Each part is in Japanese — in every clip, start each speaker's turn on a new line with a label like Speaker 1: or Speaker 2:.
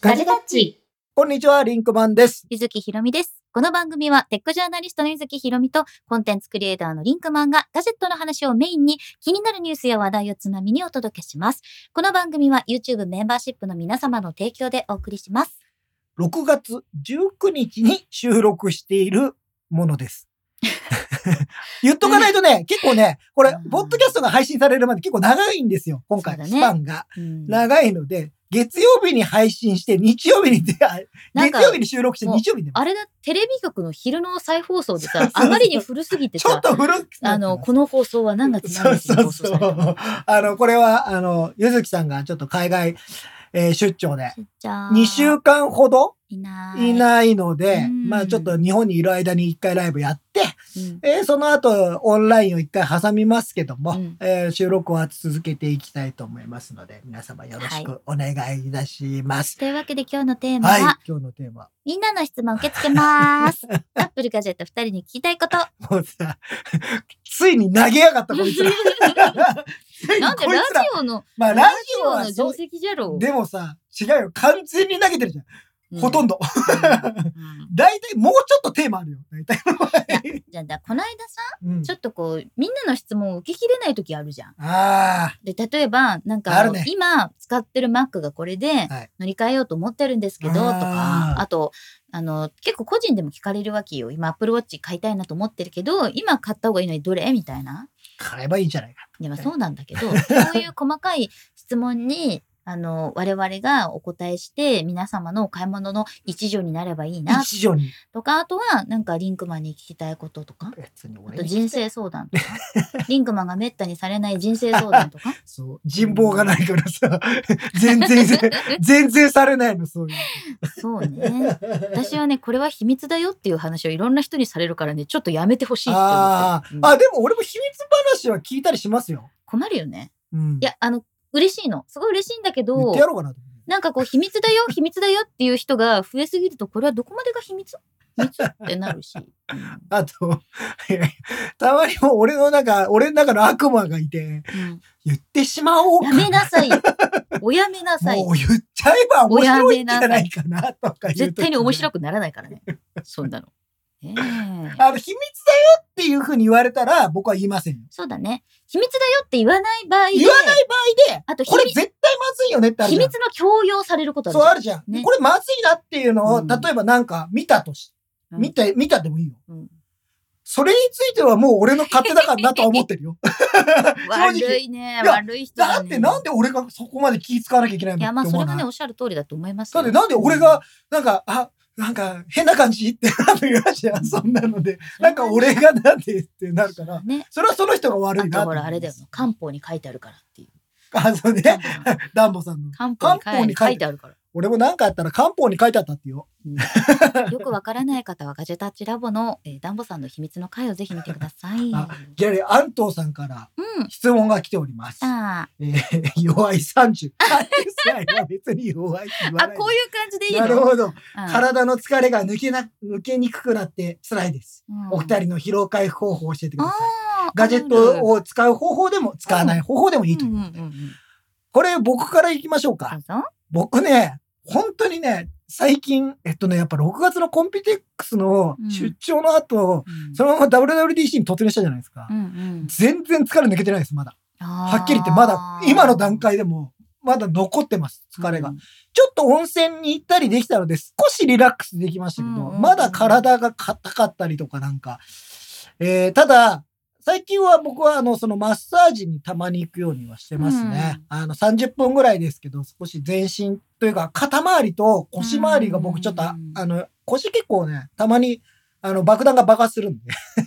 Speaker 1: ガジェタッチ。
Speaker 2: こんにちは、リンクマンです。
Speaker 3: ゆずきひろみです。この番組はテックジャーナリストのゆずきひろみとコンテンツクリエイターのリンクマンがガジェットの話をメインに気になるニュースや話題をつまみにお届けします。この番組は YouTube メンバーシップの皆様の提供でお送りします。
Speaker 2: 6月19日に収録しているもの です。言っとかないとね、結構ね、これ
Speaker 3: う、ん
Speaker 2: ポッドキャストが配信されるまで結構長いんですよ、今回、
Speaker 3: そうだ
Speaker 2: ス
Speaker 3: ね
Speaker 2: パンが。
Speaker 3: うん
Speaker 2: 長いので、月曜日に配信して、日曜日に出会い、
Speaker 3: なんか
Speaker 2: 月曜日に収録して、
Speaker 3: もう
Speaker 2: 日曜日に出会
Speaker 3: あれだ、テレビ局の昼の再放送で
Speaker 2: そう
Speaker 3: さ、
Speaker 2: そうそう
Speaker 3: あまりに古すぎて
Speaker 2: うちょっ
Speaker 3: さ、
Speaker 2: と古くなってます
Speaker 3: あの、この放送は何月
Speaker 2: そう
Speaker 3: 何日
Speaker 2: そ
Speaker 3: に放
Speaker 2: う
Speaker 3: 送
Speaker 2: そ
Speaker 3: されたの
Speaker 2: う。あの、これは、あの、ゆずきさんがちょっと海外、えー出張で、
Speaker 3: じゃあ、
Speaker 2: 2週間ほど
Speaker 3: いない。
Speaker 2: いないので、
Speaker 3: うん
Speaker 2: まあちょっと日本にいる間に1回ライブやって、
Speaker 3: うん
Speaker 2: えーその後、オンラインを1回挟みますけども、
Speaker 3: うん
Speaker 2: えー収録は続けていきたいと思いますので、皆様よろしくお願いいたします。
Speaker 3: というわけで今日のテーマ
Speaker 2: はい、
Speaker 3: は、
Speaker 2: 今日のテーマ。
Speaker 3: みんなの質問受け付け ます。アップルガジェット2人に聞きたいこと。
Speaker 2: もうさ、 ついに投げやがった、こ いつら。ついに
Speaker 3: なんで
Speaker 2: こい
Speaker 3: ラ
Speaker 2: つら
Speaker 3: ジ。オの、
Speaker 2: まあ、ラ
Speaker 3: ラ
Speaker 2: ジ
Speaker 3: ジ
Speaker 2: オ
Speaker 3: オ
Speaker 2: は
Speaker 3: の
Speaker 2: そ
Speaker 3: 定
Speaker 2: う
Speaker 3: 石じゃろう。
Speaker 2: でもさ、違うよ。完全に投げてるじゃん。
Speaker 3: う
Speaker 2: ほとん
Speaker 3: ど。
Speaker 2: ど。
Speaker 3: うん
Speaker 2: 大体、もうちょっとテーマあるよ。大体の場合。
Speaker 3: じゃあだ、この間さ、
Speaker 2: うん
Speaker 3: ちょっとこう、みんなの質問を受けきれない時あるじゃん。
Speaker 2: ああ、
Speaker 3: で、例えば、なんか
Speaker 2: あ
Speaker 3: あ
Speaker 2: る
Speaker 3: の、
Speaker 2: ね
Speaker 3: 今使ってる Mac がこれで
Speaker 2: はい
Speaker 3: 乗り換えようと思ってるんですけど、と
Speaker 2: あ
Speaker 3: か
Speaker 2: ー、
Speaker 3: あと、あの、結構個人でも聞かれるわけよ。今 Apple Watch 買いたいなと思ってるけど、今買った方がいいのにどれみたいな。
Speaker 2: 買えばいいじゃないか。
Speaker 3: いやまあそうなんだけどそういう細かい質問にあの我々がお答えして皆様のお買い物の一助になればいいな
Speaker 2: 一助に。
Speaker 3: とかあとはなんかリンクマンに聞きたいこととか
Speaker 2: 別に
Speaker 3: あ
Speaker 2: 俺
Speaker 3: と
Speaker 2: に
Speaker 3: 人生相談とかリンクマンがめったにされない人生相談 とか
Speaker 2: そう。人望がないから さ、全然、全然されないの、そういう。
Speaker 3: そうね私はねこれは秘密だよっていう話をいろんな人にされるからねちょっとやめてほしいって思
Speaker 2: あ
Speaker 3: って
Speaker 2: ー
Speaker 3: る、うん
Speaker 2: あ、でも俺も秘密話は聞いたりしますよ。
Speaker 3: 困るよね
Speaker 2: うん。
Speaker 3: いやあの嬉しいのすごい嬉しいんだけ
Speaker 2: 言っ
Speaker 3: ど
Speaker 2: てやろうかなと思って。
Speaker 3: なんかこう秘密だよ 秘密だよっていう人が増えすぎるとこれはどこまでが秘密秘密ってなるし、うん
Speaker 2: あと、いやたまにも俺の中、俺の中の悪魔がいて、言ってしまおうか
Speaker 3: やめなさ いよおやめなさい
Speaker 2: もう言っちゃえば面白いんじゃないかなとか
Speaker 3: 絶対に面白
Speaker 2: く。
Speaker 3: くならないからねそ んなの、ねえ
Speaker 2: あの、秘密だよっていうふうに言われたら僕は言いませんよ。
Speaker 3: そうだね秘密だよって言わない場合で
Speaker 2: 言わない場合で、
Speaker 3: あと秘
Speaker 2: これ
Speaker 3: 密
Speaker 2: 絶対まずいよねってある
Speaker 3: 秘
Speaker 2: じゃん
Speaker 3: 密の強要されることある
Speaker 2: そうあるじゃん。
Speaker 3: ね
Speaker 2: これまずいなっていうのを、
Speaker 3: うん
Speaker 2: 例えばなんか見たとし、
Speaker 3: うん
Speaker 2: 見て、見たでもいいよ。
Speaker 3: うん
Speaker 2: それについてはもう俺の勝手だからなとは思ってる よ。
Speaker 3: じゃん悪いね
Speaker 2: いや
Speaker 3: 悪い人
Speaker 2: だ
Speaker 3: だ
Speaker 2: っ
Speaker 3: ね
Speaker 2: てなんで俺がそこまで気使わなきゃいけない
Speaker 3: い
Speaker 2: の
Speaker 3: やま
Speaker 2: っ
Speaker 3: あ
Speaker 2: て
Speaker 3: そ
Speaker 2: 思
Speaker 3: れ
Speaker 2: うな。
Speaker 3: はね
Speaker 2: だ
Speaker 3: おっしゃる通りだと思います
Speaker 2: ってなんで俺が、なんか、あ、なんか変な感じってなるらしいやん、そんなので。なんか俺がなんでってなるから。
Speaker 3: ね
Speaker 2: それはその人が悪いな
Speaker 3: あと
Speaker 2: って
Speaker 3: ほ
Speaker 2: 思います。
Speaker 3: らあれだよ漢方に書いてあるからっていう
Speaker 2: あ、そうね。ダンボさんの。
Speaker 3: 漢方に
Speaker 2: 漢方に書
Speaker 3: 書
Speaker 2: い
Speaker 3: い
Speaker 2: て
Speaker 3: てあるから。
Speaker 2: 俺もなんかあったら漢方に書いてあったってよ。
Speaker 3: よくわからない方はガジェタッチラボの、えー、ダンボさんの秘密の回をぜひ見てください。うん。
Speaker 2: あ
Speaker 3: あ
Speaker 2: ギャレアントーさんから質問が来ております。
Speaker 3: あ
Speaker 2: えー 弱い30。30歳は別に弱いって言わ
Speaker 3: あ
Speaker 2: ない。
Speaker 3: こういう感じでいい
Speaker 2: な
Speaker 3: の。
Speaker 2: るほど。
Speaker 3: うん
Speaker 2: 体の疲れが抜けな、抜けにくくなって辛いです。お二。
Speaker 3: うん
Speaker 2: 人の疲労回復方法を教えてください。
Speaker 3: あー
Speaker 2: ガジェットを使う方法でも使わない方法でもいいと
Speaker 3: う
Speaker 2: い
Speaker 3: ん
Speaker 2: う。
Speaker 3: うんうんうん。
Speaker 2: これ僕から行きましょう
Speaker 3: ど
Speaker 2: か
Speaker 3: う。ぞ。
Speaker 2: 僕ね、本当にね、最近、えっとね、やっぱ6月のコンピテックスの出張の後、
Speaker 3: うん
Speaker 2: そのまま WWDC に突入したじゃないですか。
Speaker 3: うんうん。
Speaker 2: 全然疲れ抜けてないです、まだ。は
Speaker 3: は
Speaker 2: っきり言って、まだ、今の段階でも、まだ残ってます、疲れが。
Speaker 3: うん
Speaker 2: ちょっと温泉に行ったりできたので、少しリラックスできましたけど、
Speaker 3: うんうんうん
Speaker 2: まだ体が硬かったりとかなんか。えーただ、最近は僕はあの、そのマッサージにたまに行くようにはしてますね。あの、30分ぐらいですけど、少し全身というか、肩周りと腰周りが僕ちょっと、
Speaker 3: うんう
Speaker 2: あ
Speaker 3: んうん
Speaker 2: あの、腰結構ね、たまに、あの、爆弾が爆発するん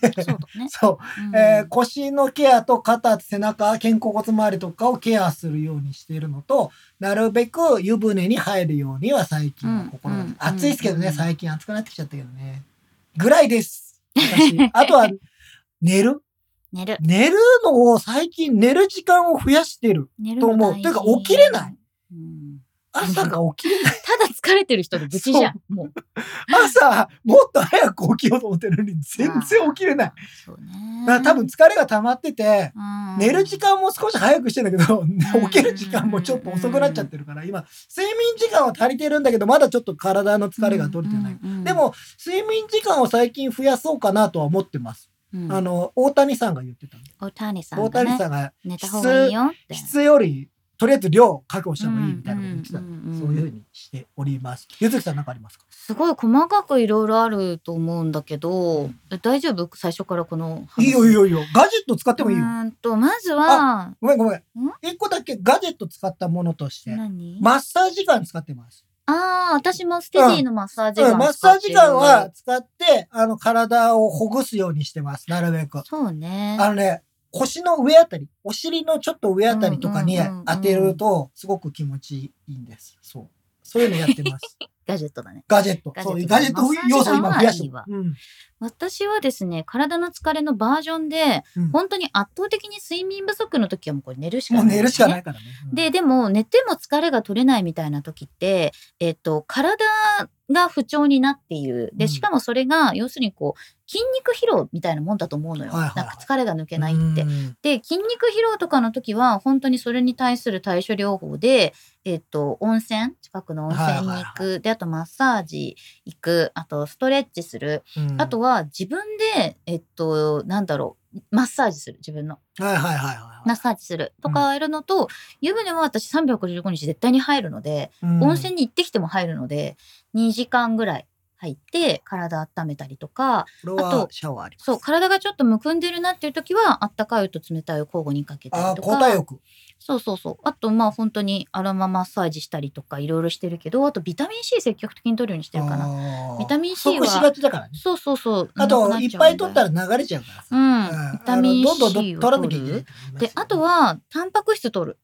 Speaker 2: で。
Speaker 3: そうだね。
Speaker 2: そう。
Speaker 3: うん
Speaker 2: えー腰のケアと肩、背中、肩甲骨周りとかをケアするようにしているのと、なるべく湯船に入るようには最近は心が、
Speaker 3: うんうん
Speaker 2: 暑いですけどね、
Speaker 3: うん
Speaker 2: 最近暑くなってきちゃったけどね。ぐらいです。 私あとは、寝る
Speaker 3: 寝る。
Speaker 2: 寝るのを最近寝る時間を増やしてる。
Speaker 3: 寝る
Speaker 2: と思う
Speaker 3: の大事
Speaker 2: というか起きれない。
Speaker 3: うん
Speaker 2: 朝が起きれない。
Speaker 3: ただ疲れてる人の愚痴じゃん。もう。
Speaker 2: 朝、もっと早く起きようと思ってるのに、全然起きれない。
Speaker 3: そうね
Speaker 2: だから多分疲れが溜まってて、
Speaker 3: うん
Speaker 2: 寝る時間も少し早くしてんだけど、起きる時間もちょっと遅くなっちゃってるから、今、睡眠時間は足りてるんだけど、まだちょっと体の疲れが取れてない。。
Speaker 3: うん
Speaker 2: で、も、睡眠時間を最近増やそうかなとは思ってます。
Speaker 3: うん
Speaker 2: あ、の、大谷さんが言ってたの
Speaker 3: 大谷さん
Speaker 2: 大
Speaker 3: が
Speaker 2: 谷
Speaker 3: ね、
Speaker 2: さんが
Speaker 3: 寝た方がいいよって。
Speaker 2: 質より、とりあえず量を確保した方がいいみたいなこと言ってたの。
Speaker 3: んんん
Speaker 2: そういうふうにしております。ゆずきさん何かありますか
Speaker 3: すごい細かくいろいろあると思うんだけど、え大丈夫最初からこの
Speaker 2: い
Speaker 3: 話
Speaker 2: いよいいよいいよ。ガジェット使ってもいいうよ。
Speaker 3: ーんとまずは
Speaker 2: ごめんごめん。一個だけガジェット使ったものとして、
Speaker 3: 何、
Speaker 2: マッサージガン使ってます。
Speaker 3: ああ私もステディのマッサージガン、
Speaker 2: うん、マッサージガンは使って、あの、体をほぐすようにしてます。なるべく。
Speaker 3: そうね
Speaker 2: あのね、腰の上あたり、お尻のちょっと上あたりとかに
Speaker 3: うんうんうんうん
Speaker 2: 当てると、すごく気持ちいいんです。そう。そういうのやって ます。
Speaker 3: ガジェットだね
Speaker 2: ガジェット。
Speaker 3: ガジェット
Speaker 2: そう、ガジェット要素今増やして
Speaker 3: マッサージガンはい
Speaker 2: る。うん。
Speaker 3: 私はですね体の疲れのバージョンで、
Speaker 2: うん
Speaker 3: 本当に圧倒的に睡眠不足の時はもうこれ寝るしか
Speaker 2: も
Speaker 3: な
Speaker 2: う
Speaker 3: い、
Speaker 2: 寝るしかないからね。うん
Speaker 3: で、でも寝ても疲れが取れないみたいな時って、えっと、体が不調になっている。
Speaker 2: う
Speaker 3: で、
Speaker 2: ん
Speaker 3: しかもそれが、要するにこう、筋肉疲労みたいなもんだと思うのよ。
Speaker 2: はいはいはい
Speaker 3: なんか疲れが抜けないって
Speaker 2: う。ん
Speaker 3: で、筋肉疲労とかの時は、本当にそれに対する対処療法で、えっと、温泉、近くの温泉に
Speaker 2: はい
Speaker 3: 行
Speaker 2: は
Speaker 3: く。
Speaker 2: い
Speaker 3: で、あとマッサージ行く。あと、ストレッチする。
Speaker 2: うん
Speaker 3: あとは、自分で、えっと、なんだろう、マッサージする。自分の。
Speaker 2: はいはいはいはい
Speaker 3: マッサージするとかやるのと、湯船は私365日絶対に入るので、
Speaker 2: うん。
Speaker 3: 温泉に行ってきても入るので2時間ぐらい入って体温めたりとか
Speaker 2: これは
Speaker 3: あと
Speaker 2: シャワーあります。
Speaker 3: そう体がちょっとむくんでるなっていう時はあったかい湯と冷たい湯交互にかけた
Speaker 2: あ
Speaker 3: り
Speaker 2: ー、
Speaker 3: と
Speaker 2: 交代
Speaker 3: か
Speaker 2: 浴。
Speaker 3: そうそうそうあとまあ本当にアロママッサージしたりとかいろいろしてるけどあとビタミン C 積極的に取るようにしてるかな
Speaker 2: な
Speaker 3: ビタミン C は
Speaker 2: しがちだからね。
Speaker 3: そうそうそう
Speaker 2: あ
Speaker 3: なく
Speaker 2: と、
Speaker 3: なちゃうん
Speaker 2: い
Speaker 3: で
Speaker 2: っぱい取ったら流れちゃうからさ。
Speaker 3: うん、
Speaker 2: うん
Speaker 3: ビタミン C
Speaker 2: あ
Speaker 3: を
Speaker 2: のどんどんど
Speaker 3: 取る
Speaker 2: ん取らなきゃいけないと思いますよ
Speaker 3: であと、はタンパク質取る、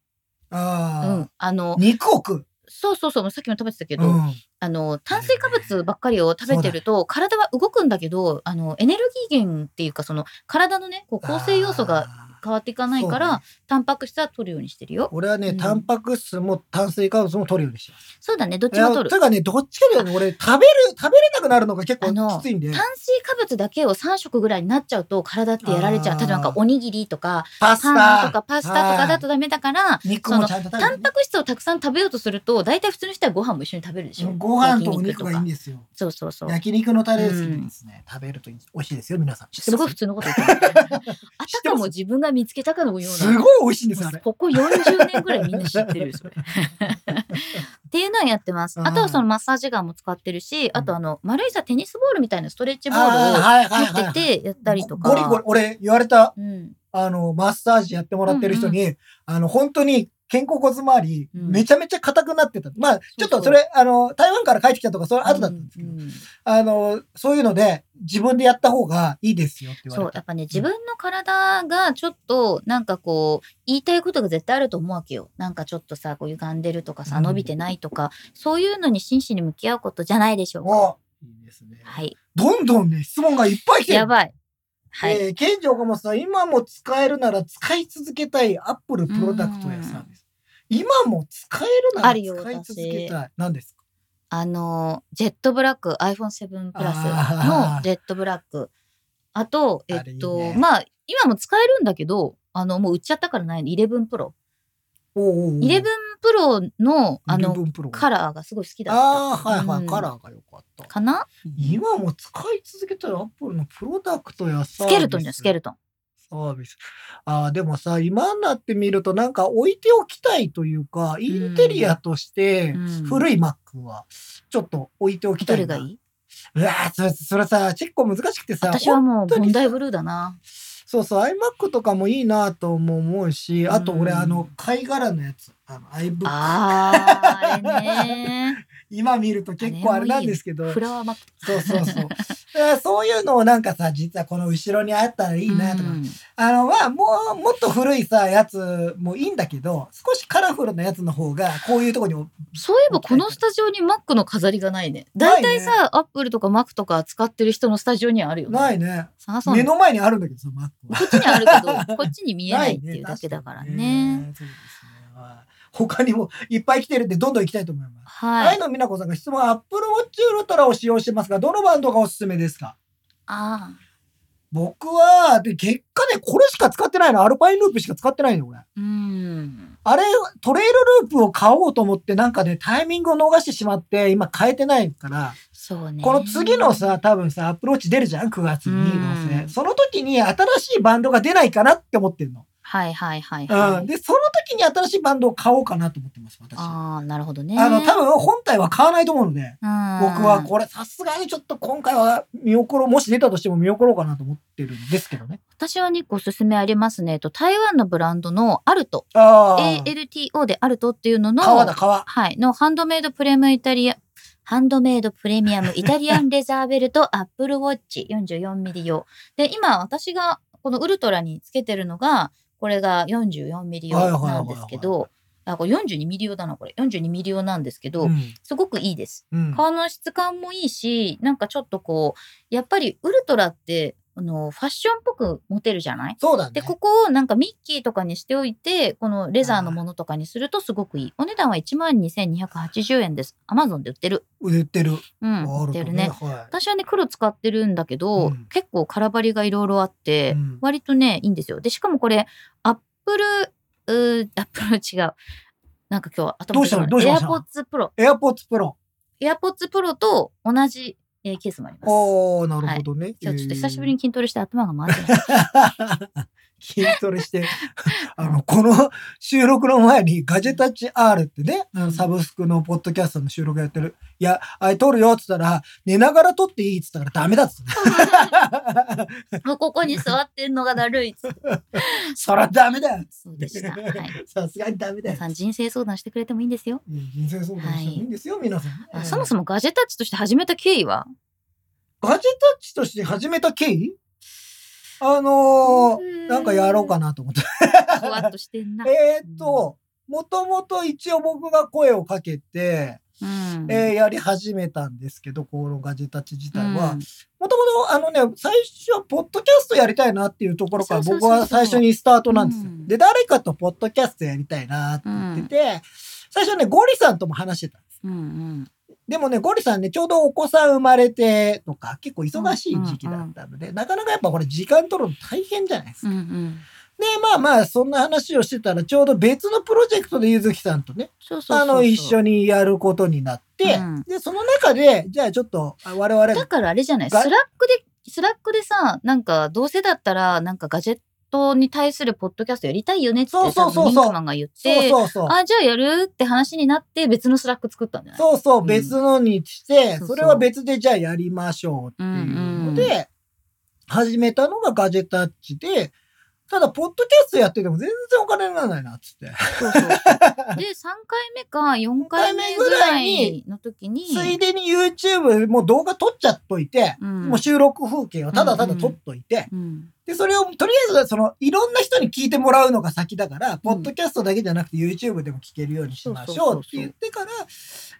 Speaker 3: う
Speaker 2: あ
Speaker 3: ん、あの
Speaker 2: ー肉を食う。
Speaker 3: そうそうそう、さっきも食べてたけど、
Speaker 2: うん
Speaker 3: あの炭水化物ばっかりを食べてると、体は動くんだけど、あのエネルギー源っていうか、その体のね、こう構成要素が
Speaker 2: あー
Speaker 3: 変わっていかないか
Speaker 2: そう
Speaker 3: ら、
Speaker 2: ね
Speaker 3: タンパク質は取るようにしてるよ。
Speaker 2: 俺はね、
Speaker 3: うん
Speaker 2: タンパク質も炭水化物も取るようにしてます。
Speaker 3: そうだね、どっちも
Speaker 2: いや
Speaker 3: 取
Speaker 2: とい
Speaker 3: る。
Speaker 2: うかね、どっちかだよね、俺、食べる、食べれなくなるのが結
Speaker 3: あの
Speaker 2: 構きついんで
Speaker 3: 炭、水化物だけを3食ぐらいになっちゃうと体ってやられちゃう。
Speaker 2: あー
Speaker 3: 例えばなんかおにぎりとか
Speaker 2: パス
Speaker 3: パンと
Speaker 2: タ、
Speaker 3: かパスタとかだとダメだから、
Speaker 2: 肉もちゃんと食べ
Speaker 3: タ
Speaker 2: る
Speaker 3: ンパク質をたくさん食べようとすると、大体普通の人はご飯も一緒に食べるでしょ。
Speaker 2: ご飯とお
Speaker 3: 焼肉
Speaker 2: 肉がいいんですよ。
Speaker 3: そうそうそう。
Speaker 2: 焼肉のタレ好きですね。食べるといい美味しいですよ、皆さん。知って
Speaker 3: す
Speaker 2: ます
Speaker 3: ごい普通のこと言ってる、ね。あ
Speaker 2: 知ったて
Speaker 3: か
Speaker 2: ます
Speaker 3: も自分が見つけたかのような。
Speaker 2: すごい美味しいんですよ、あれ。
Speaker 3: ここ40年ぐらいみんな知ってるそれっていうのはやってます。あとはそのマッサージガンも使ってるし、あとあの丸いさテニスボールみたいなストレッチボ
Speaker 2: あー
Speaker 3: ー
Speaker 2: はい
Speaker 3: ルを
Speaker 2: はいはい
Speaker 3: 持
Speaker 2: は
Speaker 3: っ
Speaker 2: い
Speaker 3: ててやったりとか。
Speaker 2: ゴリゴリ、俺言われた、
Speaker 3: うん、
Speaker 2: あの、マッサージやってもらってる人に、あの、本当に、肩甲骨周り、
Speaker 3: うん
Speaker 2: めちゃめちゃ硬くなってた。まあ、ちょっとそう
Speaker 3: そそう
Speaker 2: れ、あの、台湾から帰ってきたとか、それ後だったんですけど、
Speaker 3: うんうん
Speaker 2: あの、そういうので、自分でやった方がいいですよって言
Speaker 3: そ
Speaker 2: われ
Speaker 3: うや
Speaker 2: た
Speaker 3: っ。ぱね自分の体がちょっとなんかこう言いたいことが絶対あると思うわけよなんかちょっとさこう歪んでるとかさ
Speaker 2: うん
Speaker 3: 伸びてないとか、そういうのに真摯に向き合うことじゃないでしょうか。
Speaker 2: おいいですね。
Speaker 3: はい、
Speaker 2: どんどんね、質問がいっぱい来てる。
Speaker 3: やばい。はい、
Speaker 2: えー、ケンジ岡本さん、今も使えるなら使い続けたいアップルプロダクトやサービス。今も使えるな
Speaker 3: あ
Speaker 2: ら
Speaker 3: るよ
Speaker 2: 使い続けたい。何ですか
Speaker 3: あの、ジェットブラック、iPhone7 プラス
Speaker 2: あー
Speaker 3: のジェットブラック。あと、え
Speaker 2: あれい
Speaker 3: っ
Speaker 2: い
Speaker 3: と、
Speaker 2: ね
Speaker 3: まあ、今も使えるんだけど、あの、もう売っちゃったからないの、11 Pro。
Speaker 2: おうおうおう
Speaker 3: 11 Pro の、あの、
Speaker 2: 11プロ
Speaker 3: カラーがすごい好きだった。
Speaker 2: ああ、はいはい、
Speaker 3: うん
Speaker 2: カラーが良かった。
Speaker 3: かな
Speaker 2: 今も使い続けたらアップルのプロダクトやサ
Speaker 3: ス
Speaker 2: ービス。
Speaker 3: ケルトンじゃん、スケルトン。
Speaker 2: サービス。ああ、でもさ、今になってみるとなんか置いておきたいというか、インテリアとして
Speaker 3: うん
Speaker 2: 古い Mac はちょっと置いておきた
Speaker 3: ど
Speaker 2: い
Speaker 3: れ
Speaker 2: な。
Speaker 3: がいいう
Speaker 2: わーそれそれさ、結構難しくてさ、
Speaker 3: 私はもう、
Speaker 2: 当に
Speaker 3: ボンダイブルーだな。
Speaker 2: そうそう、iMac とかもいいなとも思うし、あと俺、
Speaker 3: うん
Speaker 2: あの、貝殻のやつ、あの、iBook。
Speaker 3: あー、あれね。
Speaker 2: 今見ると結構あれなんですけど、
Speaker 3: フラワーマック。
Speaker 2: そうそうそう。 だからそういうのをなんかさ、実はこの後ろにあったらいいなとか。
Speaker 3: うん
Speaker 2: あの、まあ、もう、もっと古いさ、やつもいいんだけど、少しカラフルなやつの方が、こういうとこにも、
Speaker 3: そういえばこのスタジオに Mac の飾りがないね。
Speaker 2: な
Speaker 3: だい
Speaker 2: いね
Speaker 3: たいさ、Apple とか Mac とか使ってる人のスタジオにはあるよね。
Speaker 2: ないね。
Speaker 3: 探そう
Speaker 2: 目
Speaker 3: ねこ
Speaker 2: の前にあるんだけど、そのマックは。
Speaker 3: っちにはあるけど、こっちに見えないっていうだけだからね。
Speaker 2: そうですね他にもいっぱい来てるんで、どんどん行きたいと思います。
Speaker 3: は
Speaker 2: 愛
Speaker 3: い。
Speaker 2: の美奈子さんが質問、アップルウォッチウルトラを使用してますが、どのバンドがおすすめですか
Speaker 3: ああ。
Speaker 2: 僕は、で、結果ね、これしか使ってないの。アルパインループしか使ってないの、これ。
Speaker 3: うん。
Speaker 2: あれ、トレイルループを買おうと思って、なんかね、タイミングを逃してしまって、今変えてないから、
Speaker 3: そうね。
Speaker 2: この次のさ、多分さ、アプローチ出るじゃん ?9 月に、
Speaker 3: うん
Speaker 2: どうせその時に新しいバンドが出ないかなって思ってるの。
Speaker 3: はいはいはいは
Speaker 2: う
Speaker 3: い。
Speaker 2: ん。で、その時に新しいバンドを買おうかなと思ってます、私。あ
Speaker 3: ああ、なるほどね。
Speaker 2: の、多分本体は買わないと思うので、僕
Speaker 3: 僕
Speaker 2: はこれ、さすがにちょっと今回は見送ろう、もし出たとしても見送ろうかなと思ってるんですけどね。
Speaker 3: 私は2個おすすめありますね。えっと台湾のブランドのアルト、
Speaker 2: ああ。
Speaker 3: ALTO でアルトっていうのの、
Speaker 2: 革だ、革。
Speaker 3: はい、のハンドメイドプレミアムイタリア、ハンドメイドプレミ アムイタリアンレザーベルトアップルウォッチ44ミリ用。で、今私がこのウルトラにつけてるのが、これが44ミリ用なんですけ
Speaker 2: は
Speaker 3: ど、あ、これ42ミリ用だな、これ。42ミリ用なんですけど、
Speaker 2: うん。
Speaker 3: すごくいいです。
Speaker 2: うん。
Speaker 3: 顔の質感もいいし、なんかちょっとこう、やっぱりウルトラって、あの、ファッションっぽく持てるじゃない
Speaker 2: そうだね。
Speaker 3: で、ここをなんかミッキーとかにしておいて、このレザーのものとかにするとすごくいい。お値段は12,280円です。アマゾンで売ってる。
Speaker 2: 売ってる。
Speaker 3: うん、
Speaker 2: あ
Speaker 3: 売
Speaker 2: る
Speaker 3: って
Speaker 2: と
Speaker 3: るね。
Speaker 2: は
Speaker 3: 私はね、黒使ってるんだけど、
Speaker 2: うん
Speaker 3: 結構カラバリがいろいろあって、
Speaker 2: い。うん
Speaker 3: 割とね、いいんですよ。で、しかもこれ、アップル、うーアップル違う。なんか今日は頭
Speaker 2: どうしたのどうし
Speaker 3: エ
Speaker 2: ま
Speaker 3: ア
Speaker 2: した
Speaker 3: ポッツプロ。
Speaker 2: AirPods Pro。
Speaker 3: AirPods Pro と同じえーケースもあります。
Speaker 2: おー、なるほどね。
Speaker 3: 今日ちょっと久しぶり
Speaker 2: に
Speaker 3: に筋トレして頭が回ってない。
Speaker 2: 筋トレして、 あの、この収録の前にガジェタッチ R ってね、あのサブスクのポッドキャストの収録やってる。いや、あれ撮るよって言ったら、寝ながら撮っていいって言ったからダメだっつってね。
Speaker 3: もうここに座ってんのがだるいっつって。
Speaker 2: そらダメだよ
Speaker 3: そうで した。はい。
Speaker 2: さすがにダメだ
Speaker 3: 皆
Speaker 2: よ
Speaker 3: さ。ん人生相談してくれてもいいんですよ。
Speaker 2: いや人生相談してもいいんですよ、皆さんね、
Speaker 3: あそもそもガジェタッチとして始めた経緯は
Speaker 2: ガジェタッチとして始めた経緯あのー、なんかやろうかなと思って。
Speaker 3: な。ふわっとしてん な。
Speaker 2: えーっと、もともと一応僕が声をかけて、
Speaker 3: うん。
Speaker 2: えーやり始めたんですけど、このガジェタッチ自体
Speaker 3: う
Speaker 2: は
Speaker 3: ん。
Speaker 2: もともと、あのね、最初はポッドキャストやりたいなっていうところから
Speaker 3: そうそう
Speaker 2: 僕
Speaker 3: そうそう
Speaker 2: は最初にスタートなんですよ
Speaker 3: う。ん
Speaker 2: で、誰かとポッドキャストやりたいなって言ってて、最初ね、ゴリさんとも話してた。
Speaker 3: うんうん。
Speaker 2: でもね、ゴリさんね、ちょうどお子さん生まれてとか、結構忙しい時期だったので、なかなかやっぱこれ時間取るの大変じゃないですか
Speaker 3: うんうん。
Speaker 2: で、まあまあ、そんな話をしてたら、ちょうど別のプロジェクトでゆずきさんとね、
Speaker 3: そうそうそうそ
Speaker 2: あ
Speaker 3: う。
Speaker 2: の、一緒にやることになって、
Speaker 3: うん
Speaker 2: で、その中で、じゃあちょっと、あ我々、
Speaker 3: だからあれじゃないスラ
Speaker 2: が
Speaker 3: ックで、スラックでさ、なんかどうせだったら、なんかガジェットに対するポッドキャストやりたいよねって、
Speaker 2: そうそうそうそう
Speaker 3: 多分リンクマンが言っ
Speaker 2: そう
Speaker 3: て。
Speaker 2: そうそう。
Speaker 3: あ、じゃあやるって話になって別のスラック作ったんじゃない
Speaker 2: そうそう、
Speaker 3: うん
Speaker 2: 別のにして、
Speaker 3: そうそう
Speaker 2: それは別で、じゃあやりましょうっていうので、
Speaker 3: うん
Speaker 2: 始めたのがガジェタッチで、ただ、ポッドキャストやってても全然お金にならないな、つって。
Speaker 3: そうそうそうで、3回目か4回目ぐらいの 時に、
Speaker 2: ついでに YouTube もう動画撮っちゃっといて、
Speaker 3: うん
Speaker 2: もう収録風景をただただ撮っといて、
Speaker 3: うん
Speaker 2: で、それを、とりあえず、その、いろんな人に聞いてもらうのが先だから、ポッドキャストだけじゃなくて YouTube でも聞けるようにしましょうって言ってから、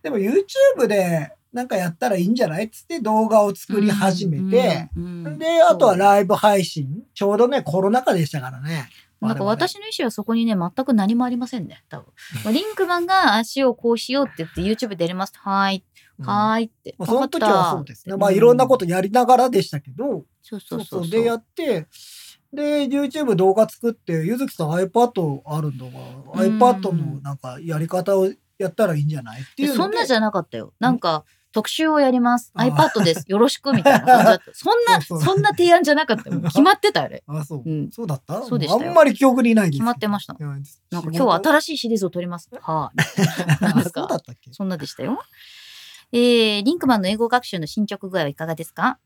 Speaker 2: でも YouTube でなんかやったらいいんじゃないっつって動画を作り始めて、、
Speaker 3: うんうん
Speaker 2: で、あとはライブ配信。ちょうどね、コロナ禍でしたからね。
Speaker 3: なんか私の意思はそこにね、全く何もありませんね、多 分。リンクマンが足をこうしようって言って YouTube でやります。はーい、
Speaker 2: 我々、
Speaker 3: はーいって。
Speaker 2: うんまあその時はそうですね。まあ
Speaker 3: うん
Speaker 2: いろんなことやりながらでしたけど、
Speaker 3: そうそ
Speaker 2: そうう
Speaker 3: そ
Speaker 2: そうう
Speaker 3: そう。
Speaker 2: でやってで YouTube 動画作ってゆずきさん iPad あるんだから iPad のなんかやり方をやったらいいんじゃないっていうので
Speaker 3: そんなじゃなかったよ。なんか、特集をやります。
Speaker 2: あー
Speaker 3: iPad です。よろしく。みたいな感 じだった。そんな、
Speaker 2: そ
Speaker 3: そう
Speaker 2: そうん
Speaker 3: な提案じゃなかったよ。決まってたよ、あれ。
Speaker 2: あそう、
Speaker 3: うん
Speaker 2: そうだった
Speaker 3: そうでしたよ
Speaker 2: あんまり記憶にないです
Speaker 3: 決まってました
Speaker 2: いや
Speaker 3: なんか今日は
Speaker 2: 仕事
Speaker 3: 新しいシリーズを撮ります。 はい、なんで
Speaker 2: あそ
Speaker 3: す
Speaker 2: う
Speaker 3: か
Speaker 2: だったっけ
Speaker 3: そんなでしたよ。えー、リンクマンの英語学習の進捗具合はいかがですか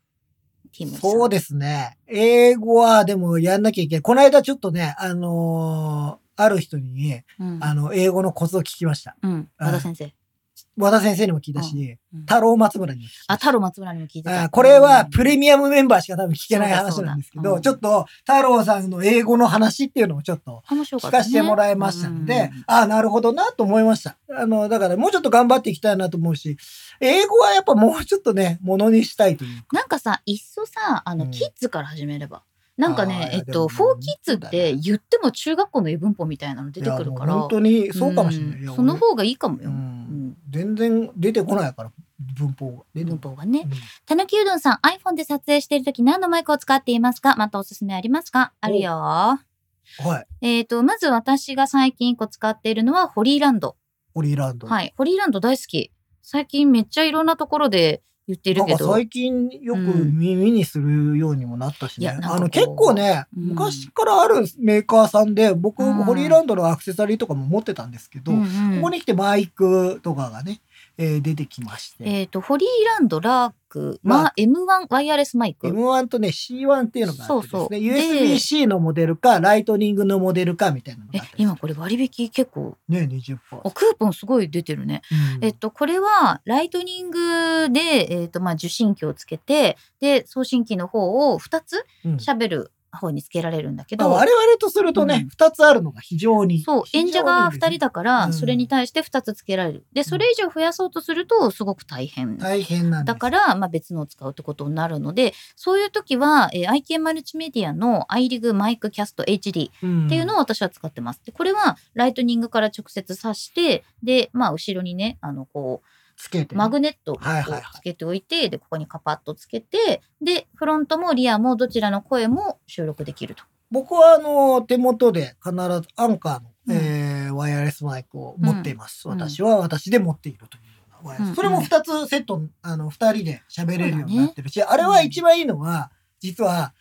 Speaker 3: ティムさん。
Speaker 2: そうですね英語はでもやんなきゃいけないこの間ちょっとねあのーある人に
Speaker 3: うん。
Speaker 2: あの英語のコツを聞きました
Speaker 3: うん。和田先生。
Speaker 2: 和田先生にも聞いたし、
Speaker 3: うん
Speaker 2: 太郎松村にも聞きました
Speaker 3: あ、太郎松村にも聞いて
Speaker 2: あ
Speaker 3: た。
Speaker 2: これは
Speaker 3: うん
Speaker 2: プレミアムメンバーしか多分聞けない話なんですけ
Speaker 3: そう
Speaker 2: ど、
Speaker 3: だ
Speaker 2: ち
Speaker 3: そ
Speaker 2: ょ
Speaker 3: う
Speaker 2: っと太郎さんの英語の話っていうのをちょっと
Speaker 3: 面白か
Speaker 2: 聞
Speaker 3: った
Speaker 2: か
Speaker 3: ね
Speaker 2: せてもらいましたの
Speaker 3: うん
Speaker 2: で、ああ、なるほどなと思いました。あの、だからもうちょっと頑張っていきたいなと思うし、英語はやっぱもうちょっとね、ものにしたいというか。
Speaker 3: なんかさ、いっそさ、あの、
Speaker 2: うん
Speaker 3: キッズから始めれば。なんか
Speaker 2: あ
Speaker 3: ね
Speaker 2: ー、
Speaker 3: えっ
Speaker 2: でも
Speaker 3: と、フォーキッズって言っても中学校の英文法みたいなの出てくるか
Speaker 2: いやもう
Speaker 3: ら
Speaker 2: 本。当にそうかもしれない。
Speaker 3: うん
Speaker 2: いや
Speaker 3: その方がいいかも
Speaker 2: 俺う
Speaker 3: よ。
Speaker 2: ん
Speaker 3: うん
Speaker 2: 全然出てこないから、文法が。出て
Speaker 3: 文
Speaker 2: こ
Speaker 3: 法がね
Speaker 2: な。いうん
Speaker 3: たぬきうどんさん、iPhone で撮影しているとき何のマイクを使っていますかまたおすすめありますかあるよ。
Speaker 2: はい。
Speaker 3: えっと、まず私が最近一個使っているのはホリーランド。
Speaker 2: オリーランド。
Speaker 3: はい。ホリーランド大好き。最近めっちゃいろんなところで言っている
Speaker 2: なん
Speaker 3: け
Speaker 2: か
Speaker 3: ど。
Speaker 2: 最近よく
Speaker 3: うん
Speaker 2: 耳にするようにもなったし
Speaker 3: い
Speaker 2: ね。
Speaker 3: やなんかこう
Speaker 2: あの結構ね、
Speaker 3: うん
Speaker 2: 昔からあるメーカーさんで、僕、
Speaker 3: うん
Speaker 2: ホリーランドのアクセサリーとかも持ってたんですけど、
Speaker 3: うんう
Speaker 2: こ
Speaker 3: ん
Speaker 2: こに来てマイクとかがね、えー出てきまして、
Speaker 3: えっと、ホリーランド、ラーク、まあ、M1 ワイヤレスマイク。
Speaker 2: M1 とね、C1 っていうのがあってです
Speaker 3: そうそう
Speaker 2: ね、USB-C のモデルか、ライトニングのモデルかみたいなの
Speaker 3: え
Speaker 2: があっ、たり
Speaker 3: 今これ割引結構、
Speaker 2: ね、20%。
Speaker 3: あクーポンすごい出てるね。
Speaker 2: うん
Speaker 3: えっと、これはライトニングで、えっとまあ、受信機をつけてで送信機の方を2つ
Speaker 2: うん
Speaker 3: しゃべる方につけられるんだけ
Speaker 2: まあ
Speaker 3: ど、
Speaker 2: 我々とすると
Speaker 3: う
Speaker 2: ね
Speaker 3: ん、
Speaker 2: 2つあるのが非常に。
Speaker 3: そう演者が2人
Speaker 2: だ。
Speaker 3: だから、
Speaker 2: うん
Speaker 3: それに対して2つつけられるでそれ以上増やそうとするとすごく大変。
Speaker 2: 大変なんです。
Speaker 3: だから、まあ、別のを使うってことになるのでそういう時は、えー、IK マルチメディアの iRig マイクキャスト HD
Speaker 2: ん、
Speaker 3: っていうのを私は使ってます。でこれはライトニングから直接挿してで、まあ、後ろにねあのこう
Speaker 2: つけてね。
Speaker 3: マグネットを
Speaker 2: はいはいはい
Speaker 3: つけておいて、で、ここにカパッとつけて、で、フロントもリアもどちらの声も収録できると。
Speaker 2: 僕はあの手元で必ずアンカーの、
Speaker 3: うん
Speaker 2: えーワイヤレスマイクを持っています、
Speaker 3: うん
Speaker 2: 私は私で持っているというようなワイヤレス
Speaker 3: うん
Speaker 2: それも2つセットあの2人で喋れるようになってるし、あれ
Speaker 3: ね
Speaker 2: は一番いいのは実は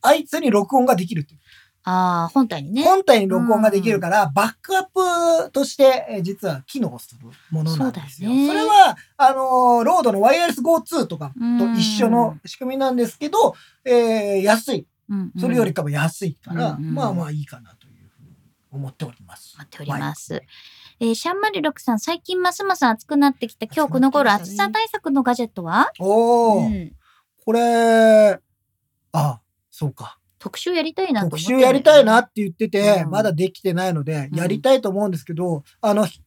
Speaker 2: あいつに録音ができるっていう
Speaker 3: ああ、本体にね。
Speaker 2: 本体に録音ができるから、バックアップとしてえー実は機能するものなんですよ。
Speaker 3: そ
Speaker 2: そう
Speaker 3: だよね
Speaker 2: れはあのーロードのワイヤレス GO2 とかと一緒の仕組みなんですけど、えー安い
Speaker 3: うん、
Speaker 2: それよりかも安いから、
Speaker 3: うんうん
Speaker 2: まあまあいいかなというふうに思っております。
Speaker 3: 待っております。えーシャンマリロクさん、最近ますます暑くなってきた今日この頃、
Speaker 2: 暑くなって
Speaker 3: 暑
Speaker 2: きたね
Speaker 3: さ対策のガジェットは、
Speaker 2: おお、
Speaker 3: うん
Speaker 2: これ、あ、そうか。
Speaker 3: 特集やりたいなと思って
Speaker 2: 特集やりたいな
Speaker 3: っ
Speaker 2: って言ってて、
Speaker 3: うん
Speaker 2: まだできてないので、
Speaker 3: うん
Speaker 2: やりたいと思うんですけど、あの、ひ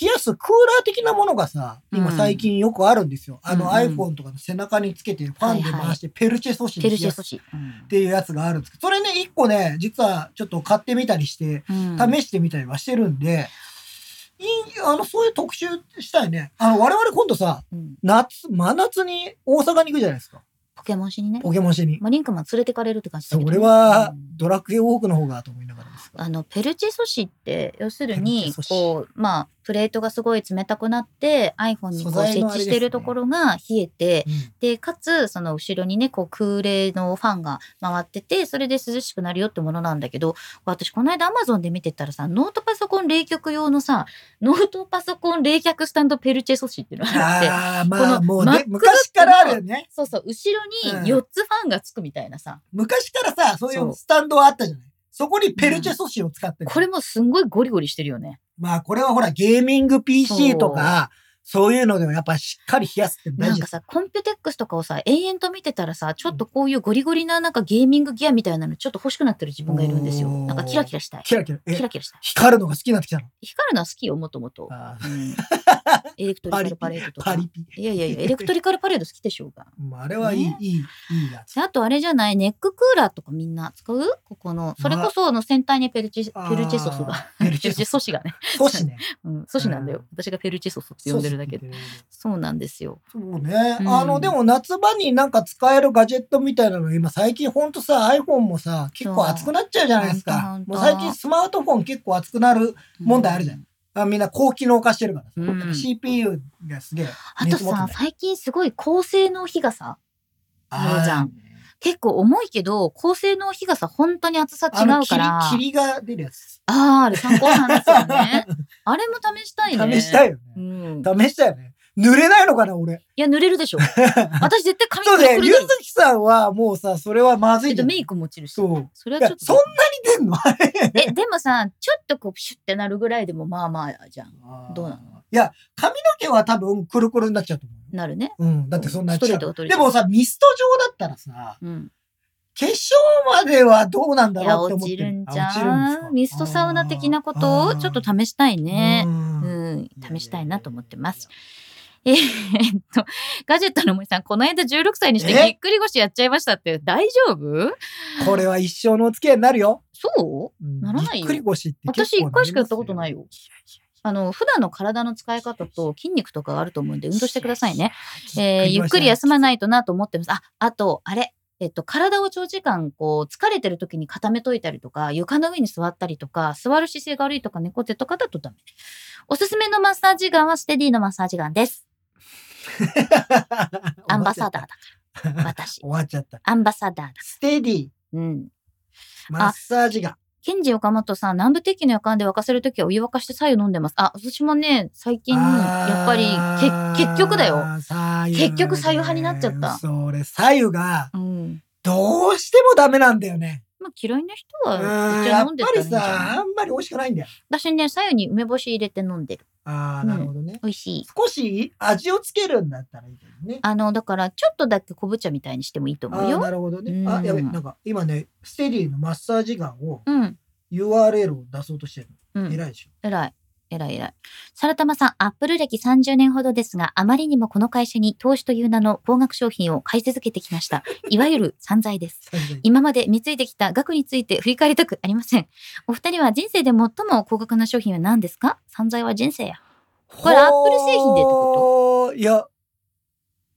Speaker 2: 冷やすクーラー的なものがさ、
Speaker 3: う
Speaker 2: 今
Speaker 3: ん
Speaker 2: 最近よくあるんですよ。あの
Speaker 3: うんうん
Speaker 2: iPhone とかの背中につけてファンで
Speaker 3: はいはい
Speaker 2: 回してペルチェ素子
Speaker 3: テ
Speaker 2: に
Speaker 3: ル
Speaker 2: 冷
Speaker 3: シェ
Speaker 2: や
Speaker 3: 素
Speaker 2: すっ
Speaker 3: 子。
Speaker 2: ていうやつがあるんですけど、それね、一個ね、実はちょっと買ってみたりして、
Speaker 3: うん
Speaker 2: 試してみたりはしてるんで、いいあのそういう特集したいね。あの我々今度さ、
Speaker 3: うん
Speaker 2: 夏、真夏に大阪に行くじゃないですか。
Speaker 3: ポケモンしにね。
Speaker 2: ポケモンしに。
Speaker 3: まあ、リンクマン連れてかれるって感じだ
Speaker 2: そ
Speaker 3: けどね
Speaker 2: れは
Speaker 3: うん
Speaker 2: ドラクエウォークの方がと思いながらですが。
Speaker 3: あのペルチェ素子って要す
Speaker 2: ペ
Speaker 3: る
Speaker 2: ル
Speaker 3: に
Speaker 2: チェ素子
Speaker 3: こうまあプレートがすごい冷たくなって iPhone に
Speaker 2: 素
Speaker 3: こう
Speaker 2: 材
Speaker 3: 設
Speaker 2: の
Speaker 3: 置してるところが冷えて
Speaker 2: うん
Speaker 3: でかつその後ろにねこう空冷のファンが回っててそれで涼しくなるよってものなんだけど私この間 Amazon で見てたらさノートパソコン冷却用のさノートパソコン冷却スタンドペルチェ素子っていうのがあって
Speaker 2: ああ、まあ
Speaker 3: この
Speaker 2: もうね、
Speaker 3: MacBook
Speaker 2: 昔からあるよね。
Speaker 3: そうそう後ろ
Speaker 2: うん
Speaker 3: に4つファンがつくみたいなさ
Speaker 2: 昔からさ、そうい
Speaker 3: そう
Speaker 2: うスタンドはあったじゃない。そこにペルチェ素子を使ってる
Speaker 3: これもすんごいゴリゴリしてるよね。
Speaker 2: まあこれはほらゲーミング PC とか、そういうのでもやっぱしっかり冷やすって大
Speaker 3: なん
Speaker 2: 事
Speaker 3: か。さ、コンピュテックスとかをさ、延々と見てたらさ、ちょっとこういうゴリゴリななんかゲーミングギアみたいなのちょっと欲しくなってる自分がいるんですよ。
Speaker 2: おー
Speaker 3: なんかキラキラしたい。
Speaker 2: キラキラ。
Speaker 3: キ
Speaker 2: え、
Speaker 3: ラキラしたい。
Speaker 2: 光るのが好きになってきたの。
Speaker 3: 光るのは好きよ、もともと。
Speaker 2: あ
Speaker 3: う
Speaker 2: ー
Speaker 3: ん エレクトリカルパレードと
Speaker 2: パ
Speaker 3: か。
Speaker 2: リピ。
Speaker 3: いやいやいや、エレクトリカルパレード好きでしょうが。
Speaker 2: まああれはいい、
Speaker 3: ね
Speaker 2: いい、いいやつ。
Speaker 3: であとあれじゃない、ネッククーラーとかみんな使うここの。それこそあの先端にペルチ、ペルチェソ スが。
Speaker 2: あー。ペ
Speaker 3: ペ
Speaker 2: ル
Speaker 3: ル
Speaker 2: チェ
Speaker 3: チェ
Speaker 2: ソ
Speaker 3: ソシがね。
Speaker 2: ス。ソシね。
Speaker 3: うん、ソシなんだよ。私がペルチェソスって呼んでるだけで。
Speaker 2: で。
Speaker 3: そうなんですよ。
Speaker 2: そうね。
Speaker 3: うん
Speaker 2: あの、でも夏場になんか使えるガジェットみたいなの今最近ほんとさ、iPhone もさ、結構熱くなっちゃうじゃないです
Speaker 3: ほ
Speaker 2: か
Speaker 3: ん。と
Speaker 2: もう
Speaker 3: ほんと
Speaker 2: 最近スマートフォン結構熱くなる。問題あるじゃんあみんな高機能化してるからさ。
Speaker 3: うん
Speaker 2: やっぱ CPU がすげえ
Speaker 3: あと
Speaker 2: 熱持って
Speaker 3: さ
Speaker 2: ない。、
Speaker 3: 最近すごい高性能日傘。そうじゃん
Speaker 2: ー。
Speaker 3: 結構重いけど、高性能日傘本当に厚さ違
Speaker 2: あの
Speaker 3: うから。あ
Speaker 2: 霧、霧が出るやつ。
Speaker 3: あー、あれ参考なんです よね。あれも試したいね。
Speaker 2: 試した
Speaker 3: い。
Speaker 2: いよ
Speaker 3: う
Speaker 2: ね。
Speaker 3: ん、い
Speaker 2: 試したいよね。濡れないのかな、俺。
Speaker 3: や、濡れる でしょ。私絶対髪
Speaker 2: そうね、
Speaker 3: く
Speaker 2: ゆ
Speaker 3: るくる
Speaker 2: ずきさんはもうさ、それはまずい
Speaker 3: け
Speaker 2: じ
Speaker 3: ど
Speaker 2: ゃん
Speaker 3: メイクも落ちるし。
Speaker 2: そう。
Speaker 3: それ
Speaker 2: いや
Speaker 3: はちょっ
Speaker 2: そん
Speaker 3: と。
Speaker 2: なに出んの あれ。
Speaker 3: え、でもさ、ちょっとこう、プシュってなるぐらいでも、まあまあじゃん。どうなの
Speaker 2: いや、髪の毛は多分くるくるになっちゃうと思うよ。
Speaker 3: なるね。
Speaker 2: うん、だってそんな
Speaker 3: ストレートが取
Speaker 2: で
Speaker 3: れちゃう
Speaker 2: もさ、ミスト状だったらさ、
Speaker 3: うん。
Speaker 2: 化粧まではどうなん
Speaker 3: い
Speaker 2: だ
Speaker 3: や、
Speaker 2: ろうって
Speaker 3: 落
Speaker 2: 思って
Speaker 3: ちるんじ
Speaker 2: あ落ちるです
Speaker 3: ゃ
Speaker 2: か
Speaker 3: ん。ミストサウナ的なことをちょっと試したいね。
Speaker 2: あー
Speaker 3: うん、試したいなと思ってます。。えーっと、ガジェットの森さん、この間16歳にして
Speaker 2: え
Speaker 3: ぎっくり腰やっちゃいましたって、大丈夫
Speaker 2: これは一生のお付き合いになるよ。
Speaker 3: そう
Speaker 2: うん
Speaker 3: ならない
Speaker 2: ぎ
Speaker 3: よ
Speaker 2: っくり腰って結構
Speaker 3: 私一回しかやったことないよ
Speaker 2: ります
Speaker 3: あの、普段の体の使い方と筋肉とかがあると思うんで、運動してくださいね。
Speaker 2: よ。
Speaker 3: えーゆっくり休 ま
Speaker 2: い。
Speaker 3: ないとなと思ってます。あ、あと、あれ。えっと、体を長時間、こう、疲れてる時に固めといたりとか、床の上に座ったりとか、座る姿勢が悪いとか、猫背とかだとダメ。おすすめのマッサージガンはステディのマッサージガンです。アンバサダーだから、私。
Speaker 2: 終わっちゃった。
Speaker 3: アンバサダーだ。
Speaker 2: ステディ、
Speaker 3: うん。
Speaker 2: マッサージが。
Speaker 3: ケンジ岡本さん、南部鉄器の夜間で沸かせるときはお湯沸かして白湯飲んでます。あ、私もね、最近、やっぱり
Speaker 2: あー、
Speaker 3: け、結局だよ。。
Speaker 2: 左右ね
Speaker 3: 結局左右派になっちゃった
Speaker 2: それ、左右が、
Speaker 3: うん。
Speaker 2: どうしてもダメなんだよね。
Speaker 3: まあ、嫌いな人
Speaker 2: う
Speaker 3: は、
Speaker 2: ん
Speaker 3: お
Speaker 2: や
Speaker 3: 茶
Speaker 2: っ
Speaker 3: 飲んで
Speaker 2: ぱ
Speaker 3: たらいい
Speaker 2: り
Speaker 3: んじゃな
Speaker 2: さ、
Speaker 3: い
Speaker 2: あんまり美味しくないんだよ。
Speaker 3: 私ね、左右に梅干し入れて飲んでる。
Speaker 2: ああ、なるほどね。
Speaker 3: 美味しい。
Speaker 2: 少し味をつけるんだったらいいけどね。
Speaker 3: あの、だから、ちょっとだけ昆布茶みたいにしてもいいと
Speaker 2: あ
Speaker 3: 思
Speaker 2: ー
Speaker 3: うよ。
Speaker 2: なるほど
Speaker 3: う
Speaker 2: ね。
Speaker 3: ん
Speaker 2: あ、やべ、なんか今ね、ステディのマッサージガンを
Speaker 3: うん。
Speaker 2: URL を出そうとしてる。
Speaker 3: うん。
Speaker 2: 偉いでしょ。
Speaker 3: 偉い。偉い偉い。サラタマさん、アップル歴30年ほどですが、あまりにもこの会社に投資という名の高額商品を買い続けてき ました。いわゆる散財です。
Speaker 2: さすがに
Speaker 3: 今まで貢いできた額について振り返りたくありません。お二人は人生で最も高額な商品は何ですか散財は人生や。これアップル製品でって
Speaker 2: といや、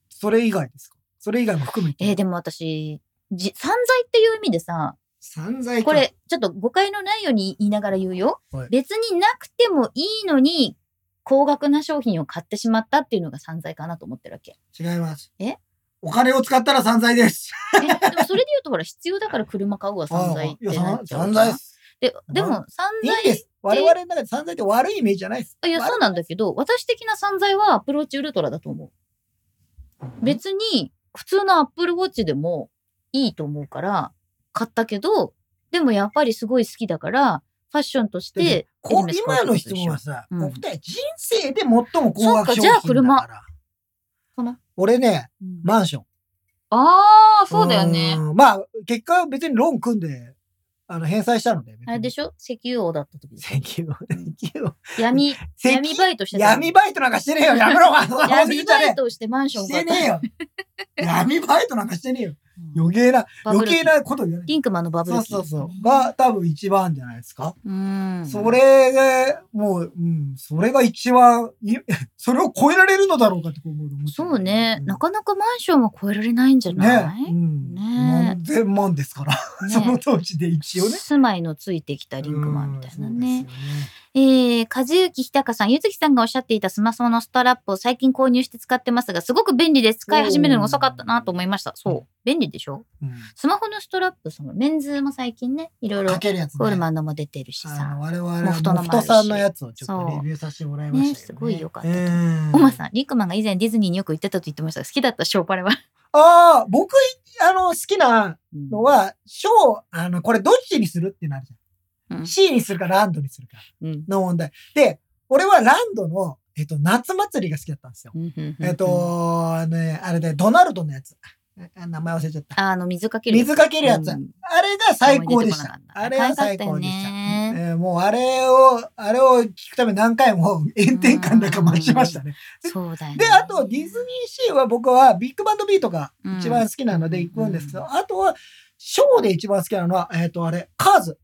Speaker 2: それ以外ですかそれ以外も含めて。
Speaker 3: えーでも私、じ散財っていう意味でさ、
Speaker 2: 散財か
Speaker 3: これちょっと誤解のないように言いながら言うよ。
Speaker 2: はい
Speaker 3: 別になくてもいいのに、高額な商品を買ってしまったっていうのが散財かなと思ってるわけ。
Speaker 2: 違います。
Speaker 3: え
Speaker 2: お金を使ったら散財です。
Speaker 3: えでもそれで言うとほら、必要だから車買うは散財っ
Speaker 2: いや
Speaker 3: てなっちゃう
Speaker 2: 散財です。
Speaker 3: ででも散
Speaker 2: いいん
Speaker 3: 財
Speaker 2: です。我々の中で散財って悪いイメージじゃないです。
Speaker 3: いや、そうなんだけど、私的な散財はアプローチウルトラだと思う。別に普通のアップルウォッチでもいいと思うから買ったけどでもやっぱりすごい好きだからファッションとし
Speaker 2: だっててこ
Speaker 3: エルメス買う
Speaker 2: 今の
Speaker 3: ってことで
Speaker 2: 質問
Speaker 3: しょ
Speaker 2: はさ、
Speaker 3: うん
Speaker 2: お二人人生で最も高額商品だから。
Speaker 3: そっかじゃあ車かな
Speaker 2: 俺ね、
Speaker 3: うん
Speaker 2: マンション。
Speaker 3: ああそうだよね
Speaker 2: うん。まあ、結果は別にローン組んで、あの、返済したので。
Speaker 3: あれで
Speaker 2: ょ
Speaker 3: しょ石油王だっ た時でしょ
Speaker 2: 石油、石油。
Speaker 3: 闇闇バイトしてた
Speaker 2: 闇バイトなんかしてねえよ。やめろ、そんなこと言
Speaker 3: 闇
Speaker 2: っちゃ
Speaker 3: バ
Speaker 2: ね
Speaker 3: イトをしてマン
Speaker 2: え。
Speaker 3: ション
Speaker 2: し
Speaker 3: を買
Speaker 2: て
Speaker 3: っ
Speaker 2: ね
Speaker 3: た
Speaker 2: えよ。闇バイトなんかしてねえよ。
Speaker 3: うん
Speaker 2: 余計な、
Speaker 3: バブ
Speaker 2: 余
Speaker 3: ル
Speaker 2: 計
Speaker 3: 期
Speaker 2: なこと言わない。
Speaker 3: リンクマンのバブ
Speaker 2: そ
Speaker 3: ル
Speaker 2: う
Speaker 3: 期
Speaker 2: そうそう。が、多分一番じゃないですか。
Speaker 3: うん
Speaker 2: それが、もう、うん、それが一番い、 それを超えられるのだろうかって思う。
Speaker 3: そうね、
Speaker 2: ん
Speaker 3: なかなかマンションは超えられないんじゃな
Speaker 2: ね
Speaker 3: い、
Speaker 2: うん、
Speaker 3: ね
Speaker 2: 何千万ですから、
Speaker 3: ね
Speaker 2: その当時で一応ね。
Speaker 3: 住まいのついてきたリンクマンみたいな
Speaker 2: うん
Speaker 3: ね。。
Speaker 2: そうですよ
Speaker 3: えー、和幸ひたかさん、ゆずきさんがおっしゃっていたスマホのストラップを最近購入して使ってますが、すごく便利です。使い始めるのが遅かったなと思いました。そう。便利でしょ
Speaker 2: うん
Speaker 3: スマホのストラップ、そのメンズも最近ね、いろいろ
Speaker 2: か、けるやつ、ね。
Speaker 3: コールマンのも出てるし
Speaker 2: あ
Speaker 3: さ
Speaker 2: の。我々は
Speaker 3: モ
Speaker 2: モ
Speaker 3: フ
Speaker 2: フ
Speaker 3: トのもあるし
Speaker 2: トさんのやつをちょっとレビューさせてもらいましたけど
Speaker 3: そうねすごい良かったと
Speaker 2: うん
Speaker 3: おまさん、リンクマンが以前ディズニーによく行ってたと言ってましたが好きだったショーパレは。
Speaker 2: ああ、僕、あの、好きな
Speaker 3: うん
Speaker 2: のは、ショー、あの、これどっちにするってなるじゃん。
Speaker 3: うん
Speaker 2: C にするかランドにするか
Speaker 3: うん
Speaker 2: の問題。で、俺はランドの、えっと、夏祭りが好きだったんですよ。えっ、と、ね、あれで、ドナルドのやつ。あ名前忘れちゃった。
Speaker 3: あの、水かける。
Speaker 2: 水かけるやつ。
Speaker 3: う
Speaker 2: あ
Speaker 3: ん
Speaker 2: れが最高でした。
Speaker 3: あ
Speaker 2: あ
Speaker 3: んまり
Speaker 2: れ
Speaker 3: 出てこなか
Speaker 2: は
Speaker 3: った
Speaker 2: 最高でした。
Speaker 3: 可愛かったよね
Speaker 2: えーもうあれを、あれを聞くために何回も炎天下の中
Speaker 3: うん
Speaker 2: 待ちましたね。
Speaker 3: そうだよね。
Speaker 2: で、あとディズニーシーは僕はビッグバンドビートが
Speaker 3: うん
Speaker 2: 一番好きなので行くんですけど、
Speaker 3: う
Speaker 2: あとはショーで一番好きなのは、えっ、とあれ、カーズ。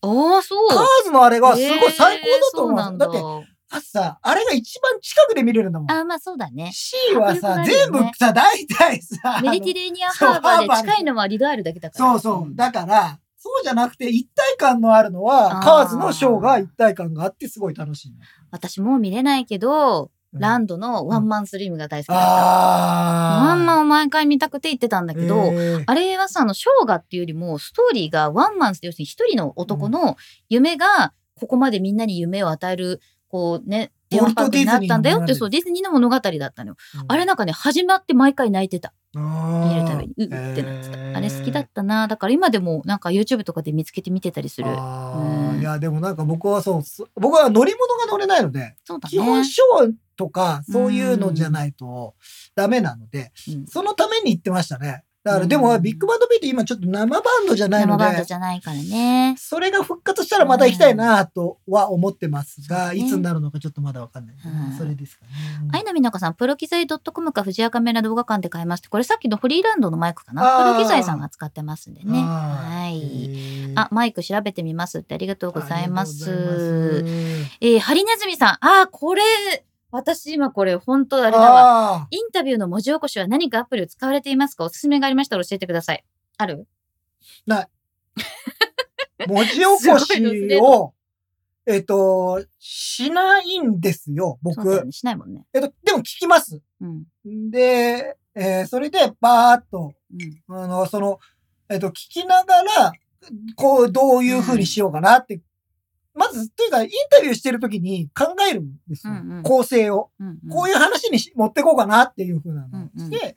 Speaker 3: おー、そう。
Speaker 2: カーズのあれがすごい最高だと思うん
Speaker 3: えー
Speaker 2: ですよ。
Speaker 3: そう
Speaker 2: だって、朝、あれが一番近くで見れるんだもん。
Speaker 3: あー、まあそうだね。
Speaker 2: C は
Speaker 3: 迫力
Speaker 2: さ、
Speaker 3: あるよ
Speaker 2: 全
Speaker 3: ね
Speaker 2: 部さ、大体さ、
Speaker 3: メディテレーニアンハーバーで近いのはリドアイルだけだから。
Speaker 2: そうそ
Speaker 3: ん
Speaker 2: う。だから、そうじゃなくて一体感のあるのは、
Speaker 3: あー
Speaker 2: カーズのショーが一体感があってすごい楽しいの。
Speaker 3: 私もう見れないけど、
Speaker 2: うん
Speaker 3: ランドのワンマンスリムが大好きだった。
Speaker 2: あー。
Speaker 3: ワンマンを毎回見たくて行ってたんだけど、
Speaker 2: えー
Speaker 3: あれはさ、あの、ショーがっていうよりも、ストーリーがワンマンって、要するに一人の男の夢が、ここまでみんなに夢を与える、こうね、テーマパークになったんだよっ
Speaker 2: ウォルトディズニーの物語
Speaker 3: て、そう、ディズニーの物語だったのよ。あれなんかね、始まって毎回泣いてた。見
Speaker 2: 見
Speaker 3: るたびに、ううってなってた。あれ好きだ
Speaker 2: っ
Speaker 3: ったな。だから今でも、なんか YouTube とかで見つけて見てたりす
Speaker 2: す
Speaker 3: る。うん
Speaker 2: いや、でもなんか僕はそう、す僕は乗り物が乗れないので、
Speaker 3: そうだね。
Speaker 2: 基本ショーとかそういうのじゃないとダメなので、
Speaker 3: うん
Speaker 2: そのために行ってましたね。だからでも、ビッグバンド B って今ちょっと生バンドじゃないの
Speaker 3: 生バンド
Speaker 2: で、
Speaker 3: じゃないからね。
Speaker 2: それが復活したらまた行きたいなとは思ってますが、
Speaker 3: うん
Speaker 2: いつになるのかちょっとまだわかんない、
Speaker 3: うん
Speaker 2: それですかね。
Speaker 3: はい、なみなかさん、プロ機材 .com か藤アカメラ動画館で買えまして、これさっきのフリーランドのマイクか
Speaker 2: あ
Speaker 3: な。
Speaker 2: ー
Speaker 3: プロ機材さんが使ってますんでね。
Speaker 2: あー
Speaker 3: は
Speaker 2: へ
Speaker 3: い。
Speaker 2: ー
Speaker 3: あ、マイク調べてみますってありがとうございます。
Speaker 2: ありがとうございます
Speaker 3: えー、ハリネズミさん。あー、これ、私今これ本当あれだわ。
Speaker 2: あ
Speaker 3: インタビューの文字起こしは何かアプリを使われていますかおすすめがありましたら教えてください。ある
Speaker 2: ー文字起こしを、えっと、しないんですよ、
Speaker 3: そうだよ
Speaker 2: 僕。
Speaker 3: ね。しないもんね。
Speaker 2: えっと、でも聞きます。
Speaker 3: うん。
Speaker 2: で、えーそれで、バーっと、
Speaker 3: うん。
Speaker 2: あの、その、えっと、聞きながら、こう、どういう風にしようかなって、まず、というか、インタビューしてる時に考えるんですよ。
Speaker 3: うんうん
Speaker 2: 構成を。
Speaker 3: うん、うん。
Speaker 2: こういう話にし持ってこうかなっていう風なのを
Speaker 3: うんう
Speaker 2: し
Speaker 3: ん
Speaker 2: て、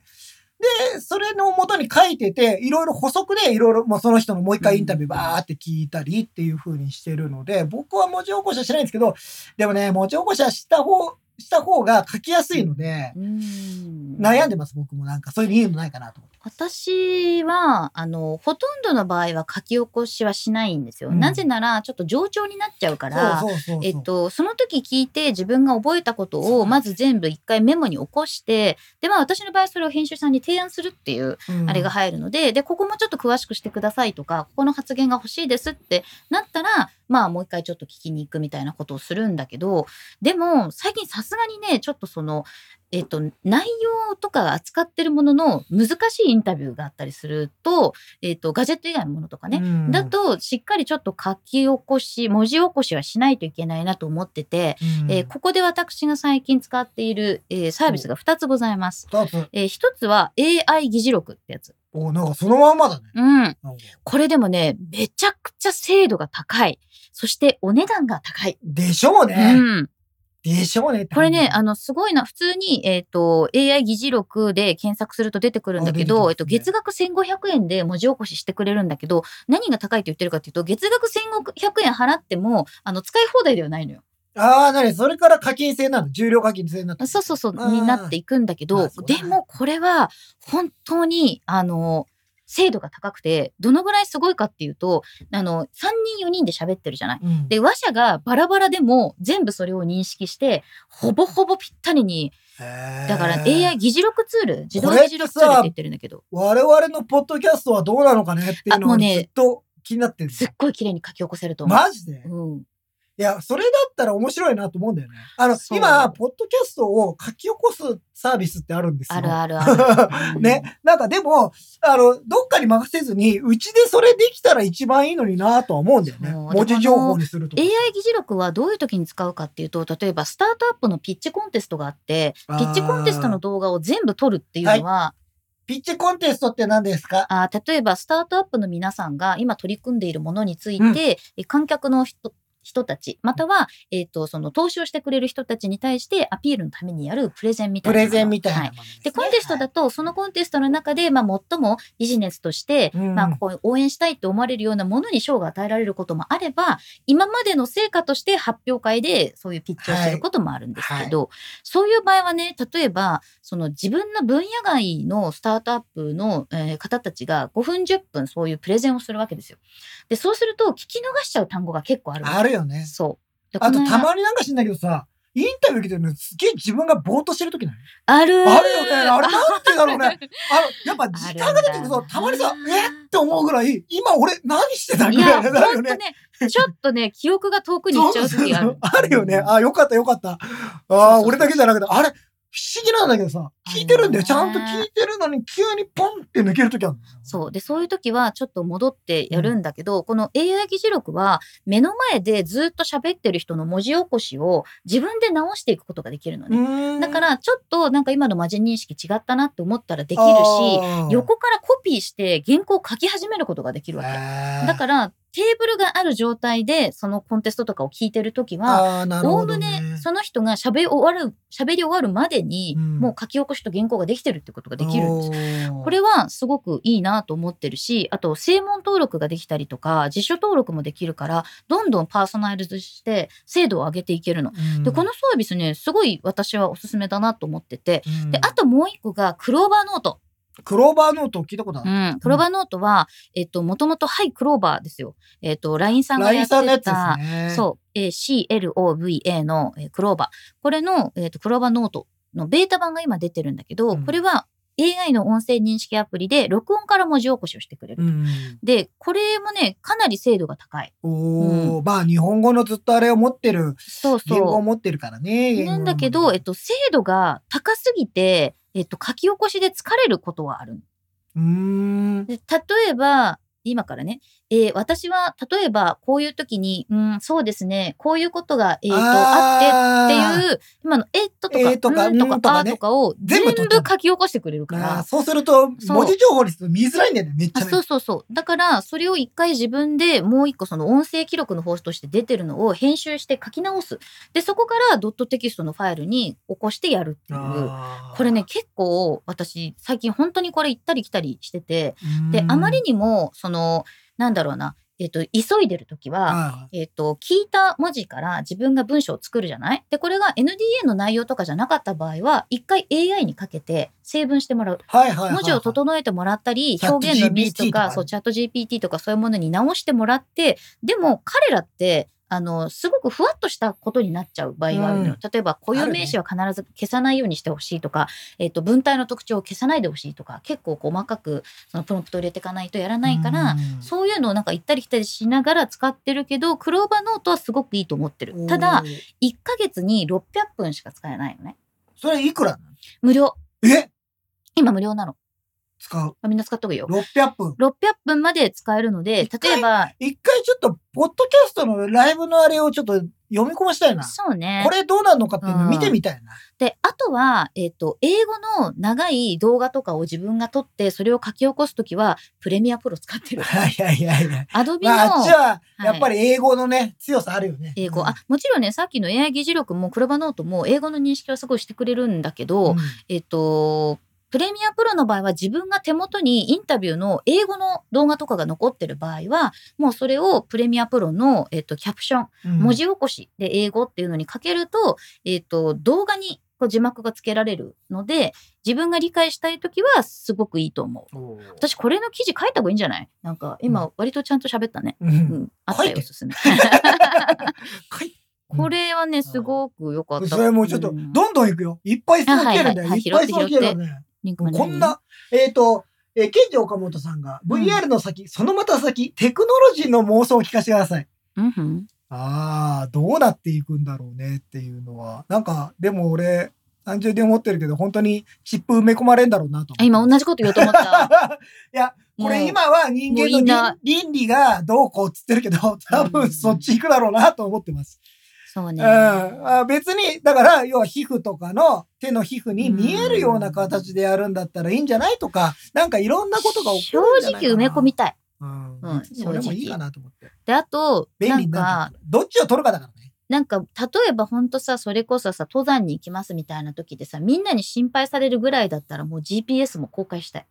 Speaker 2: で、それの元に書いてて、いろいろ補足で、いろいろ、もうその人のもう一回インタビューバーって聞いたりっていう風にしてるので、僕は文字起こしはしないんですけど、でもね、文字起こしはした方、した方が書きやすいので、
Speaker 3: うん
Speaker 2: 悩んでます、僕もなんか。そういう理由もないかなと思って。
Speaker 3: 私はあのほとんどの場合は書き起こしはしないんですよ。
Speaker 2: うん
Speaker 3: なぜならちょっと冗長になっちゃうから。
Speaker 2: そうそうそうそう。
Speaker 3: えっと、その時聞いて自分が覚えたことをまず全部一回メモに起こしてで、まあ、私の場合それを編集さんに提案するっていう
Speaker 2: うん
Speaker 3: あれが、入るので,、でここもちょっと詳しくしてくださいとかここの発言が欲しいですってなったらまあもう一回ちょっと聞きに行くみたいなことをするんだけどでも最近さすがにねちょっとその、えっと内容とかが扱ってるものの難しいインタビューがあったりすると,、えっとガジェット以外のものとかね、
Speaker 2: うん
Speaker 3: だ、としっかりちょっと書き起こし文字起こしはしないといけないなと思ってて、
Speaker 2: うん
Speaker 3: えーここで私が最近使っている、えーサービスが2つございます。
Speaker 2: 二つ。
Speaker 3: えー、一つは AI 議事録ってやつ。
Speaker 2: おなんかそのまんまだね。
Speaker 3: うん。
Speaker 2: なんか
Speaker 3: これでもね、めちゃくちゃ精度が高い。そしてお値段が高い。
Speaker 2: でしょうね。
Speaker 3: うん。
Speaker 2: でしょうねって
Speaker 3: これね、あ
Speaker 2: の、
Speaker 3: の、すごいな。普通に、えっ、と、AI 議事録で検索すると出てくるんだけど、
Speaker 2: あ出
Speaker 3: えってと、
Speaker 2: きますね
Speaker 3: 月額1500円で文字起こししてくれるんだけど、何が高いって言ってるかっていうと、月額1500円払っても、あの、使い放題ではないのよ。
Speaker 2: ああ、なに、それから課金制なの。重量課金制になって。
Speaker 3: そうそうそう、
Speaker 2: あー
Speaker 3: になっていくんだけ
Speaker 2: ま
Speaker 3: ど
Speaker 2: あそう、だね
Speaker 3: でもこれは本当に、あの、精度が高くて、どのぐらいすごいかっていうと、あの、3人4人で喋ってるじゃない。
Speaker 2: うん
Speaker 3: で、話者がバラバラでも全部それを認識して、ほぼほぼぴったりに、だ
Speaker 2: だ
Speaker 3: から AI 議事録ツール、自動
Speaker 2: これ
Speaker 3: 議事録ツールって言ってるんだけど、
Speaker 2: 我々のポッドキャストはどうなのかねっていうの
Speaker 3: あも
Speaker 2: が
Speaker 3: うね
Speaker 2: ずっと気になってるんです
Speaker 3: すっ
Speaker 2: よ。
Speaker 3: ごい綺麗に書き起こせると思う。
Speaker 2: マジで
Speaker 3: うん、
Speaker 2: いや、それだったら面白いなと思うんだよね。あの、
Speaker 3: そう
Speaker 2: 今、ポッドキャストを書き起こすサービスってあるんですよ。
Speaker 3: あるあるある。
Speaker 2: ね。なんかでも、あの、どっかに任せずに、うちでそれできたら一番いいのになとは思うんだよね。
Speaker 3: そう
Speaker 2: 文字情報にすると。
Speaker 3: AI 議事録はどういう時に使うかっていうと例えばスタートアップのピッチコンテストがあってピ
Speaker 2: あー
Speaker 3: ッチコンテストの動画を全部撮るっていうのは、
Speaker 2: ピッチコンテストって何ですか
Speaker 3: あー例えばスタートアップの皆さんが今取り組んでいるものについて、
Speaker 2: うん
Speaker 3: え観客の人人たちまたは、えー、とその投資をしてくれる人たちに対してアピールのためにやるプレゼンみたい
Speaker 2: プ
Speaker 3: なもの。
Speaker 2: レゼンみたいな
Speaker 3: は
Speaker 2: もの
Speaker 3: い
Speaker 2: すね、
Speaker 3: でコンテストだとそのコンテストの中で、まあ、最もビジネスとして、
Speaker 2: うん
Speaker 3: まあ、ここ応援したいって思われるようなものに賞が与えられることもあれば今までの成果として発表会でそういうピッチをすることもあるんですけど、そういう場合はね例えばその自分の分野外のスタートアップの、えー方たちが5分10分そういうプレゼンをするわけですよ。でそうすると聞き逃しちゃう単語が結構あるの
Speaker 2: あるよね。
Speaker 3: そうで
Speaker 2: あと
Speaker 3: この
Speaker 2: た
Speaker 3: 間
Speaker 2: まになんか知んないけどさ、インタビュー受けてるのすげえ自分がぼーっとしてる時ない
Speaker 3: ある
Speaker 2: あるよね。あれなんてだろう ね。あの、やっぱ時間が出てくる
Speaker 3: あ
Speaker 2: と
Speaker 3: るんだな
Speaker 2: たまにさ、えって思うぐらい、今俺何してたぐ
Speaker 3: い
Speaker 2: ら
Speaker 3: や、
Speaker 2: い
Speaker 3: ほん
Speaker 2: になる
Speaker 3: と
Speaker 2: よね。
Speaker 3: ね、ちょっとね、 記憶が遠くに行っちゃう時がある。
Speaker 2: あるよね。
Speaker 3: うん
Speaker 2: あ、よかったよかった。
Speaker 3: そう
Speaker 2: あ
Speaker 3: そう
Speaker 2: ー俺だけじゃなくて、あれ、不思議なんだけどさ、聞いてるんだよ。ち
Speaker 3: あ
Speaker 2: ゃ
Speaker 3: る
Speaker 2: ん
Speaker 3: よ
Speaker 2: と
Speaker 3: ね
Speaker 2: 聞いてるのに急にポンって抜ける時あるんだよ
Speaker 3: そう。で、そういう時はちょっと戻ってやるんだけど、この AI 議事録は目の前でずっと喋ってる人の文字起こしを自分で直していくことができるのね。
Speaker 2: うーん
Speaker 3: だからちょっとなんか今のマジ認識違ったなって思ったら
Speaker 2: で
Speaker 3: できるし、横からコピーして原稿を書き始めることができるわけ。だ
Speaker 2: だ
Speaker 3: からテーブルがある状態でそのコンテストとかを聞いてる時は、
Speaker 2: ら、あーなる
Speaker 3: おお
Speaker 2: ほ
Speaker 3: む
Speaker 2: どね
Speaker 3: ねその人が喋り終わる喋り終わるまでに、
Speaker 2: うん
Speaker 3: もう書き起こしと原稿ができてるってことができるんです。
Speaker 2: おー
Speaker 3: これはすごくいいなと思ってるしあと正門登録ができたりとか辞書登録もできるからどんどんパーソナライズして精度を上げていけるの。
Speaker 2: うん
Speaker 3: でこのサービスねすごい私はおすすめだなと思ってて
Speaker 2: うん
Speaker 3: であともう一個がクローバーノート。
Speaker 2: クローバーノート聞いたことあ
Speaker 3: う
Speaker 2: る。
Speaker 3: ん、クローバーノートは、えっと、もともと、はい、クローバーですよ。えっと、LINE さんが
Speaker 2: ライ
Speaker 3: や
Speaker 2: ン
Speaker 3: っ
Speaker 2: さんのやつ
Speaker 3: て
Speaker 2: です
Speaker 3: た、
Speaker 2: ね。
Speaker 3: そう、えー CLOVA の、えークローバー。これの、えっと、クローバーノートのベータ版が今出てるんだけど、
Speaker 2: うん
Speaker 3: これは AI の音声認識アプリで、録音から文字起こしをしてくれる。
Speaker 2: うん。
Speaker 3: で、これもね、かなり精度が高い。
Speaker 2: おお、まあ日本語のずっとあれを持ってる、
Speaker 3: そう
Speaker 2: 言語を
Speaker 3: そ
Speaker 2: 持ってるからね。
Speaker 3: う。
Speaker 2: 言語
Speaker 3: な
Speaker 2: の
Speaker 3: んだけど、えっと、精度が高すぎて、えっと、書き起こしで疲れることはある。
Speaker 2: うーん。
Speaker 3: で例えば今からね、えー私は例えばこういう時に、うん、そうですねこういうことが、えー、とあってって
Speaker 2: う。
Speaker 3: いう今の「えっと」とか「
Speaker 2: えーとか
Speaker 3: うん」とか
Speaker 2: うん
Speaker 3: 「
Speaker 2: とか
Speaker 3: あ」
Speaker 2: ね
Speaker 3: とかを
Speaker 2: 全
Speaker 3: 全
Speaker 2: 部
Speaker 3: 部
Speaker 2: 取っちゃう
Speaker 3: 書き起こしてくれるか
Speaker 2: あー
Speaker 3: ら。
Speaker 2: そうすると、文
Speaker 3: そう
Speaker 2: 字情報にすると見づらいんだよね、めっち
Speaker 3: あ
Speaker 2: ゃ
Speaker 3: そ
Speaker 2: ね。
Speaker 3: うそうそうだからそれを一回自分でもう一個その音声記録の方として出てるのを編集して書き直すでそこからドットテキストのファイルに起こしてやるっていう
Speaker 2: あー
Speaker 3: これね、結構私最近本当にこれ行ったり来たりしててで、
Speaker 2: うん
Speaker 3: あまりにも、その、なんだろうな、えっ、と、急いでるときは、
Speaker 2: は
Speaker 3: えっ、と、聞いた文字から自分が文章を作るじゃないで、これが NDA の内容とかじゃなかった場合は、一回 AI にかけて成分してもら
Speaker 2: い
Speaker 3: う。
Speaker 2: はいはいはい。
Speaker 3: 文字を整えてもらったり、
Speaker 2: ChatGPT
Speaker 3: 表現のミスと
Speaker 2: とか
Speaker 3: か、
Speaker 2: ね
Speaker 3: そう、チャット GPT とかそういうものに直してもらって、でも彼らって、あの、すごくふわっとしたことになっちゃう場合があるのよ。例えば、固有名詞は必ず消さないようにしてほしいとか、えっと、文体の特徴を消さないでほしいとか、結構細かく、そのプロンプトを入れていかないとやらないから、
Speaker 2: うん
Speaker 3: そういうのをなんか行ったり来たりしながら使ってるけど、クローバーノートはすごくいいと思ってる。ただ、、1ヶ月に600分しか使えないのね。
Speaker 2: それいくら
Speaker 3: 無料。
Speaker 2: え
Speaker 3: 今無料なの。
Speaker 2: 使う。
Speaker 3: あみんな使っとくよ。
Speaker 2: 600分。
Speaker 3: 600分まで使えるので、
Speaker 2: 一回
Speaker 3: 例えば、
Speaker 2: 一回ちょっと、ポッドキャストのライブのあれをちょっと読み込ましたいな。
Speaker 3: そうね
Speaker 2: こ。れどうなるのかっていうの見てみたいな。
Speaker 3: で、あとは、えっ、と、英語の長い動画とかを自分が撮って、それを書き起こすときは、プレミアプロ 使ってる。
Speaker 2: はいはいはいはい。
Speaker 3: アドビの、
Speaker 2: まあ、あっちは、やっぱ
Speaker 3: り、
Speaker 2: り英語のね、強さあるよね。
Speaker 3: 英語。あ、もちろんね、さっきの AI 議事録も、クロバノートも、英語の認識はすごいしてくれるんだけ
Speaker 2: う
Speaker 3: ど、
Speaker 2: ん、うん
Speaker 3: えっ、と、プレミアプロの場合は自分が手元にインタビューの英語の動画とかが残ってる場合はもうそれをプレミアプロの、えっとキャプション
Speaker 2: うん
Speaker 3: 文字起こしで英語っていうのにかけると、えっ、と、動画にこう字幕がつけられるので、自分が理解したいときはすごくいいと思う。
Speaker 2: おー
Speaker 3: 私、これの記事書いた方がいいんじゃないなんか、今、割とちゃんと喋ったね。
Speaker 2: う
Speaker 3: うんん。あった
Speaker 2: 書い
Speaker 3: よ、
Speaker 2: て
Speaker 3: おすすめ。
Speaker 2: はい
Speaker 3: これはね、すごく良かった。
Speaker 2: それもうちょっと、
Speaker 3: ん
Speaker 2: どんどん行くよ。いっぱいそうけるんだよ。
Speaker 3: あはいい
Speaker 2: っぱ
Speaker 3: はいはい
Speaker 2: いそうけ
Speaker 3: 拾
Speaker 2: る
Speaker 3: って拾
Speaker 2: ね。
Speaker 3: リンク
Speaker 2: も
Speaker 3: ま
Speaker 2: う
Speaker 3: で
Speaker 2: こんな、えっ、と、えー、ケンジ岡本さんが
Speaker 3: うん
Speaker 2: VR の先、そのまた先、テクノロジーの妄想を聞かせてください。
Speaker 3: うんうん
Speaker 2: ああ、どうなっていくんだろうねっていうのは。なんか、でも俺、単純に思ってるけど、本当にチップ埋め込まれんだろうなと思っ
Speaker 3: あ
Speaker 2: て。
Speaker 3: 今、同じこと言おうと思った。
Speaker 2: いや、 こ
Speaker 3: も
Speaker 2: れ
Speaker 3: う
Speaker 2: 今は人間
Speaker 3: もういい
Speaker 2: の
Speaker 3: な
Speaker 2: 倫倫理がどうこうっつってるけど、多
Speaker 3: う
Speaker 2: 分
Speaker 3: ん
Speaker 2: そっち行くだろうなと思ってます。
Speaker 3: そう
Speaker 2: うん。
Speaker 3: ね。
Speaker 2: あ別に、だから、要は皮膚とかの手の皮膚に見えるような形でやるんだったらいいんじゃないとか、なんかいろんなことが起
Speaker 3: 正
Speaker 2: こるんじゃない
Speaker 3: 直
Speaker 2: かな。
Speaker 3: 埋め込み。たい。
Speaker 2: うん。
Speaker 3: うん
Speaker 2: 別に俺もいいかなと思って。
Speaker 3: で、あと、
Speaker 2: 便
Speaker 3: な
Speaker 2: 利に
Speaker 3: ん
Speaker 2: な
Speaker 3: か
Speaker 2: る、から。どっちを取るかだからね。
Speaker 3: なんか、例えばほんとさ、それこそさ、登山に行きますみたいな時でさ、みんなに心配されるぐらいだったらもう GPS も公開したい。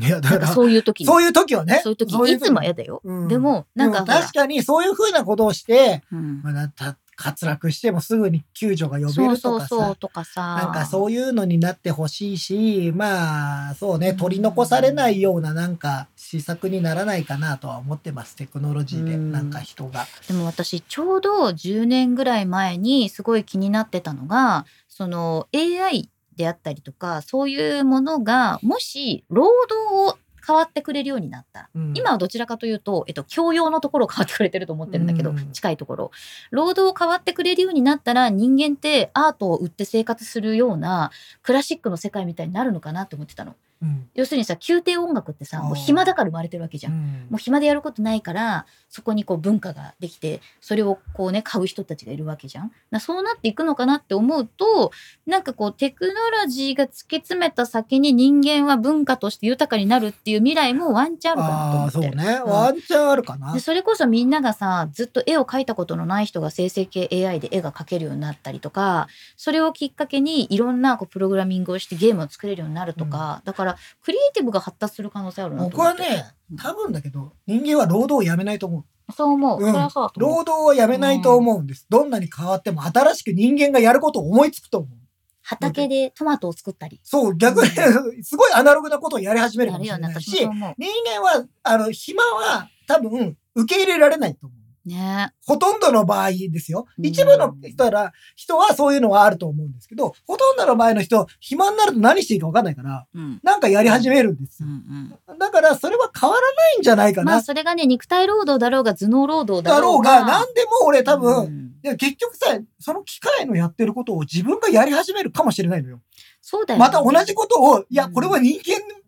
Speaker 2: いや、だ
Speaker 3: な
Speaker 2: か、
Speaker 3: んからそういう時に。
Speaker 2: そういう時はね。
Speaker 3: そういう時
Speaker 2: そ
Speaker 3: いつもは嫌
Speaker 2: で。
Speaker 3: だよ。
Speaker 2: うん
Speaker 3: でも、
Speaker 2: な
Speaker 3: なんんか
Speaker 2: か
Speaker 3: ほら
Speaker 2: 確かにそういうふうなことをして、
Speaker 3: うん
Speaker 2: まあ、なた滑落してもすぐに救助が呼べ
Speaker 3: そう
Speaker 2: ると
Speaker 3: そう
Speaker 2: かさ。
Speaker 3: そうとかさ。
Speaker 2: なんかそういうのになってほしいし、まあ、そうね、
Speaker 3: うん
Speaker 2: 取り残されないようななんか施策にならないかなとは思ってます。テクノロジーで、
Speaker 3: うん
Speaker 2: なんか人が。
Speaker 3: でも私ちょうど10年ぐらい前にすごい気になってたのがその AI であったりとかそういうものがもし労働を変わってくれるようになったら
Speaker 2: うん
Speaker 3: 今はどちらかというと、えっと、教養のところを変わってくれてると思ってるんだけど、
Speaker 2: うん
Speaker 3: 近いところ労働を変わってくれるようになったら人間ってアートを売って生活するようなクラシックの世界みたいになるのかなって思ってたの
Speaker 2: うん
Speaker 3: 要するにさ宮廷音楽ってさもう暇だから生まれてるわけじゃん
Speaker 2: うん
Speaker 3: もう暇でやることないからそこにこう文化ができてそれをこうね買う人たちがいるわけじゃん。なそうなっていくのかなって思うとなんかこうテクノロジーが突き詰めた先に人間は文化として豊かになるっていう未来もワンチャンあるか
Speaker 2: あ
Speaker 3: な
Speaker 2: あ、
Speaker 3: と
Speaker 2: そう
Speaker 3: 思ってる。
Speaker 2: ね。
Speaker 3: うん
Speaker 2: ワンチャンあるかな
Speaker 3: で。それこそみんながさずっと絵を描いたことのない人が生成系 AI で絵が描けるようになったりとかそれをきっかけにいろんなこうプログラミングをしてゲームを作れるようになるとか、だからクリエイティブが発達する可能性あるなと思って
Speaker 2: 僕はね、多分だけど、人間は労働をやめないと思う。
Speaker 3: そう思う、
Speaker 2: うん
Speaker 3: それはそうだと思う
Speaker 2: 労働をやめないと思うんです。どんなに変わっても新しく人間がやることを思いつくと思う。
Speaker 3: 畑でトマトを作ったり。
Speaker 2: そう、逆に、 すごいアナログなことをやり始めるか
Speaker 3: や
Speaker 2: も
Speaker 3: る
Speaker 2: し
Speaker 3: よ
Speaker 2: れ
Speaker 3: うに
Speaker 2: な
Speaker 3: なった
Speaker 2: い
Speaker 3: 私もそ
Speaker 2: し
Speaker 3: う、思
Speaker 2: 人間は、あの、暇は多分受け入れられないと思う。
Speaker 3: う。ね
Speaker 2: ほとんどの場合ですよ。
Speaker 3: うん
Speaker 2: 一部の人ら、人はそういうのはあると思うんですけど、ほとんどの場合の人、暇になると何していいか分かんないから、
Speaker 3: うん。
Speaker 2: なんかやり始めるんです
Speaker 3: うんう
Speaker 2: よ。
Speaker 3: ん
Speaker 2: だから、それは変わらないんじゃないか
Speaker 3: ま
Speaker 2: な。
Speaker 3: あ、それがね、肉体労働だろうが、頭脳労働
Speaker 2: だ
Speaker 3: だろ
Speaker 2: ろ
Speaker 3: う
Speaker 2: う
Speaker 3: が。
Speaker 2: が、なんでも俺多分、
Speaker 3: うん
Speaker 2: いや結局さ、その機械のやってることを自分がやり始めるかもしれないのよ。
Speaker 3: そうだよね。
Speaker 2: また同じことを、いや、
Speaker 3: うん
Speaker 2: これは人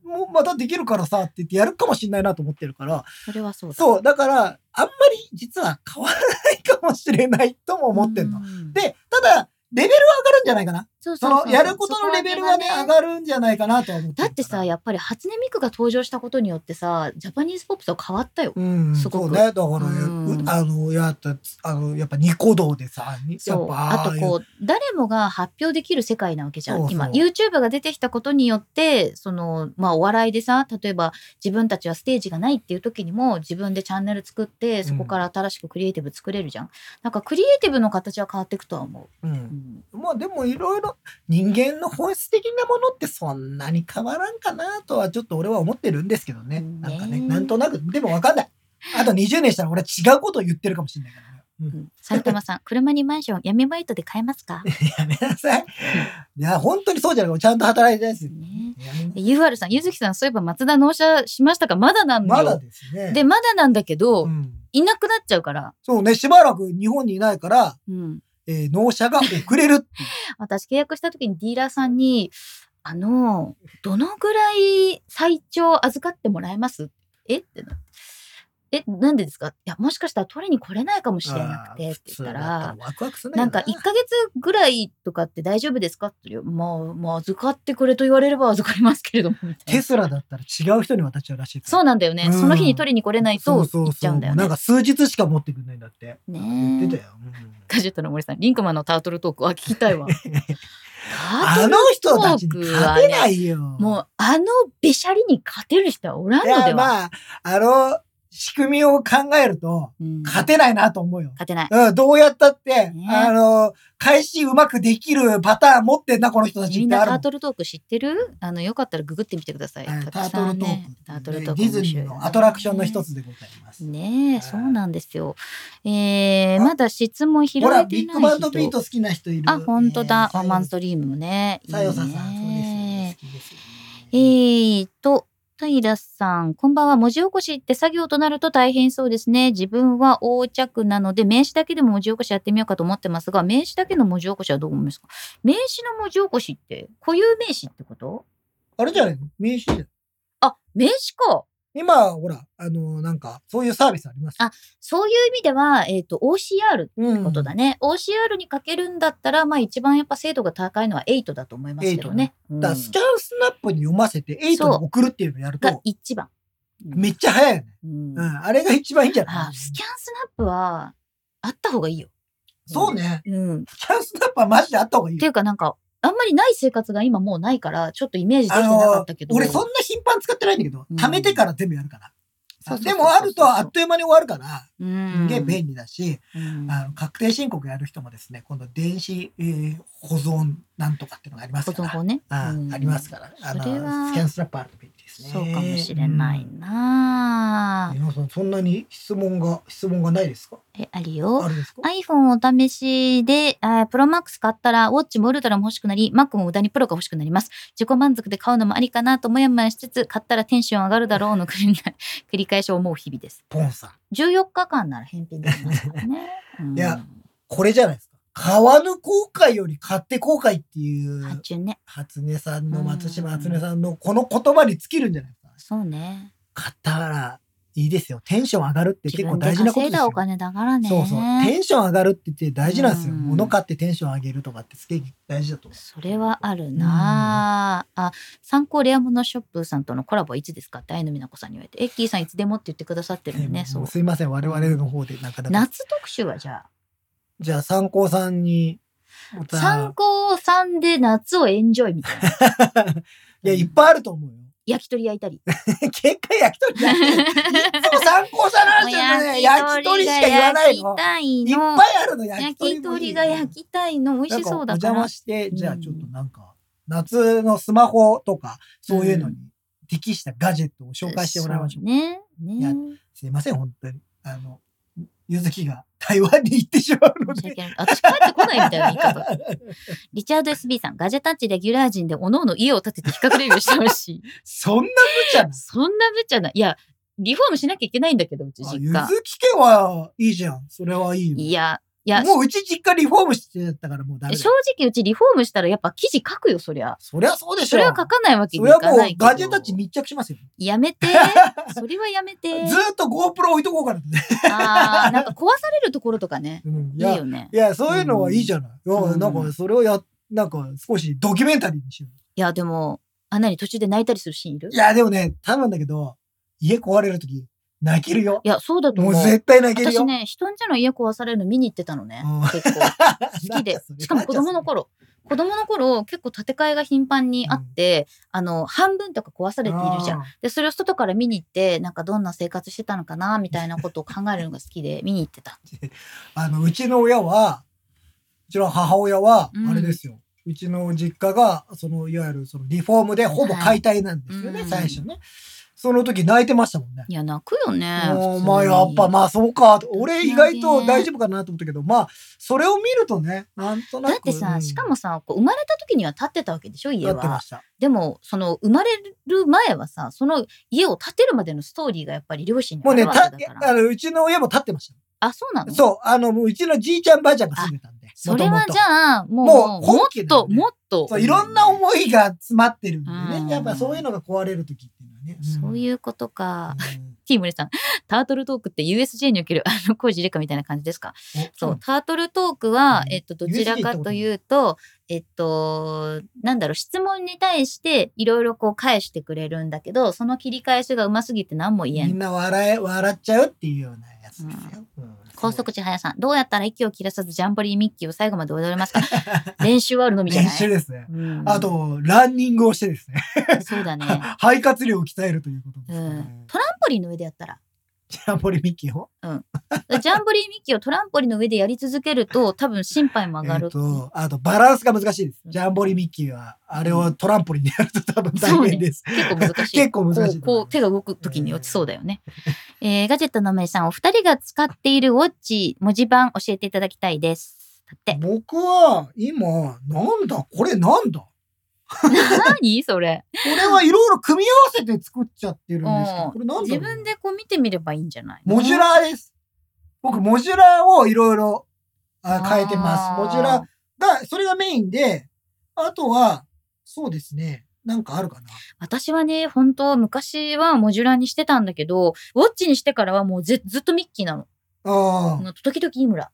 Speaker 2: 間もまたできるからさって言ってやるかもしれないなと思ってるから、
Speaker 3: それはそうだ。
Speaker 2: そう、だから、あんまり実は変わらないかもしれないとも思ってんの。
Speaker 3: うん
Speaker 2: で、ただ、レベルは上がるんじゃないかな。
Speaker 3: そう
Speaker 2: そ
Speaker 3: そう
Speaker 2: の、やることのレベルはね、上
Speaker 3: る。
Speaker 2: がるんじゃないかなとは思って
Speaker 3: だ
Speaker 2: るから
Speaker 3: ってさ、、やっぱり初音ミクが登場したことによってさ、ジャパニーズポップと変わったよ。
Speaker 2: うん、
Speaker 3: すご
Speaker 2: そう
Speaker 3: く
Speaker 2: ね。だから、
Speaker 3: うん
Speaker 2: うあの、やった、あの、やっぱニコ動でさ、にや
Speaker 3: そ
Speaker 2: っ
Speaker 3: う。
Speaker 2: ぱ、
Speaker 3: あとこう、誰もが発表できる世界なわけじゃん。
Speaker 2: そうそう
Speaker 3: 今、YouTube が出てきたことによって、その、まあお笑いでさ、例えば自分たちはステージがないっていう時にも自分でチャンネル作って、そこから新しくクリエイティブ作れるじゃん。なんかクリエイティブの形は変わっていくとは思
Speaker 2: う
Speaker 3: う。
Speaker 2: ん
Speaker 3: う。ん
Speaker 2: まあでもいろいろ人間の本質的なものってそんなに変わらんかなとはちょっと俺は思ってるんですけどね。
Speaker 3: ね
Speaker 2: なんかね、なんとなく、でもわかんない。あと20年したら俺は違うことを言ってるかもしれないからね。う
Speaker 3: うんん埼玉さん、 車にマンション闇バイトで買えますか
Speaker 2: やめなさい。いや、本当にそうじゃないちゃんと働いてないですよ。
Speaker 3: ね
Speaker 2: やめな
Speaker 3: UR さん、ゆずきさん、そういえば松田納車しましたかまだなんだ
Speaker 2: ま
Speaker 3: よ。
Speaker 2: だですね。
Speaker 3: で、まだなんだけど、
Speaker 2: うん
Speaker 3: いなくなっちゃうから、
Speaker 2: そうね、しばらく日本にいないから、
Speaker 3: うん、
Speaker 2: えー納車が遅れるって いう
Speaker 3: 私契約した時にディーラーさんに、あの、どのぐらい最長預かってもらえますえってなって。え、なんでですかいや、もしかしたら取りに来れないかもしれなくてって言った
Speaker 2: あー普
Speaker 3: ら
Speaker 2: 通だった、ワクワクする
Speaker 3: なんか1ヶ月ぐらいとかって大丈夫ですかって言うよまあ、まあ、預かってくれと言われれば預かりますけれども、みたい
Speaker 2: テ
Speaker 3: な。
Speaker 2: スラだったら違う人に渡っちゃうらしいから。
Speaker 3: そうなんだよね、
Speaker 2: うん
Speaker 3: その日に取りに来れないと行っちゃうんだよね。
Speaker 2: なんか数日しか持ってくれないんだって。
Speaker 3: ねえ
Speaker 2: 言ってたよ。うん
Speaker 3: ガジェットの森さん、リンクマンのタートルトークは聞きたいわ。
Speaker 2: あ
Speaker 3: あ
Speaker 2: の人たちに勝てないよ。
Speaker 3: もう、あのべしゃりに勝てる人はおらん
Speaker 2: い
Speaker 3: ので
Speaker 2: や、
Speaker 3: は。
Speaker 2: まあ、あの、仕組みを考えると、
Speaker 3: うん
Speaker 2: 勝てないなと思うよ。
Speaker 3: 勝てない。
Speaker 2: うん、どうやったって、
Speaker 3: ね
Speaker 2: あの、返しうまくできるパターン持ってんな、この人たち
Speaker 3: み
Speaker 2: っ
Speaker 3: ん
Speaker 2: て
Speaker 3: な
Speaker 2: ある
Speaker 3: タ
Speaker 2: も
Speaker 3: ー
Speaker 2: ん。
Speaker 3: トルトーク知ってるあの、よかったらググってみてください。
Speaker 2: はい
Speaker 3: た
Speaker 2: タ
Speaker 3: く
Speaker 2: ート
Speaker 3: さ
Speaker 2: ル
Speaker 3: ん
Speaker 2: トー
Speaker 3: ね
Speaker 2: ク。
Speaker 3: タートルトーク。
Speaker 2: ディズニーのアトラクションの一。つでございます。
Speaker 3: ねえ、そうなんですよ。えー、
Speaker 2: あ
Speaker 3: まだ質問拾えて
Speaker 2: ほ
Speaker 3: ない
Speaker 2: ら、
Speaker 3: 人。
Speaker 2: ビッグバンドビート好きな人いる。
Speaker 3: あ、本当だ。
Speaker 2: えー
Speaker 3: ワンマンストリームもね。いい
Speaker 2: さよさんさん、そうですよ
Speaker 3: ね
Speaker 2: ね。。好きですよね
Speaker 3: えーと、平さん、こんばんは。文字起こしって作業となると大変そうですね。自分は横着なので、名詞だけでも文字起こしやってみようかと思ってますが、名詞だけの文字起こしはどう思いますか名詞の文字起こしって、固有名詞ってこと
Speaker 2: あれじゃないの名刺じゃない
Speaker 3: あ、名詞か。
Speaker 2: 今、ほら、あの、なんか、そういうサービスありますよ。
Speaker 3: あそういう意味では、えっ、と、OCR って
Speaker 2: うん
Speaker 3: ことだね。OCR にかけるんだったら、まあ一番やっぱ精度が高いのは8だと思いますけどね。
Speaker 2: だから
Speaker 3: うん
Speaker 2: スキャンスナップに読ませて、エイトに送るっていうのやる
Speaker 3: が
Speaker 2: と、
Speaker 3: 一番。うん
Speaker 2: めっちゃ早いよね。
Speaker 3: うん
Speaker 2: うん、あれが一番いいんじゃな
Speaker 3: あ
Speaker 2: い
Speaker 3: スキャンスナップはあった方がいいよ。
Speaker 2: そうね。
Speaker 3: うん。っ
Speaker 2: スキャンスナップはマジであった方がいい
Speaker 3: てい
Speaker 2: よ。
Speaker 3: うかなんか、あんまりない生活が今もうないから、ちょっとイメージできてなかったけど。
Speaker 2: 俺そんな頻繁に使ってないんだけど
Speaker 3: う、ん
Speaker 2: 貯めてから全部やるから。
Speaker 3: そうそうそうそう
Speaker 2: でもあるとあっという間に終わるから、
Speaker 3: うん、
Speaker 2: すげえ便利だし、
Speaker 3: うん
Speaker 2: あの確定申告やる人もですね、今度電子、えー保存なんとかっていうのがありますか
Speaker 3: 保存
Speaker 2: ら。
Speaker 3: 法ね。
Speaker 2: あ
Speaker 3: うん
Speaker 2: ありますから。あの
Speaker 3: それは
Speaker 2: スキャンスナップあると便利ですね。
Speaker 3: そうかもしれないな
Speaker 2: うん。、皆さんそんなに質問が質問がないですか？
Speaker 3: え、あるよ
Speaker 2: あ。るんですか？
Speaker 3: iPhone お試しで、あープロマックス買ったら、ウォッチもウルトラも欲しくなり、Mac も無駄にプロが欲しくなります。自己満足で買うのもありかなともやもやしつつ、買ったらテンション上がるだろうの 繰り繰り返しを思う日々です。
Speaker 2: ポンさん。
Speaker 3: 14日間なら返品できますか らね。うん
Speaker 2: いや、これじゃないですか。買わぬ後悔より買って後悔ってい
Speaker 3: 発
Speaker 2: う、
Speaker 3: 注ね。
Speaker 2: 初音さんの、
Speaker 3: うん
Speaker 2: 松島初音さんのこの言葉に尽きるんじゃないですか。
Speaker 3: そうね。
Speaker 2: 買ったからいいですよ。テンション上がるって
Speaker 3: 自
Speaker 2: 結構
Speaker 3: 分で
Speaker 2: 大事なこと
Speaker 3: 稼い
Speaker 2: です
Speaker 3: だ
Speaker 2: よ
Speaker 3: お。金だからね。
Speaker 2: そうそう。テンション上がるって言って大事なんですよ。
Speaker 3: うん
Speaker 2: 物買ってテンション上げるとかってすげえ大事だと思う。
Speaker 3: それはあるなああ、参考レアモノショップさんとのコラボはいつですかって愛の美奈子さんに言われて、エッキーさんいつでもって言ってくださってるんで
Speaker 2: ね
Speaker 3: ね。そう
Speaker 2: もう。すいません。我々の方でなかなか。
Speaker 3: 夏特集はじゃ
Speaker 2: じゃあ、参考さんに。ま
Speaker 3: あ、
Speaker 2: た
Speaker 3: 参考さんで夏をエンジョイみたいな。
Speaker 2: いや、いっぱいあると思うよ。
Speaker 3: 焼き鳥焼いたり。
Speaker 2: 結果焼き鳥だね。いつも参考者なんです よね。焼き鳥しか言わないの
Speaker 3: 焼き。た
Speaker 2: い
Speaker 3: い
Speaker 2: っ
Speaker 3: の
Speaker 2: ぱ。いあるの、焼
Speaker 3: 焼
Speaker 2: き鳥
Speaker 3: き
Speaker 2: もいい
Speaker 3: 鳥
Speaker 2: よ
Speaker 3: が
Speaker 2: ね。
Speaker 3: 焼きたいの。美味しそ
Speaker 2: な
Speaker 3: うだか
Speaker 2: んかお邪
Speaker 3: ら
Speaker 2: 魔。して、
Speaker 3: うん
Speaker 2: じゃあちょっとなんか、夏のスマホとか、そういうのに適したガジェットを紹介してもらいましょう。
Speaker 3: そうね。
Speaker 2: や
Speaker 3: ね。
Speaker 2: すいません、本当に。あの、ゆずきが台湾に行ってしまうの
Speaker 3: 申し
Speaker 2: で。
Speaker 3: 訳ない。私帰ってこないみたいな言い方。リチャード SB さん、ガジェタッチレギュラー陣で各々家を建てて比較レビューしてほ しい。
Speaker 2: そんな無茶な
Speaker 3: そんな無茶な。いや、リフォームしなきゃいけないんだけど、うち
Speaker 2: あ
Speaker 3: 実
Speaker 2: ゆ
Speaker 3: 家。
Speaker 2: ずき家はいいじゃん。それはいいよ。
Speaker 3: いや、いや、
Speaker 2: もううち実家リフォームしてたからもうダメだ
Speaker 3: 正
Speaker 2: よ。
Speaker 3: 直うちリフォームしたらやっぱ記事書くよ、そりゃ。
Speaker 2: そりゃそうでしょ。
Speaker 3: それは書かないわけ
Speaker 2: そ
Speaker 3: にい
Speaker 2: れは
Speaker 3: か
Speaker 2: もう
Speaker 3: ないけど。
Speaker 2: ガジェタッチ密着しますよ。
Speaker 3: や めて。それはやめて。
Speaker 2: ずーっと GoPro 置いとこうからね。
Speaker 3: ああ、なんか壊されるところとかね。
Speaker 2: うんい
Speaker 3: いい
Speaker 2: や、
Speaker 3: よね
Speaker 2: い。や、そういうのはいいじゃない。
Speaker 3: ん
Speaker 2: いやなんかそれをや、なんか少しドキュメンタリーにしよう。
Speaker 3: いや、でも、あ、なに途中で泣いたりするシーンいる
Speaker 2: いや、でもね、多分だけど、家壊れるとき、泣けるよ。
Speaker 3: いや、そうだと
Speaker 2: も
Speaker 3: 思う。
Speaker 2: う絶対泣けるよ。
Speaker 3: 私ね、人んちの家壊されるの見に行ってたのね
Speaker 2: うん。
Speaker 3: 結構。好き
Speaker 2: な
Speaker 3: で
Speaker 2: んそれ。
Speaker 3: しかも子供の。頃。子供の頃、結構建て替えが頻繁にあって、あの、半分とか壊されているじゃん。
Speaker 2: ん。
Speaker 3: で、それを外から見に行って、なんかどんな生活してたのかな、みたいなことを考えるのが好きで、見に行ってた。
Speaker 2: あの、うちの親は、うちの母親は
Speaker 3: う、ん
Speaker 2: あれですよ。うちの実家が、その、いわゆるそのリフォームでほぼ解体なんですよね、
Speaker 3: はい
Speaker 2: 最初ね。その時泣いてましたもんね。
Speaker 3: いや、泣くよね。
Speaker 2: おー
Speaker 3: 普通
Speaker 2: まあ
Speaker 3: に
Speaker 2: やっぱまあそうか俺意
Speaker 3: いやね
Speaker 2: 外と大丈夫かなと思ったけどまあそれを見るとねなんとなく
Speaker 3: だってさ、
Speaker 2: うん
Speaker 3: しかもさ、こう生まれた時には建ってたわけでしょ、家
Speaker 2: なってま
Speaker 3: は。
Speaker 2: した
Speaker 3: でも、その生まれる前はさ、その家を建てるまでのストーリーがやっぱり両親に
Speaker 2: もう
Speaker 3: あ
Speaker 2: ね
Speaker 3: るわけ
Speaker 2: た
Speaker 3: だか
Speaker 2: あ
Speaker 3: ら。
Speaker 2: のうちの親も立ってまし
Speaker 3: あ、そうな
Speaker 2: た
Speaker 3: の
Speaker 2: そうあのもううちのじいちゃんばあちゃんが住んでたんで
Speaker 3: それはじゃあ、
Speaker 2: も
Speaker 3: も
Speaker 2: う
Speaker 3: う、も
Speaker 2: 本
Speaker 3: っ
Speaker 2: 家だよ
Speaker 3: と、
Speaker 2: ね
Speaker 3: もっと。
Speaker 2: そういろんな思いが詰まってるんで
Speaker 3: うん
Speaker 2: ねやっぱそういうのが壊れる時っていうのはね
Speaker 3: そう
Speaker 2: う
Speaker 3: い
Speaker 2: ん
Speaker 3: うことか。
Speaker 2: うん
Speaker 3: ティームレさん、タートルトークって USJ におけるあ の工事レカみたいな感じですか
Speaker 2: お
Speaker 3: そう、タートルトークは、
Speaker 2: うん
Speaker 3: えっと、どちらかというと、えっと、なんだろう、質問に対していろいろこう返してくれるんだけど、その切り返しがうますぎて何も言え
Speaker 2: み
Speaker 3: ん。
Speaker 2: んな笑え笑っちゃうっていうようなやつですようん
Speaker 3: 高速地早さん、どうやったら息を切らさずジャンボリーミッキーを最後まで踊れま すか練習はあるのみじゃ
Speaker 2: 練
Speaker 3: ない
Speaker 2: 習ですね
Speaker 3: うん
Speaker 2: あとランニングをしてですね
Speaker 3: そう だね。
Speaker 2: 肺活量を鍛えるということ
Speaker 3: う
Speaker 2: ですね
Speaker 3: ん。トランポリンの上でやったら。
Speaker 2: ジャンボリミッキーを
Speaker 3: ジャンボリーミッキーをトランポリンの上でやり続けると、多分心配も上が
Speaker 2: え
Speaker 3: る
Speaker 2: っ。と、あとバランスが難しいです。ジャンボリミッキーは、あれをトランポリンでやると多分大変です。
Speaker 3: 結構難しい。
Speaker 2: 結構難しい。
Speaker 3: こう、こう手が動く時に落ちそうだよね。えー、ガジェットの名さん、お二人が使っているウォッチ、文字盤教えていただきたいです。だ って。
Speaker 2: 僕は今、なんだこれなんだこ
Speaker 3: 何それ。
Speaker 2: れはいろいろ組み合わせて作っちゃってるんですけ
Speaker 3: う
Speaker 2: ど、
Speaker 3: ん
Speaker 2: これなんだ
Speaker 3: 自分でこう見てみればいいんじゃない
Speaker 2: モジュラーです。僕、モジュラーをいろいろあ変えてます。モジュラー
Speaker 3: ー。
Speaker 2: が、それがメインで、あとは、そうですね、なんかあるかな。
Speaker 3: 私はね、本当昔はモジュラーにしてたんだけど、ウォッチにしてからはもうずずっとミッキーなの。
Speaker 2: ああ、
Speaker 3: 時々井村。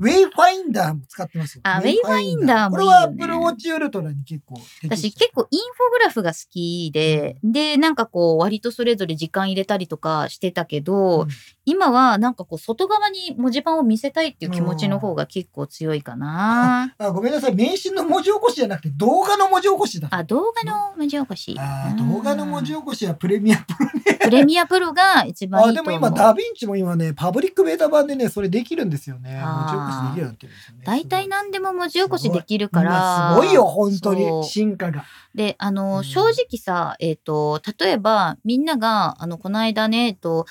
Speaker 2: ウェイファインダーも使ってますよ。
Speaker 3: あウェイファインダーもいい
Speaker 2: これは
Speaker 3: よ
Speaker 2: Apple
Speaker 3: ね
Speaker 2: Watch Ultra に結構適して
Speaker 3: 私
Speaker 2: る
Speaker 3: 結構インフォグラフが好きで、で、なんかこう割とそれぞれ時間入れたりとかしてたけど、
Speaker 2: うん
Speaker 3: 今はなんかこう外側に文字盤を見せたいっていう気持ちの方が結構強いかな。
Speaker 2: あごめんなさい、名刺の文字起こしじゃなくて動画の文字起こしだ。
Speaker 3: あ、動画の文字起こし。
Speaker 2: あ
Speaker 3: う
Speaker 2: ー
Speaker 3: ん
Speaker 2: 動画の文字起こしはプレミアプロ。
Speaker 3: プレミアプロが一番い
Speaker 2: あ
Speaker 3: い
Speaker 2: で
Speaker 3: と
Speaker 2: も
Speaker 3: 思う。
Speaker 2: 今ダヴィンチも今ね、パブリックベータ版でね、それできるんですよね。文字起こし
Speaker 3: あー
Speaker 2: できるようになってるんですよね。
Speaker 3: 大体何でも文字起こしできる
Speaker 2: すご
Speaker 3: か
Speaker 2: い
Speaker 3: ら。
Speaker 2: 今すごいよ、本当
Speaker 3: そう
Speaker 2: に。進化が。
Speaker 3: で、あの、
Speaker 2: うん
Speaker 3: 正直さ、えっ、と、例えば、みんなが、あの、この間ね、えっと、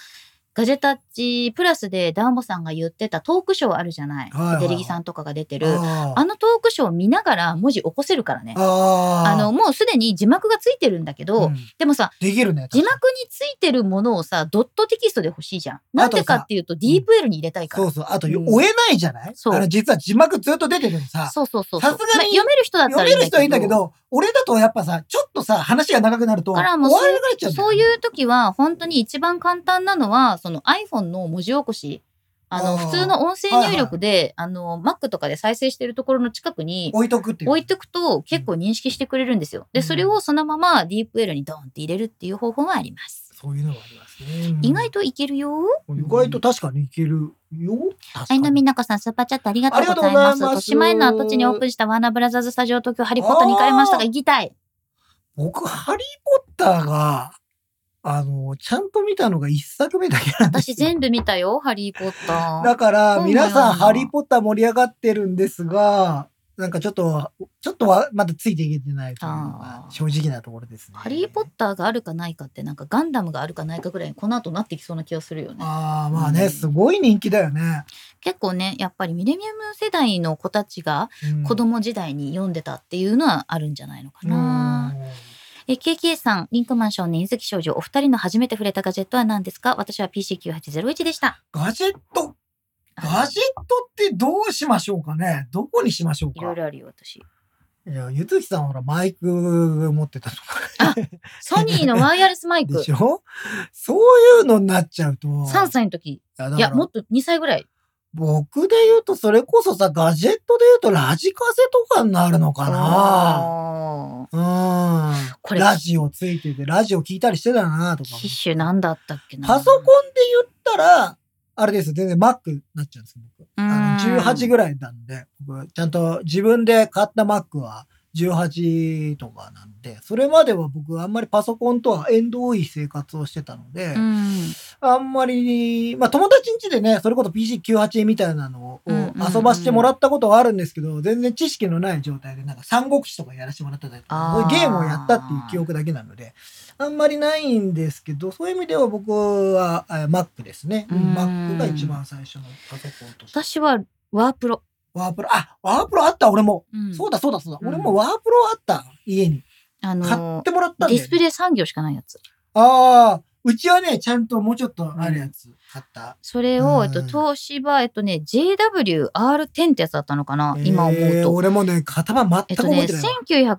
Speaker 3: ガジェタッチプラスでダーボさんが言ってたトークショーあるじゃない。
Speaker 2: はいはいはい
Speaker 3: デリギさんとかが出てる。
Speaker 2: あー
Speaker 3: あのトークショーを見ながら文字起こせるからね。
Speaker 2: あー
Speaker 3: あの、もうすでに字幕がついてるんだけど、
Speaker 2: うん
Speaker 3: でもさ、
Speaker 2: できるね。
Speaker 3: 字
Speaker 2: 確
Speaker 3: 幕
Speaker 2: か
Speaker 3: についてるものをさ、ドットテキストで欲しいじゃん。なんでかっていうと、ディープ L に入れたい
Speaker 2: に
Speaker 3: から。
Speaker 2: そうそう。あと、
Speaker 3: うん
Speaker 2: 追えないじゃない
Speaker 3: そう
Speaker 2: あの実は字幕ずっと出てるのさ。
Speaker 3: そうそうそうそう。
Speaker 2: さすがに
Speaker 3: まあ読める人だった
Speaker 2: 読
Speaker 3: らいい
Speaker 2: める
Speaker 3: んだけど。
Speaker 2: 人はいいんだけど、俺だとやっぱさ、ちょっとさ、話が長くなると、
Speaker 3: だ
Speaker 2: 終
Speaker 3: か
Speaker 2: わら
Speaker 3: らも
Speaker 2: な
Speaker 3: う
Speaker 2: く
Speaker 3: そう
Speaker 2: なっちゃうんだよ
Speaker 3: そういう時は本当に一番簡単なのはその iPhone の文字起こしあの
Speaker 2: あー
Speaker 3: 普通の音声入力で、あの Mac とかで再生してるところの近くに
Speaker 2: 置いとくっていう。
Speaker 3: 置いとくと結構認識してくれるんですよ。
Speaker 2: う
Speaker 3: で
Speaker 2: ん
Speaker 3: それをそのまま DeepL にドンって入れるっていう方法はあります。
Speaker 2: そういうのがありますね。
Speaker 3: 意外といけるよ。
Speaker 2: 意外と確かにいけるよ。確
Speaker 3: ア
Speaker 2: か
Speaker 3: イナミ
Speaker 2: に。
Speaker 3: ナコさん、スーパーチャットありがとうご
Speaker 2: あ
Speaker 3: ざい
Speaker 2: りがとう
Speaker 3: ま
Speaker 2: ご
Speaker 3: す。
Speaker 2: ざいます
Speaker 3: 豊島園の跡地にオープンしたワーナーブラザーズスタジオ東京ハリーポッターに行かれましたが、
Speaker 2: あー
Speaker 3: 行きたい。
Speaker 2: 僕、ハリー・ポッターが、あの、ちゃんと見たのが一作目だけなんです
Speaker 3: 私
Speaker 2: よ
Speaker 3: 全部見たよ、ハリー・ポッタ ー。
Speaker 2: だから、
Speaker 3: そうなんだ
Speaker 2: 皆さん、ハリー・ポッター盛り上がってるんですが、なんかちょっと、ちょっとはまだついていけてないというのが
Speaker 3: あー
Speaker 2: 正直なところですね。
Speaker 3: ハリー・ポッターがあるかないかってなんかガンダムがあるかないかぐらいにこの後なってきそうな気がするよね。
Speaker 2: ああ、まあね、
Speaker 3: うん
Speaker 2: すごい人気だよね。
Speaker 3: 結構ねやっぱりミレニアム世代の子たちが
Speaker 2: うん
Speaker 3: 子供時代に読んでたっていうのはあるんじゃないのか
Speaker 2: うん
Speaker 3: な。え KK さん、リンクマン少年、柚木少女、お二人の初めて触れたガジェットは何ですか私は PC9801 でした。
Speaker 2: ガジェット、ガジェットってどうしましょうかねどこにしましょう
Speaker 3: いろ
Speaker 2: か
Speaker 3: いろあるよ、私。
Speaker 2: いや、ゆつきさんほら、マイク持ってたとか
Speaker 3: ソニーのワイヤレスマイ
Speaker 2: で
Speaker 3: ク。
Speaker 2: しょそういうのになっちゃうと。
Speaker 3: 3歳の時。
Speaker 2: いやだ
Speaker 3: い
Speaker 2: から
Speaker 3: や、もっと2歳ぐらい。
Speaker 2: 僕で言うと、それこそさ、ガジェットで言うと、ラジカセとかになるのかな
Speaker 3: あー。
Speaker 2: うん。
Speaker 3: これ、
Speaker 2: ラジオついてて、ラジオ聞いたりしてたなとか。
Speaker 3: 機種なんだったっけな。
Speaker 2: パソコンで言ったら、あれです。全然 Mac になっちゃうんですよ、僕。あの、18ぐらいなんで、僕、ちゃんと自分で買った Mac は18とかなんで、それまでは僕、あんまりパソコンとは縁遠い生活をしてたので、
Speaker 3: うん。
Speaker 2: あんまり、まあ友達ん家でね、それこそ PC98 みたいなのを
Speaker 3: うんうんうん
Speaker 2: 遊ばしてもらったことはあるんですけど、全然知識のない状態で、なんか三国志とかやらせてもらったりと
Speaker 3: あ
Speaker 2: か
Speaker 3: ー、
Speaker 2: ゲームをやったっていう記憶だけなので、あんまりないんですけど、そういう意味では僕はえー Mac ですね。
Speaker 3: うん
Speaker 2: Mac が一番最初のパソコンとして。
Speaker 3: 私はワープロ。
Speaker 2: ワープロ、あ、ワープロあった俺も。そう
Speaker 3: だ。
Speaker 2: だそうだそうだ。
Speaker 3: うん
Speaker 2: 俺もワープロあった。家に。買
Speaker 3: あ
Speaker 2: っ
Speaker 3: の
Speaker 2: てもらったんだ
Speaker 3: ー、ディ
Speaker 2: よ
Speaker 3: ス
Speaker 2: ね、
Speaker 3: プレイ産業しかないやつ。
Speaker 2: ああ、うちはね、ちゃんともうちょっとあるやつ買った。
Speaker 3: それを、
Speaker 2: うん
Speaker 3: えっと、東芝、えっとね、JWR10 ってやつだったのかな、今思
Speaker 2: え
Speaker 3: う
Speaker 2: ー
Speaker 3: と。
Speaker 2: 俺もね、型番
Speaker 3: え
Speaker 2: 全
Speaker 3: っ
Speaker 2: く
Speaker 3: と
Speaker 2: 覚
Speaker 3: ね、
Speaker 2: えてないわ。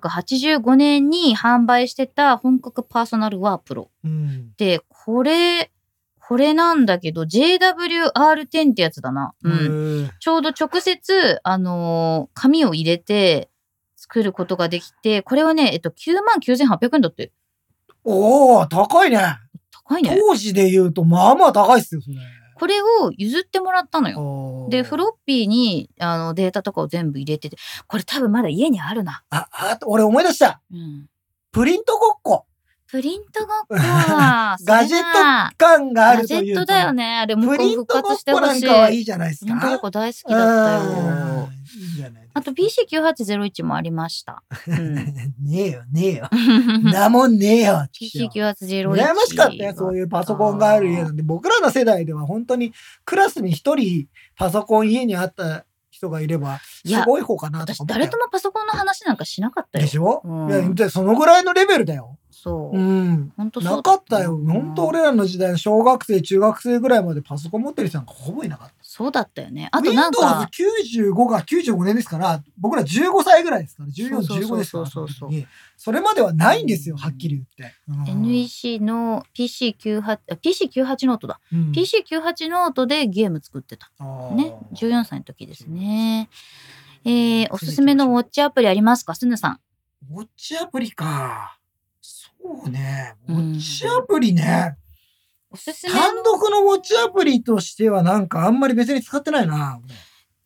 Speaker 3: 1985年に販売してた本格パーソナルワープロ。
Speaker 2: うん
Speaker 3: で、これ、これなんだけど、JWR10 ってやつだな。うん。
Speaker 2: へー
Speaker 3: ちょうど直接、あのー紙を入れて作ることができて、これはね、えっと、99,800円だって。
Speaker 2: おお、高いね。
Speaker 3: 高いね。
Speaker 2: 当時で言うと、まあまあ高いっすよ、それ。
Speaker 3: これを譲ってもらったのよ。
Speaker 2: おー
Speaker 3: で、フロッピーにあのデータとかを全部入れてて、これ多分まだ家にあるな。
Speaker 2: あ、あと、俺思い出した。
Speaker 3: うん。
Speaker 2: プリントごっこ、
Speaker 3: プリントごっこは
Speaker 2: ガジェット
Speaker 3: それな
Speaker 2: 感があ
Speaker 3: ガ
Speaker 2: る
Speaker 3: ジ
Speaker 2: と
Speaker 3: ェ
Speaker 2: い
Speaker 3: ッ
Speaker 2: うと
Speaker 3: トだよね。あれ、も
Speaker 2: プ
Speaker 3: う
Speaker 2: リン
Speaker 3: 復
Speaker 2: トご
Speaker 3: 活
Speaker 2: っ
Speaker 3: して
Speaker 2: こ
Speaker 3: ほ
Speaker 2: な
Speaker 3: し
Speaker 2: ん
Speaker 3: い。
Speaker 2: かはいいじゃないです
Speaker 3: プ
Speaker 2: か。
Speaker 3: リントごっこ大好きだったよ。
Speaker 2: うん。いいじゃないですか
Speaker 3: あと PC9801 もありました。う ん、
Speaker 2: ねえよ、ねえ よ。なもんねえよ。
Speaker 3: PC9801。
Speaker 2: 羨ましかったよ、そういうパソコンがある家なんで。僕らの世代では本当にクラスに一人パソコン家にあった人がいれば、
Speaker 3: い
Speaker 2: す
Speaker 3: や、
Speaker 2: ごい方かなと
Speaker 3: 私
Speaker 2: か思ったよ
Speaker 3: 誰ともパソコンの話なんかしなかったよ
Speaker 2: で。しょ、
Speaker 3: うん
Speaker 2: いやでそのぐらいのレベルだよ。
Speaker 3: そうう。
Speaker 2: ん。
Speaker 3: 本当そ
Speaker 2: な
Speaker 3: う
Speaker 2: か
Speaker 3: だ
Speaker 2: ったよ。本当。俺らの時代の小学生、中学生ぐらいまでパソコン持ってる人なんかほぼいなかった。
Speaker 3: そうだったよね。あとなんか、
Speaker 2: Windows95 が95年ですから、僕ら15歳ぐらいですから、14、
Speaker 3: そうそう
Speaker 2: 15ですから、
Speaker 3: そうそうそ
Speaker 2: その
Speaker 3: う
Speaker 2: 時にそれまではないんですよ、はっきり言って。うん
Speaker 3: NEC の PC98、あ PC98 ノートだ。
Speaker 2: うん
Speaker 3: PC98 ノートでゲーム作ってた。ね。14歳の時ですね。えー、おすすめのウォッチアプリありますかすぬさん。
Speaker 2: ウォッチアプリか。そうね。ウ
Speaker 3: うん
Speaker 2: ォッチアプリね。
Speaker 3: おすすめの
Speaker 2: 単独のウォッチアプリとしてはなんかあんまり別に使ってないな。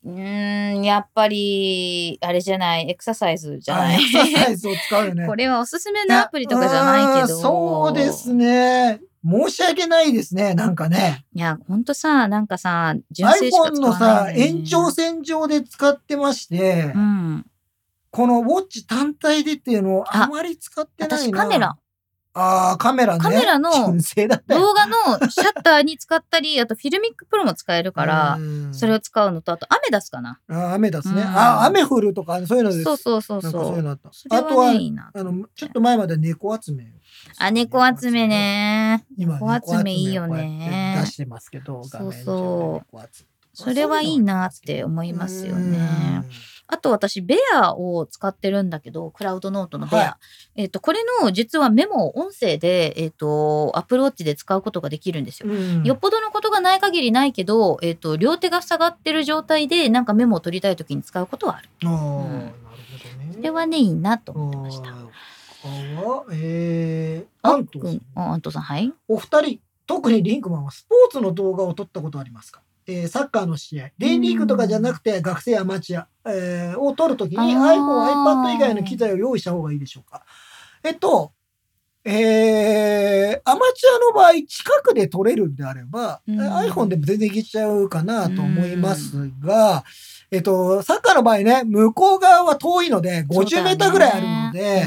Speaker 3: うーん、やっぱり、あれじゃない、エクササイズじゃな
Speaker 2: あエ。
Speaker 3: い
Speaker 2: クササイズを使うよね。
Speaker 3: これはおすすめのアプリとかじゃないけど。
Speaker 2: うんそうです。ね。申し訳ないですね。なんかね。
Speaker 3: いや、ほんとさ、なんかさ、純正しか
Speaker 2: iPhone
Speaker 3: 使
Speaker 2: の
Speaker 3: わな
Speaker 2: さ、
Speaker 3: いんだよね、
Speaker 2: 延長線上で使ってまして、
Speaker 3: うん。
Speaker 2: このウォッチ単体でっていうのをあまり使ってないな。
Speaker 3: 私カメラ。、
Speaker 2: ああ、カメラね。
Speaker 3: カメラの
Speaker 2: 純正だったよ
Speaker 3: 動画のシャッターに使ったり、あとフィルミックプロも使えるから、
Speaker 2: うん
Speaker 3: それを使うのと、あとアメダスかな。
Speaker 2: あ雨出すね。
Speaker 3: うん
Speaker 2: あ雨降るとかそういうのです。
Speaker 3: そうそうそう
Speaker 2: なんかそう
Speaker 3: そ
Speaker 2: いう
Speaker 3: う。
Speaker 2: のあった。
Speaker 3: それ
Speaker 2: あと
Speaker 3: は
Speaker 2: は
Speaker 3: ね、いいな。
Speaker 2: あのちょっと前まで猫集め。
Speaker 3: あ、猫集め。ね。
Speaker 2: 今
Speaker 3: 猫集めいいよ
Speaker 2: 猫集めをこう
Speaker 3: ね
Speaker 2: やって出してますけど、
Speaker 3: そ
Speaker 2: 画面上
Speaker 3: うそう
Speaker 2: で猫集めとか
Speaker 3: それはいいなって思いますよね。。あと私、ベアを使ってるんだけど、クラウドノートのベア。
Speaker 2: は
Speaker 3: えっ、と、これの実はメモを音声で、えっ、と、アプローチで使うことができるんですよ。
Speaker 2: そういうのうん
Speaker 3: よっぽどのことがない限りないけど、えっ、と、両手が塞がってる状態で、なんかメモを取りたい時に使うことはある。
Speaker 2: あーな
Speaker 3: うん
Speaker 2: るほどね。
Speaker 3: これはね、いいなと
Speaker 2: う
Speaker 3: 思
Speaker 2: ん、
Speaker 3: ってました。
Speaker 2: 他はえー、
Speaker 3: あ
Speaker 2: ア
Speaker 3: ん
Speaker 2: ン
Speaker 3: と
Speaker 2: トさ
Speaker 3: う
Speaker 2: ん
Speaker 3: ん、あアントさん、はい。
Speaker 2: お二人、特にリンクマンはスポーツの動画を撮ったことはありますか、えーサッカーの試合、デイリーグとかじゃなくて学生やアマチュア、えーを撮るときに
Speaker 3: あ
Speaker 2: iPhone、
Speaker 3: ー
Speaker 2: iPad 以外の機材を用意した方がいいでしょうかえっと、えー、アマチュアの場合、近くで撮れるんであれば、
Speaker 3: うん
Speaker 2: iPhone でも全然いけちゃうかなと思いますが、えっと、サッカーの場合ね、向こう側は遠いので、50メーターぐらいあるので、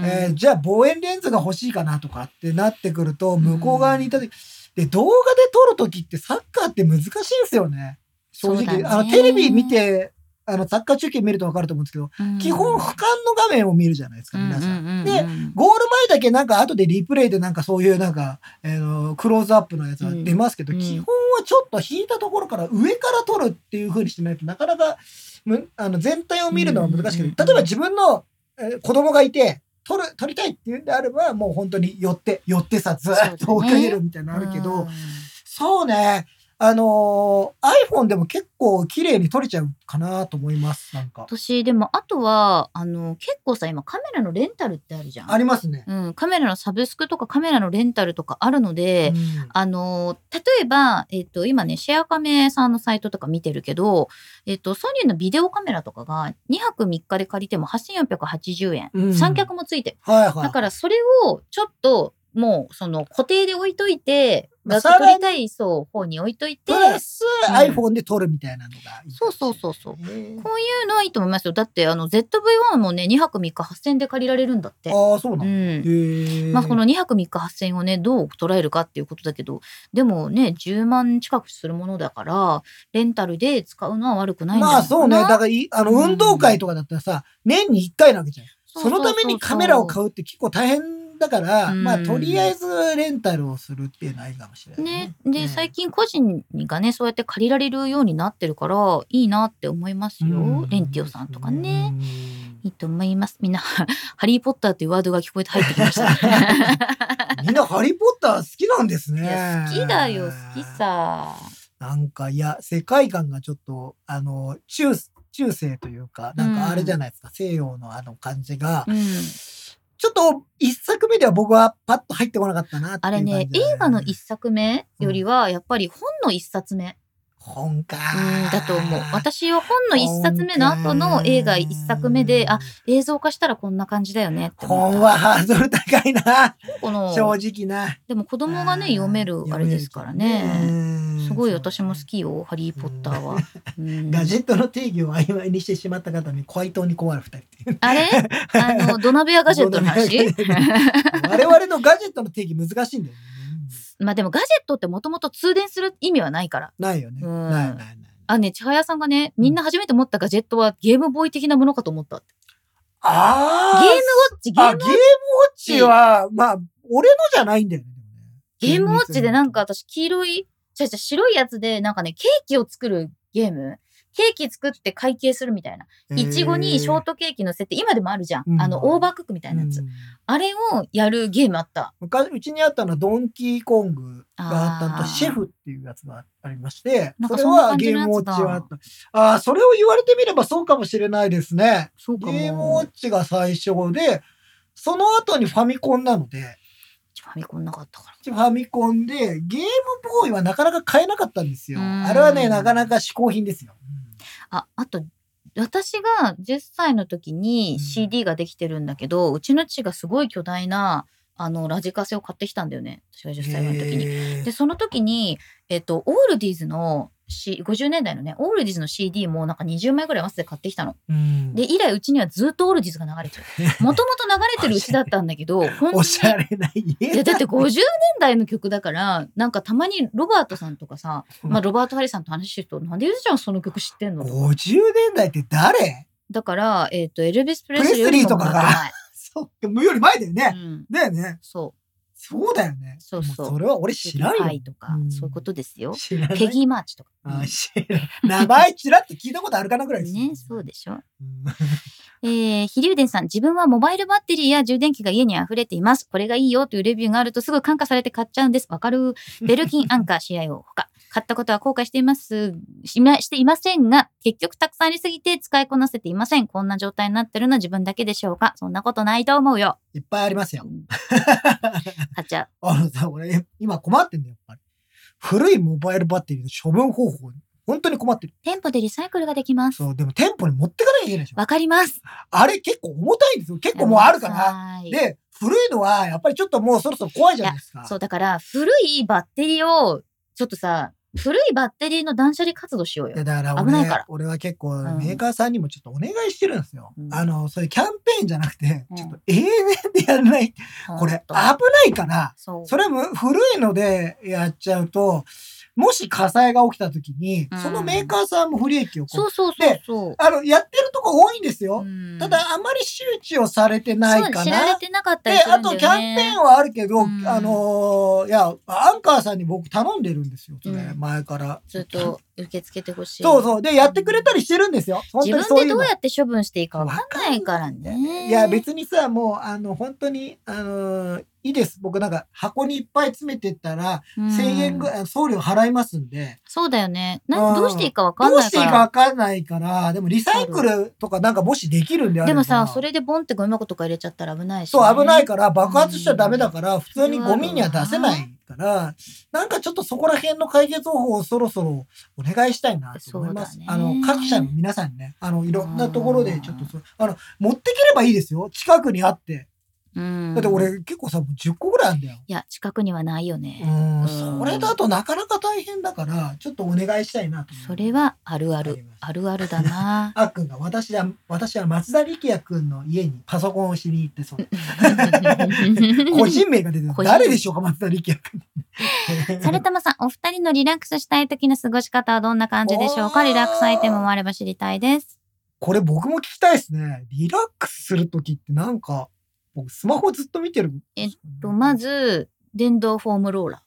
Speaker 2: えーじゃあ望遠レンズが欲しいかなとかってなってくると、向こう側にいた時、で、動画で撮る時ってサッカーって難しいんですよね。正
Speaker 3: そうだ
Speaker 2: 直。
Speaker 3: ね
Speaker 2: あの、テレビ見て、あの、サッカー中継見るとわかると思うんですけど、基本俯瞰の画面を見るじゃないですか、皆さん。でゴール前だけなんか後でリプレイでなんかそういうなんか、えーのクローズアップのやつが出ますけど、
Speaker 3: うん
Speaker 2: 基本はちょっと引いたところから上から撮るっていう風にしてないとなかなかむあの全体を見るのは難しくて、
Speaker 3: うん
Speaker 2: 例えば自分の、えー子供がいて撮る撮りたいっていうんであればもう本当に寄って寄ってさずーっと追いかけるみたいなのあるけど、そうねあのー iPhone でも結構綺麗に撮れちゃうかなと思いますなんか。
Speaker 3: 私でもあとはあの結構さ今カメラのレンタルってあるじゃん
Speaker 2: ありますね。
Speaker 3: うん、カメラのサブスクとかカメラのレンタルとかあるので、
Speaker 2: うん
Speaker 3: あの例えば、えっと今ねシェアカメさんのサイトとか見てるけど、えっとソニーのビデオカメラとかが2泊3日で借りても8480円、
Speaker 2: うん
Speaker 3: 三脚もついてる
Speaker 2: はいはい。
Speaker 3: だからそれをちょっともうその固定で置いといて
Speaker 2: まあ
Speaker 3: 撮りたいそう方に置いとい
Speaker 2: プ
Speaker 3: て
Speaker 2: ラス
Speaker 3: うん
Speaker 2: iPhone で撮るみたいなのがいいかもしれないね、
Speaker 3: そうそうそうそう
Speaker 2: う
Speaker 3: こういうのはいいと思いますよだってあの ZV-1 もね2泊3日8000円で借りられるんだって。
Speaker 2: ああそう
Speaker 3: う
Speaker 2: なんだ、
Speaker 3: ん、
Speaker 2: へえ
Speaker 3: まあ、この2泊3日8000円をねどう捉えるかっていうことだけどでもね10万近くするものだからレンタルで使うのは悪くないんじゃ
Speaker 2: ま
Speaker 3: な
Speaker 2: あ
Speaker 3: い
Speaker 2: そ
Speaker 3: か
Speaker 2: うね
Speaker 3: な
Speaker 2: だからいあの
Speaker 3: うん
Speaker 2: 運動会とかだったらさ、年に1回なわけじゃん
Speaker 3: そう
Speaker 2: そ
Speaker 3: そ
Speaker 2: う
Speaker 3: そう
Speaker 2: のためにカメラを買うって結構大変だから、
Speaker 3: うん
Speaker 2: まあとりあえずレンタルをするっていうのはいいかもしれない
Speaker 3: ね
Speaker 2: ね、
Speaker 3: で、最近個人がねそうやって借りられるようになってるからいいなって思いますよ、レンティオさんとかね、いいと思いますみんな「 ハリー・ポッター」というワードが聞こえて入ってき ましたね
Speaker 2: うんみんなハリーポッター好きなんですね
Speaker 3: いや好きだよ好きさ
Speaker 2: なんか、いや、世界観がちょっと、あの、中、中世というか、なん
Speaker 3: うん
Speaker 2: かあれじゃないですか、西洋のあの感じが、
Speaker 3: うん
Speaker 2: ちょっと一作目では僕はパッと入ってこなかったなっていう
Speaker 3: あ
Speaker 2: 感
Speaker 3: れ
Speaker 2: じだ
Speaker 3: ね映画の一作目よりはやっぱり本の一冊目
Speaker 2: 本か
Speaker 3: うん。だと思う。私は本の一冊目の後の映画一作目で、あ、、映像化したらこんな感じだよねって思っ
Speaker 2: 本
Speaker 3: た。
Speaker 2: はハードル高いな、
Speaker 3: こ
Speaker 2: 正
Speaker 3: の、
Speaker 2: 直な。
Speaker 3: でも子供がね、
Speaker 2: うん
Speaker 3: 読めるあれですからね。すごい私
Speaker 2: 読めるけどね
Speaker 3: も好。きよ、ハリー・ポッター は。うん
Speaker 2: うんガジェットの定義を曖昧にしてしまった方に、恋党に困る二人っていう。
Speaker 3: あれあ の、ドナベアガジェットの話
Speaker 2: 我々のガジェットの定義難しいんだよね。
Speaker 3: まあでもガジェットってもともと通電する意味はないから。
Speaker 2: ないよね。
Speaker 3: うん
Speaker 2: ないないない。
Speaker 3: あ、ね、千早さんがね、みんな初めて持ったガジェットはゲームボーイ的なものかと思ったって。
Speaker 2: あ
Speaker 3: ゲ
Speaker 2: ー
Speaker 3: ームウォッチ、ゲー
Speaker 2: あ、
Speaker 3: ム
Speaker 2: ゲームウォッチは、まあ、俺のじゃないんだよね。
Speaker 3: ゲームウォッチでなんか私黄色い、違う違う白いやつでなんかね、ケーキを作るゲーム。ケーキ作って会計するみたいな。いちごにショートケーキ乗せて、今でもあるじゃん。
Speaker 2: うん
Speaker 3: あの、オーバークックみた
Speaker 2: み
Speaker 3: いなやつ。あれをやるゲームあった。
Speaker 2: 昔、うちにあったのはドンキーコングがあったの
Speaker 3: あー
Speaker 2: と、シェフっていうやつがありまして
Speaker 3: なん、か
Speaker 2: それ
Speaker 3: そんな
Speaker 2: は
Speaker 3: 感じ
Speaker 2: ゲ
Speaker 3: の
Speaker 2: ー
Speaker 3: やつだ
Speaker 2: ムウォッチはあった。ああ、それを言われてみればそうかもしれないですね。
Speaker 3: そう
Speaker 2: ゲ
Speaker 3: かも。
Speaker 2: ームウォッチが最初で、その後にファミコンなので、
Speaker 3: ファミコンなかったから。
Speaker 2: ファミコンで、ゲームボーイはなかなか買えなかったんですよ。
Speaker 3: うん
Speaker 2: あれはね、なかなか嗜好品ですよ。
Speaker 3: あ、あと、私が10歳の時
Speaker 2: うん
Speaker 3: に CD ができてるんだけど、うちの父がすごい巨大な、あの、ラジカセを買ってきたんだよね。私が10歳の時に。
Speaker 2: へー
Speaker 3: でその時に、えっとオールディーズの、C、50年代のねオールディーズの CD もなんか20枚ぐらい合わせて買ってきたの。
Speaker 2: うん
Speaker 3: で以来うちにはずっとオールディーズが流 れてる。もともと流れてるうちだったんだけど本当
Speaker 2: お
Speaker 3: に
Speaker 2: しゃれな家
Speaker 3: いやだって50年代の曲だからなんかたまにロバートさんとかさ、
Speaker 2: うん
Speaker 3: まあ、ロバート・ハリさんと話してると「なんでゆずちゃんその曲知ってんの?」
Speaker 2: 50年代って誰
Speaker 3: だから、えっとエルビス・プレスリー
Speaker 2: プレスリーとかが
Speaker 3: よりも前
Speaker 2: そう無より前だよね、
Speaker 3: うん、
Speaker 2: だよね
Speaker 3: そ
Speaker 2: そうだよね
Speaker 3: そうそう
Speaker 2: もそれは俺
Speaker 3: う
Speaker 2: 知らんよ
Speaker 3: パイとか、
Speaker 2: うん
Speaker 3: そういうことですよ。
Speaker 2: 知らない
Speaker 3: ペギー・マーチとか。
Speaker 2: あ知らん名前ちらっと聞いたことあるかなぐらいです
Speaker 3: ねそうでしょ。
Speaker 2: うん
Speaker 3: えー、飛龍伝さん、自分はモバイルバッテリーや充電器が家に溢れています。これがいいよというレビューがあるとすぐ感化されて買っちゃうんです。わ かる。ベルキンアンカー試合を他。買ったことは後悔しています。しましていませんが、結局たくさんありすぎて使いこなせていません。こんな状態になってるのは自分だけでしょうか。そんなことないと思うよ。
Speaker 2: いっぱいありますよ
Speaker 3: 買っちゃ
Speaker 2: あのさ俺今困ってんだよやっぱり古いモバイルバッテリーの処分方法に本当に困ってる
Speaker 3: う。店舗でリサイクルができます。
Speaker 2: そうでも店舗に持ってかなきゃいけないでしょ
Speaker 3: わかります。
Speaker 2: あれ結構重たいんですよ結構もうあるから
Speaker 3: はい
Speaker 2: で古いのは、やっぱりちょっともうそろそろ怖いじゃないですか。
Speaker 3: そう、だから、古いバッテリーを、ちょっとさ、古いバッテリーの断捨離活動しようよ
Speaker 2: いや。だから
Speaker 3: 危ない
Speaker 2: 俺
Speaker 3: から
Speaker 2: 俺は結構
Speaker 3: ん
Speaker 2: メーカーさんにもちょっとお願いしてるんですよ。
Speaker 3: うん
Speaker 2: あの、そういうキャンペーンじゃなくて
Speaker 3: う、ん
Speaker 2: ちょっと永年でやらない。これ危
Speaker 3: あ
Speaker 2: ないから、
Speaker 3: そう。
Speaker 2: それはむ古いのでやっちゃうと、もし火災が起きた時に
Speaker 3: うん、
Speaker 2: そのメーカーさんも不利益をこう
Speaker 3: そうそうそうそう。
Speaker 2: あの、やってるとこ多いんですよ。
Speaker 3: うん
Speaker 2: た、だ、あまり周知をされてない
Speaker 3: そう
Speaker 2: か
Speaker 3: 知られ
Speaker 2: な。
Speaker 3: てなかった
Speaker 2: で、
Speaker 3: りする
Speaker 2: あ
Speaker 3: んだよ
Speaker 2: と
Speaker 3: ね。
Speaker 2: キャンペーンはあるけど、
Speaker 3: うん
Speaker 2: あのーいや、アンカーさんに僕頼んでるんですよ、それ
Speaker 3: うん
Speaker 2: 前から。
Speaker 3: ずっと受け付けてほし い。
Speaker 2: そうそう。で、やってくれたりしてるんですよ。本
Speaker 3: 自
Speaker 2: 当にそう
Speaker 3: 分
Speaker 2: いう
Speaker 3: でど
Speaker 2: の
Speaker 3: う。やって処分していいかわかんないからね。
Speaker 2: いや、別にさ、もう、あの、本当に、あのーいいです。僕なんか、箱にいっぱい詰めてったら、
Speaker 3: うん
Speaker 2: 1000円ぐらい、送料払いますんで、
Speaker 3: そうだよね。
Speaker 2: う
Speaker 3: なんどうしていいかわかん
Speaker 2: どう
Speaker 3: ない
Speaker 2: してい
Speaker 3: か
Speaker 2: い
Speaker 3: ら。
Speaker 2: かわかんないから、でもリサイクルとかなんかもしできるんであれば。
Speaker 3: でもさ、それでボンってゴミ箱とか入れちゃったら危ないし、ね。
Speaker 2: そう、危ないから爆発しちゃダメだから、普通にゴミには出せな
Speaker 3: う
Speaker 2: いから、なんかちょっとそこら辺の解決方法をそろそろお願いしたいなと思いま
Speaker 3: そ
Speaker 2: す。
Speaker 3: うだね
Speaker 2: あの、各社の皆さんにね、あの、いろんなところでちょっとそう、あの、持ってければいいですよ。近くにあって。
Speaker 3: うん。
Speaker 2: だって俺結構さ、もう10個ぐらいあんだよ。
Speaker 3: いや、近くにはないよ
Speaker 2: う
Speaker 3: ね。
Speaker 2: ん、
Speaker 3: うん
Speaker 2: それだとなかなか大変だから、ちょっとお願いしたいなと思います。
Speaker 3: それはある
Speaker 2: わ
Speaker 3: あ
Speaker 2: か
Speaker 3: る
Speaker 2: りま。した。
Speaker 3: あるあるだな
Speaker 2: あっくんが私は、私は松田力也くんの家にパソコンをしに行って、そう。 個人名が出てる
Speaker 3: 個。人
Speaker 2: 誰でしょうか、松田力也く ん。
Speaker 3: されたまさん、お二人のリラックスしたい時の過ごし方はどんな感じでしょうか
Speaker 2: おー
Speaker 3: リラックスアイテムもあれば知りたいです。
Speaker 2: これ僕も聞きたいですね。リラックスするときってなんか、僕スマホずっと見てる。
Speaker 3: えっと、ま。ず、電動フォームローラ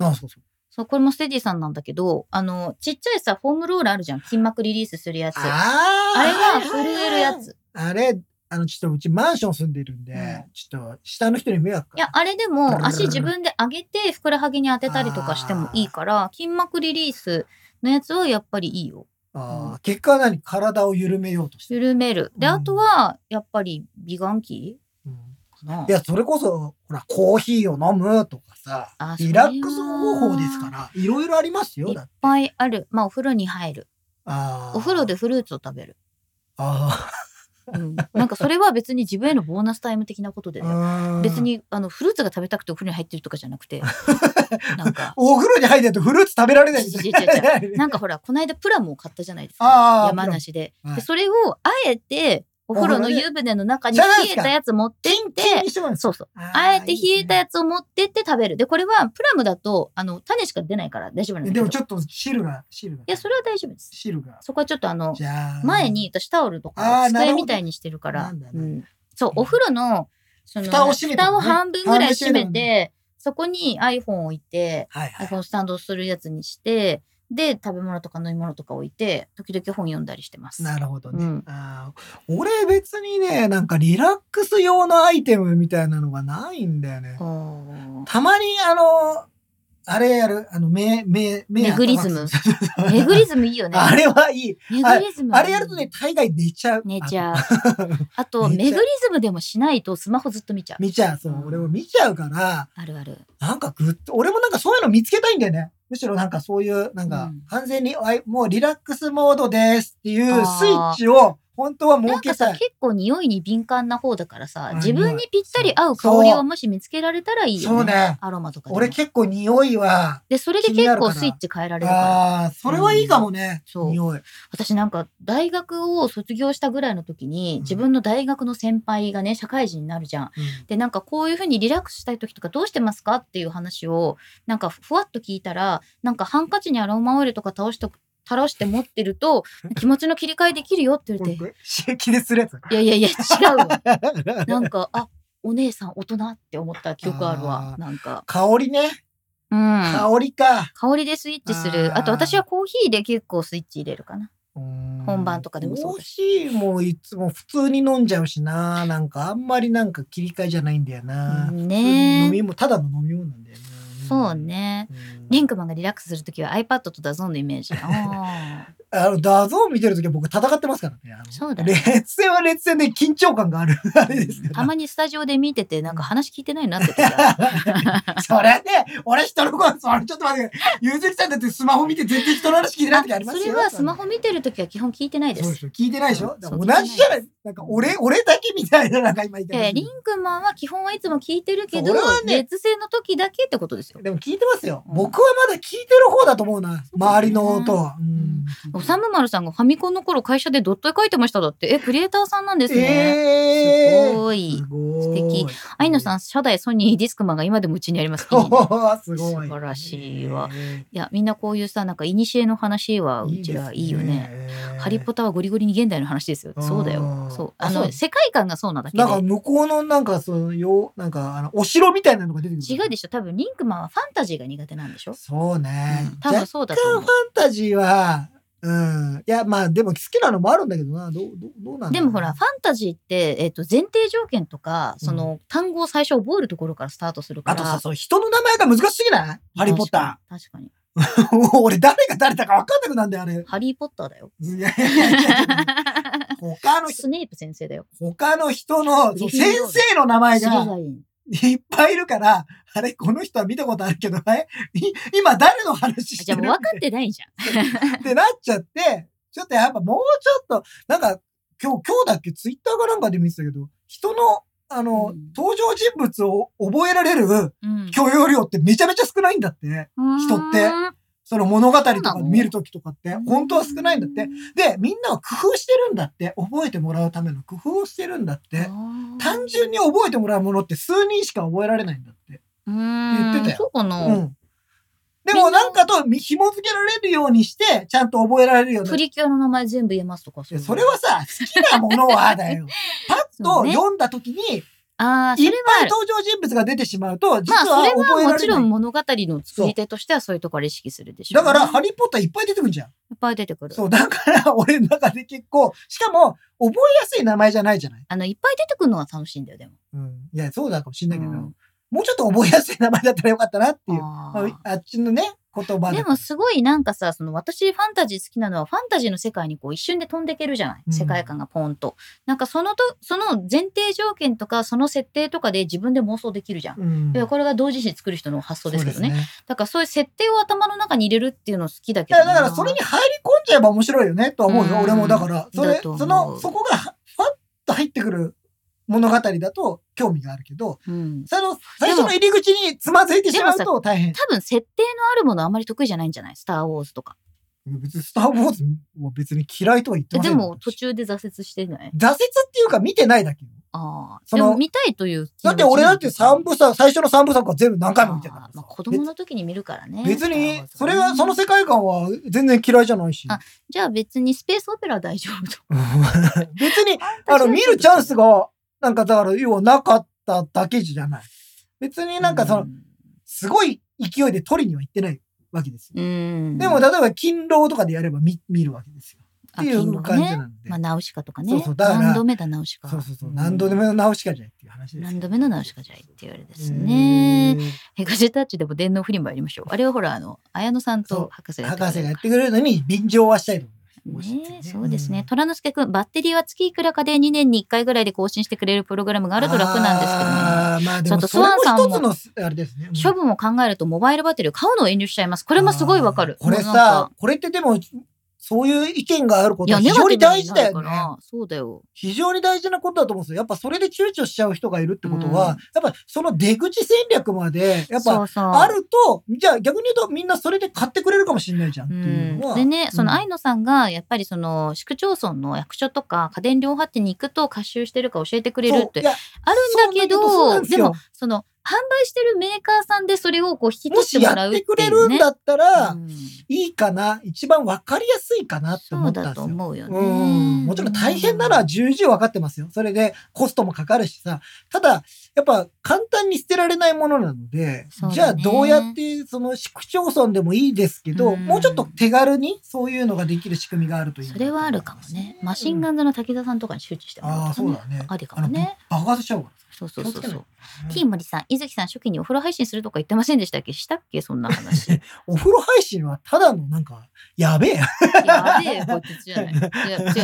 Speaker 3: ー。
Speaker 2: あ、そうそう。
Speaker 3: そう、これもステディさんなんだけど、あの、ちっちゃいさ、フォームローラーあるじゃん。筋膜リリースするやつ。あ
Speaker 2: あ
Speaker 3: れが震えるや。つ。
Speaker 2: あれ、あの、ちょっとうちマンション住んでるんで、
Speaker 3: うん
Speaker 2: ちょっと下の人に迷惑か。
Speaker 3: いや、あれで
Speaker 2: ブルブル
Speaker 3: も
Speaker 2: ブル
Speaker 3: 足自分で上げて、ふくらはぎに当てたりとかしてもいいから、筋膜リリースのやつはやっぱりいいよ。
Speaker 2: あー結果は何体を緩めようとしてる。
Speaker 3: 緩める。で、
Speaker 2: うん
Speaker 3: あとは、やっぱり美顔器
Speaker 2: うん
Speaker 3: かない
Speaker 2: や、それこそ、ほら、コーヒーを飲むとかさ
Speaker 3: あ、
Speaker 2: リラックス方法ですから、いろいろありますよ。
Speaker 3: いっ
Speaker 2: だって
Speaker 3: ぱいある。まあ、お風呂に入る。
Speaker 2: あー
Speaker 3: お風呂で。フルーツを食べる。
Speaker 2: あ
Speaker 3: うん、なんかそれは別に自分へのボーナスタイム的なことで、ね、
Speaker 2: あ。
Speaker 3: 別。にあのフルーツが食べたくてお風呂に入ってるとかじゃなく てなんか
Speaker 2: お風呂に入ってるとフルーツ食べられないみたい
Speaker 3: 違う違う
Speaker 2: な。
Speaker 3: なんかほらこの間プラムを買ったじゃないです
Speaker 2: あ
Speaker 3: か
Speaker 2: ー
Speaker 3: 山梨で,、
Speaker 2: プラムはい
Speaker 3: でそれをあえてお風呂の
Speaker 2: お風呂で
Speaker 3: 湯船の中に
Speaker 2: じ
Speaker 3: 冷
Speaker 2: ゃないで
Speaker 3: え
Speaker 2: すか
Speaker 3: たやつ持ってっ
Speaker 2: キンキン
Speaker 3: て
Speaker 2: にしてもらうんです
Speaker 3: そうそう
Speaker 2: あー
Speaker 3: あえて冷えた
Speaker 2: いい
Speaker 3: やつを持ってって食べるでこれはプラムだとあの種しか出ないから大丈夫なん
Speaker 2: ですね
Speaker 3: だけ
Speaker 2: で
Speaker 3: ど
Speaker 2: もちょっと汁が、汁が。
Speaker 3: いやそれは大丈夫です
Speaker 2: 汁が。
Speaker 3: そこはちょっとあの
Speaker 2: じゃあ。
Speaker 3: 前に私タオルとか
Speaker 2: あーなる
Speaker 3: 机
Speaker 2: ほど
Speaker 3: みたいにしてるから
Speaker 2: なんだ、
Speaker 3: う
Speaker 2: なん
Speaker 3: んそうお風呂のその
Speaker 2: 蓋を閉めてね
Speaker 3: 蓋を半分ぐらい閉め
Speaker 2: 半分閉め
Speaker 3: てそこに iPhone を置いて
Speaker 2: はいはい。
Speaker 3: iPhone スタンドをするやつにしてで食べ物とか飲み物とか置いて時々本読んだりしてます。
Speaker 2: なるほどね。
Speaker 3: うん
Speaker 2: あー俺別にね、なんかリラックス用のアイテムみたいなのがないんだよね。
Speaker 3: おー
Speaker 2: たまにあの、あれやる、あの、目、目、目。
Speaker 3: メグリズ
Speaker 2: 頭
Speaker 3: ム
Speaker 2: くす
Speaker 3: メグリズムいいよ ね。
Speaker 2: あれはいい。
Speaker 3: メグリズム
Speaker 2: あれやるとね、大概 寝ちゃう。
Speaker 3: 寝ちゃう
Speaker 2: う。。
Speaker 3: あと、
Speaker 2: 寝ちゃう
Speaker 3: メグリズムでもしないとスマホずっと見ちゃう。
Speaker 2: 見ちゃう。そう、俺も見ちゃうから、
Speaker 3: あるある。
Speaker 2: なんかグッと、俺もなんかそういうの見つけたいんだよね。むしろなんかそういう、なん
Speaker 3: う
Speaker 2: か
Speaker 3: ん
Speaker 2: 完全に、あいもうリラックスモードですっていうスイ
Speaker 3: あー
Speaker 2: ッチを本当は
Speaker 3: な
Speaker 2: 設
Speaker 3: んか
Speaker 2: け
Speaker 3: さ
Speaker 2: たい。
Speaker 3: 結構匂いに敏感な方だからさ
Speaker 2: あ
Speaker 3: 自分にぴったり合う香りをもし見つけられたらいい
Speaker 2: そ
Speaker 3: よ
Speaker 2: う
Speaker 3: ね。
Speaker 2: ね。
Speaker 3: アロマとかでも
Speaker 2: 俺結構匂いは、
Speaker 3: でそれで
Speaker 2: 気にな
Speaker 3: 結
Speaker 2: るか
Speaker 3: 構
Speaker 2: ら
Speaker 3: スイッチ変えられるから
Speaker 2: ああ、それはいいかもね。
Speaker 3: そう
Speaker 2: 匂い。
Speaker 3: 私なんか大学を卒業したぐらいの時に
Speaker 2: うん
Speaker 3: 自分の大学の先輩がね社会人になるじゃん。でなんかこういうふうにリラックスしたい時とかどうしてますかっていう話をなんかふわっと聞いたらなんかハンカチにアロマオイルとか倒しと垂らして持って ると気持ちの切り替えできるよって言
Speaker 2: こ
Speaker 3: わ
Speaker 2: れ
Speaker 3: れ
Speaker 2: こ
Speaker 3: て
Speaker 2: れ刺激でするやつ。
Speaker 3: いやいやいや違うわ なんかあお姉さん大人って思った記憶あるわ
Speaker 2: あー
Speaker 3: なんか
Speaker 2: 香りね。
Speaker 3: うん
Speaker 2: 香りか。
Speaker 3: 香りでスイッチする
Speaker 2: あ
Speaker 3: あ
Speaker 2: ー
Speaker 3: と私はコーヒーで結構スイッチ入れるかな
Speaker 2: 本
Speaker 3: 本番とかでもそ
Speaker 2: コ
Speaker 3: う
Speaker 2: ー
Speaker 3: だ
Speaker 2: ヒーもいつも普通に飲んじゃうしな。なんかあんまりなんか切り替えじゃないんだよな。
Speaker 3: ねえ
Speaker 2: 飲み物、ただの飲み物なんだよね。
Speaker 3: そうね
Speaker 2: うん。
Speaker 3: リンクマンがリラックスするときは iPad とダゾーンのイメ ージ。あー
Speaker 2: あの、ダゾーン見てるときは僕戦ってますからね。あの
Speaker 3: そうだね
Speaker 2: 列戦は列戦で緊張感がある。あれですよ、
Speaker 3: たまにスタジオで見てて、なんか話聞いてないなって時は。
Speaker 2: それね、俺人の声、それちょっと待って、ゆずきさんだってスマホ見て全然人の話聞いてない時あり
Speaker 3: そ
Speaker 2: ますよ。
Speaker 3: れはスマホ見てるときは基本聞いてないで。
Speaker 2: そうですすよ聞いてないでしょ、
Speaker 3: うん
Speaker 2: だから同じじゃないなんか俺、俺だけみたいな、なんか今言って
Speaker 3: いやいやリンクマンは基本はいつも聞いてるけど、
Speaker 2: そう俺はね
Speaker 3: 絶世の時だけってことですよ。
Speaker 2: でも聞いてますよ。僕はまだ聞いてる方だと思うな。周りの音は。うん
Speaker 3: おさむまるさんがファミコンの頃会社でドット絵描いてましただって。え、クリエイターさんなんですね。
Speaker 2: えー
Speaker 3: すごい
Speaker 2: す。ごい。
Speaker 3: 素敵。愛野さん、初代ソニーディスクマンが今でもうちにあ ります。いいねい
Speaker 2: おーすごい。
Speaker 3: 素晴らしいわ
Speaker 2: えー。
Speaker 3: や、みんなこういうさ、なんか、いにしえの話は、うちらいいよね。
Speaker 2: ですね
Speaker 3: ハリポタはゴリゴリに現代の話ですよ。そうだよ。そう。あ
Speaker 2: そ
Speaker 3: の、
Speaker 2: う
Speaker 3: 世界観がそうなだけで
Speaker 2: なん。か向こうのなんかそのよなんかあのお城みたいなのが出てくる。
Speaker 3: 違うでしょ多分リンクマンはファンタジーが苦手なんでしょ、
Speaker 2: そうね。
Speaker 3: うん多
Speaker 2: 若干
Speaker 3: 分
Speaker 2: フ
Speaker 3: そうだと
Speaker 2: ァン
Speaker 3: 思
Speaker 2: タジーはうんいやまあでも好きなのもあるんだけどなどうどうどうなんだ
Speaker 3: うで
Speaker 2: ろう
Speaker 3: もほらファンタジーって、えっと前提条件とかその単語を最初覚えるところからスタートするか
Speaker 2: あ
Speaker 3: ら
Speaker 2: とさそう人の名前が難しすぎない？ハリーポッタ
Speaker 3: ー確かに確か
Speaker 2: ー。もう 俺誰が誰だか分かんなくなんだよあれ。
Speaker 3: にハリー・ポッターだよ
Speaker 2: いやいやいやい や他の人
Speaker 3: スネープ先生だよ
Speaker 2: 他の人の
Speaker 3: グ
Speaker 2: そう
Speaker 3: リフィン
Speaker 2: 先
Speaker 3: ドール
Speaker 2: 生の名前
Speaker 3: スリ
Speaker 2: が
Speaker 3: ザリン
Speaker 2: いっぱいいるから、あれ、この人は見たことあるけど、え、い今誰の話し
Speaker 3: じ
Speaker 2: て
Speaker 3: ゃあ
Speaker 2: る
Speaker 3: もう分かってないじゃ ん
Speaker 2: ってなっちゃって、ちょっとやっぱもうちょっと、なんか、今日、今日だっけ、ツイッターかなんかで見てたけど、人の、あの、
Speaker 3: うん
Speaker 2: 登場人物を覚えられる
Speaker 3: うん
Speaker 2: 許容量ってめちゃめちゃ少ないんだって。人ってその物語とか見るときとかって、本当は少ないんだって。で、みんなは工夫してるんだって。覚えてもらうための工夫をしてるんだって。単純に覚えてもらうものって数人しか覚えられないんだって。
Speaker 3: 言
Speaker 2: 言ってたよ
Speaker 3: そうかな、
Speaker 2: うん。でもなんかとみ紐付けられるようにして、ちゃんと覚えられるように
Speaker 3: プ
Speaker 2: なる。
Speaker 3: リキュアの名前全部言えますとか
Speaker 2: いやそれはさ、好きなものはだ よ。パッ
Speaker 3: そ
Speaker 2: と
Speaker 3: うね
Speaker 2: 読んだ時に、いっ
Speaker 3: ああ
Speaker 2: ぱ
Speaker 3: そ
Speaker 2: い
Speaker 3: れはある
Speaker 2: 登場人物が出てしまうと、実
Speaker 3: まあそ
Speaker 2: は
Speaker 3: れ
Speaker 2: 覚え
Speaker 3: は
Speaker 2: ら
Speaker 3: も
Speaker 2: れ
Speaker 3: ち
Speaker 2: な
Speaker 3: ろ
Speaker 2: い。
Speaker 3: ん物語の作り手としてはそういうところから意識するでし
Speaker 2: だ
Speaker 3: ょうね、
Speaker 2: から、
Speaker 3: い
Speaker 2: ハリーポッターいっぱい出てくるじゃん。
Speaker 3: っぱい出てくる
Speaker 2: そう、だから、俺の中で結構、しかも、覚えやすい名前じゃないじゃない。
Speaker 3: あのいっぱい出てくるのは楽しいんだよでも、
Speaker 2: うん。いや、そうだかもしんな
Speaker 3: う
Speaker 2: いけど、
Speaker 3: ん
Speaker 2: もうちょっと覚えやすい名前だったらよかったなっていう。
Speaker 3: あ
Speaker 2: ま
Speaker 3: ー
Speaker 2: あ、あっちのね、言葉だから
Speaker 3: でもすごいなんかさその私ファンタジー好きなのはファンタジーの世界にこう一瞬で飛んでいけるじゃない、
Speaker 2: うん
Speaker 3: 世界観がポンとなんかそのとその前提条件とかその設定とかで自分で妄想できるじゃん、
Speaker 2: うん
Speaker 3: いやこれが同時誌作る人の発想ですけどね
Speaker 2: そう
Speaker 3: だからそういう設定を頭の中に入れるっていうの好きだ
Speaker 2: い
Speaker 3: けど
Speaker 2: や
Speaker 3: な
Speaker 2: だからそれに入り込んじゃえば面白いよねとは思うよ、
Speaker 3: うん
Speaker 2: 俺もだからそれ
Speaker 3: だと思う
Speaker 2: そのそこがファッと入ってくる物語だと興味があるけど
Speaker 3: うん
Speaker 2: その最初の入り口につまずいてしまう
Speaker 3: で
Speaker 2: と大変
Speaker 3: 多分設定のあるものあんまり得意じゃないんじゃないスター・ウォーズとか
Speaker 2: 別に「スター・ウォーズ」も別に嫌いとは言ってませ
Speaker 3: で
Speaker 2: んよ
Speaker 3: も途中で挫折してない
Speaker 2: 挫折っていうか見てないだけよ
Speaker 3: ああ
Speaker 2: そ
Speaker 3: で
Speaker 2: の
Speaker 3: も見たいという気
Speaker 2: だ
Speaker 3: 持ち
Speaker 2: って俺だって三部作最初の3部作は全部何回も見てるから
Speaker 3: あ
Speaker 2: さ
Speaker 3: ーまあ子供の時に見るからね
Speaker 2: 別
Speaker 3: スターウォ
Speaker 2: に
Speaker 3: ーズ
Speaker 2: それはその世界観は全然嫌いじゃないし
Speaker 3: あじゃあ別にスペースオペラは大丈夫と
Speaker 2: 別に あの、見るチャンスが、なんかだから、要はなかっただけじゃない。別になんかその、すごい勢いで取りには行ってないわけですよ。
Speaker 3: うん、うん、
Speaker 2: でも、例えば、勤労とかでやれば見見るわけですよ。
Speaker 3: あ
Speaker 2: っていう感じ
Speaker 3: 金のね
Speaker 2: なんで。
Speaker 3: まあ、ナウシカとかね
Speaker 2: そうそうだから
Speaker 3: 何度目だナウシカ
Speaker 2: そうそうそう。何度でもの直しかじゃないっていう話ですよ。
Speaker 3: 何度目のナウシカじゃいって言われです
Speaker 2: え
Speaker 3: ね
Speaker 2: ー。
Speaker 3: えガジェタッチでも電脳フリマやりましょうあれはほらあの綾野さん
Speaker 2: そう
Speaker 3: と博士がやってく
Speaker 2: 博士
Speaker 3: れる
Speaker 2: がやってくれるのに便乗はしたいと思います。
Speaker 3: ねえそうですね、
Speaker 2: うん
Speaker 3: 虎之助くんバッテリーは月いくらかで2年に1回ぐらいで更新してくれるプログラムがあると楽なんですけどね
Speaker 2: あーまあで
Speaker 3: ちょっ
Speaker 2: も
Speaker 3: と
Speaker 2: それ
Speaker 3: スワンさん
Speaker 2: も一つのあれですね。うん
Speaker 3: 処分を考えるとモバイルバッテリーを買うのを遠慮しちゃいます。これもすごいわかる。
Speaker 2: あーこれ
Speaker 3: もうなん
Speaker 2: さ
Speaker 3: か、、
Speaker 2: これってでも、そういう意見があるこ
Speaker 3: い
Speaker 2: とは
Speaker 3: や、
Speaker 2: 非
Speaker 3: ネ
Speaker 2: 常に
Speaker 3: ガティブ
Speaker 2: 大
Speaker 3: に
Speaker 2: 事
Speaker 3: な
Speaker 2: だ
Speaker 3: るか
Speaker 2: よね。
Speaker 3: ら、そうだよ。
Speaker 2: 非常に大事なことだと思うんですよ。やっぱそれで躊躇しちゃう人がいるってことは、
Speaker 3: うん
Speaker 2: やっぱその出口戦略まで、やっ
Speaker 3: そ
Speaker 2: ぱ
Speaker 3: うそう
Speaker 2: あると、じゃあ逆に言うとみんなそれで買ってくれるかもしれないじゃんって
Speaker 3: う
Speaker 2: いうのは。
Speaker 3: ん、でね、その
Speaker 2: うん
Speaker 3: 愛野さんがやっぱりその市区町村の役所とか家電量販店に行くと回収してるか教えてくれるっ
Speaker 2: そうい
Speaker 3: て
Speaker 2: や
Speaker 3: あるんだ
Speaker 2: そうなんだ
Speaker 3: けど
Speaker 2: けどそうなんで
Speaker 3: です
Speaker 2: よ
Speaker 3: もその販売してるメーカーさんでそれをこう引き
Speaker 2: も
Speaker 3: 取って
Speaker 2: し
Speaker 3: もら
Speaker 2: や
Speaker 3: う
Speaker 2: っ
Speaker 3: ってい
Speaker 2: て
Speaker 3: うね。
Speaker 2: くれるんだったら、
Speaker 3: うん
Speaker 2: いいかな、一番わかりやすいかなって
Speaker 3: そ
Speaker 2: 思
Speaker 3: う
Speaker 2: ったん
Speaker 3: だ
Speaker 2: です
Speaker 3: と
Speaker 2: よ。
Speaker 3: 思うよね。
Speaker 2: うん、もちろん大変なのは重々分かってますよ。それでコストもかかるしさ。ただ、やっぱ簡単に捨てられないものなので、
Speaker 3: そうだね
Speaker 2: じゃあどうやってその市区町村でもいいですけど、
Speaker 3: うん
Speaker 2: もうちょっと手軽にそういうのができる仕組みがあるといいな
Speaker 3: そ
Speaker 2: と
Speaker 3: れはあるかもね。マシンガ
Speaker 2: ン、
Speaker 3: ンズの滝沢さんとかに周知してもら
Speaker 2: ああ、
Speaker 3: うと
Speaker 2: そ
Speaker 3: か
Speaker 2: う
Speaker 3: ね。
Speaker 2: だね。
Speaker 3: ありかもね。
Speaker 2: あの。爆発しちゃうか
Speaker 3: そうそうそう
Speaker 2: 気をつけ
Speaker 3: そ
Speaker 2: な
Speaker 3: う
Speaker 2: い。らね
Speaker 3: T 森さん、伊月さん初期にお風呂配信するとか言ってませんでしたっけしたっけそんな話。
Speaker 2: お風呂配信はただのなんか、やべえ。
Speaker 3: やべえよ、こっちじゃない。いや違うラジ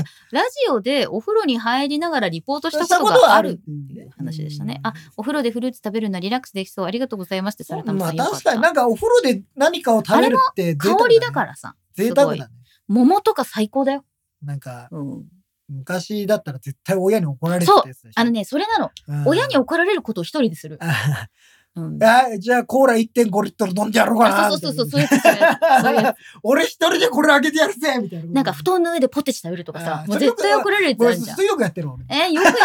Speaker 3: オでお風呂に入りながらリポートし
Speaker 2: したた
Speaker 3: こ
Speaker 2: ことと
Speaker 3: が
Speaker 2: は
Speaker 3: あ
Speaker 2: あ
Speaker 3: る
Speaker 2: る。
Speaker 3: 話でしたねあお風呂でフルーツ食べるのはリラックスできそう。ありがとうございますってされたの
Speaker 2: ま
Speaker 3: さ
Speaker 2: あ
Speaker 3: んよか
Speaker 2: 確
Speaker 3: っ
Speaker 2: かに
Speaker 3: た。
Speaker 2: なんかお風呂で何かを食べるって贅沢
Speaker 3: 香りだからさ、
Speaker 2: ね。贅沢
Speaker 3: すご
Speaker 2: だね。
Speaker 3: 桃とか最高だよ。
Speaker 2: なんか、
Speaker 3: うん。
Speaker 2: 昔だったら絶対親に怒られてたやつでしょ。
Speaker 3: あのね、それなの。
Speaker 2: うん
Speaker 3: 親に怒られることを一人でする。
Speaker 2: あ
Speaker 3: うん。
Speaker 2: あじゃあコーラ1.5リットル飲んでやろうかな
Speaker 3: あそうそうそうそう、そういう
Speaker 2: み
Speaker 3: やつ
Speaker 2: たいな
Speaker 3: そういうやつ
Speaker 2: 俺一人でこれあげてやるぜみたいな。
Speaker 3: なんか布団の上でポテチ食べるとかさ
Speaker 2: あ、ー
Speaker 3: もう絶対怒られるやつあ
Speaker 2: 俺
Speaker 3: るじゃん。
Speaker 2: 水曜日やってるわ俺。
Speaker 3: え、よくやる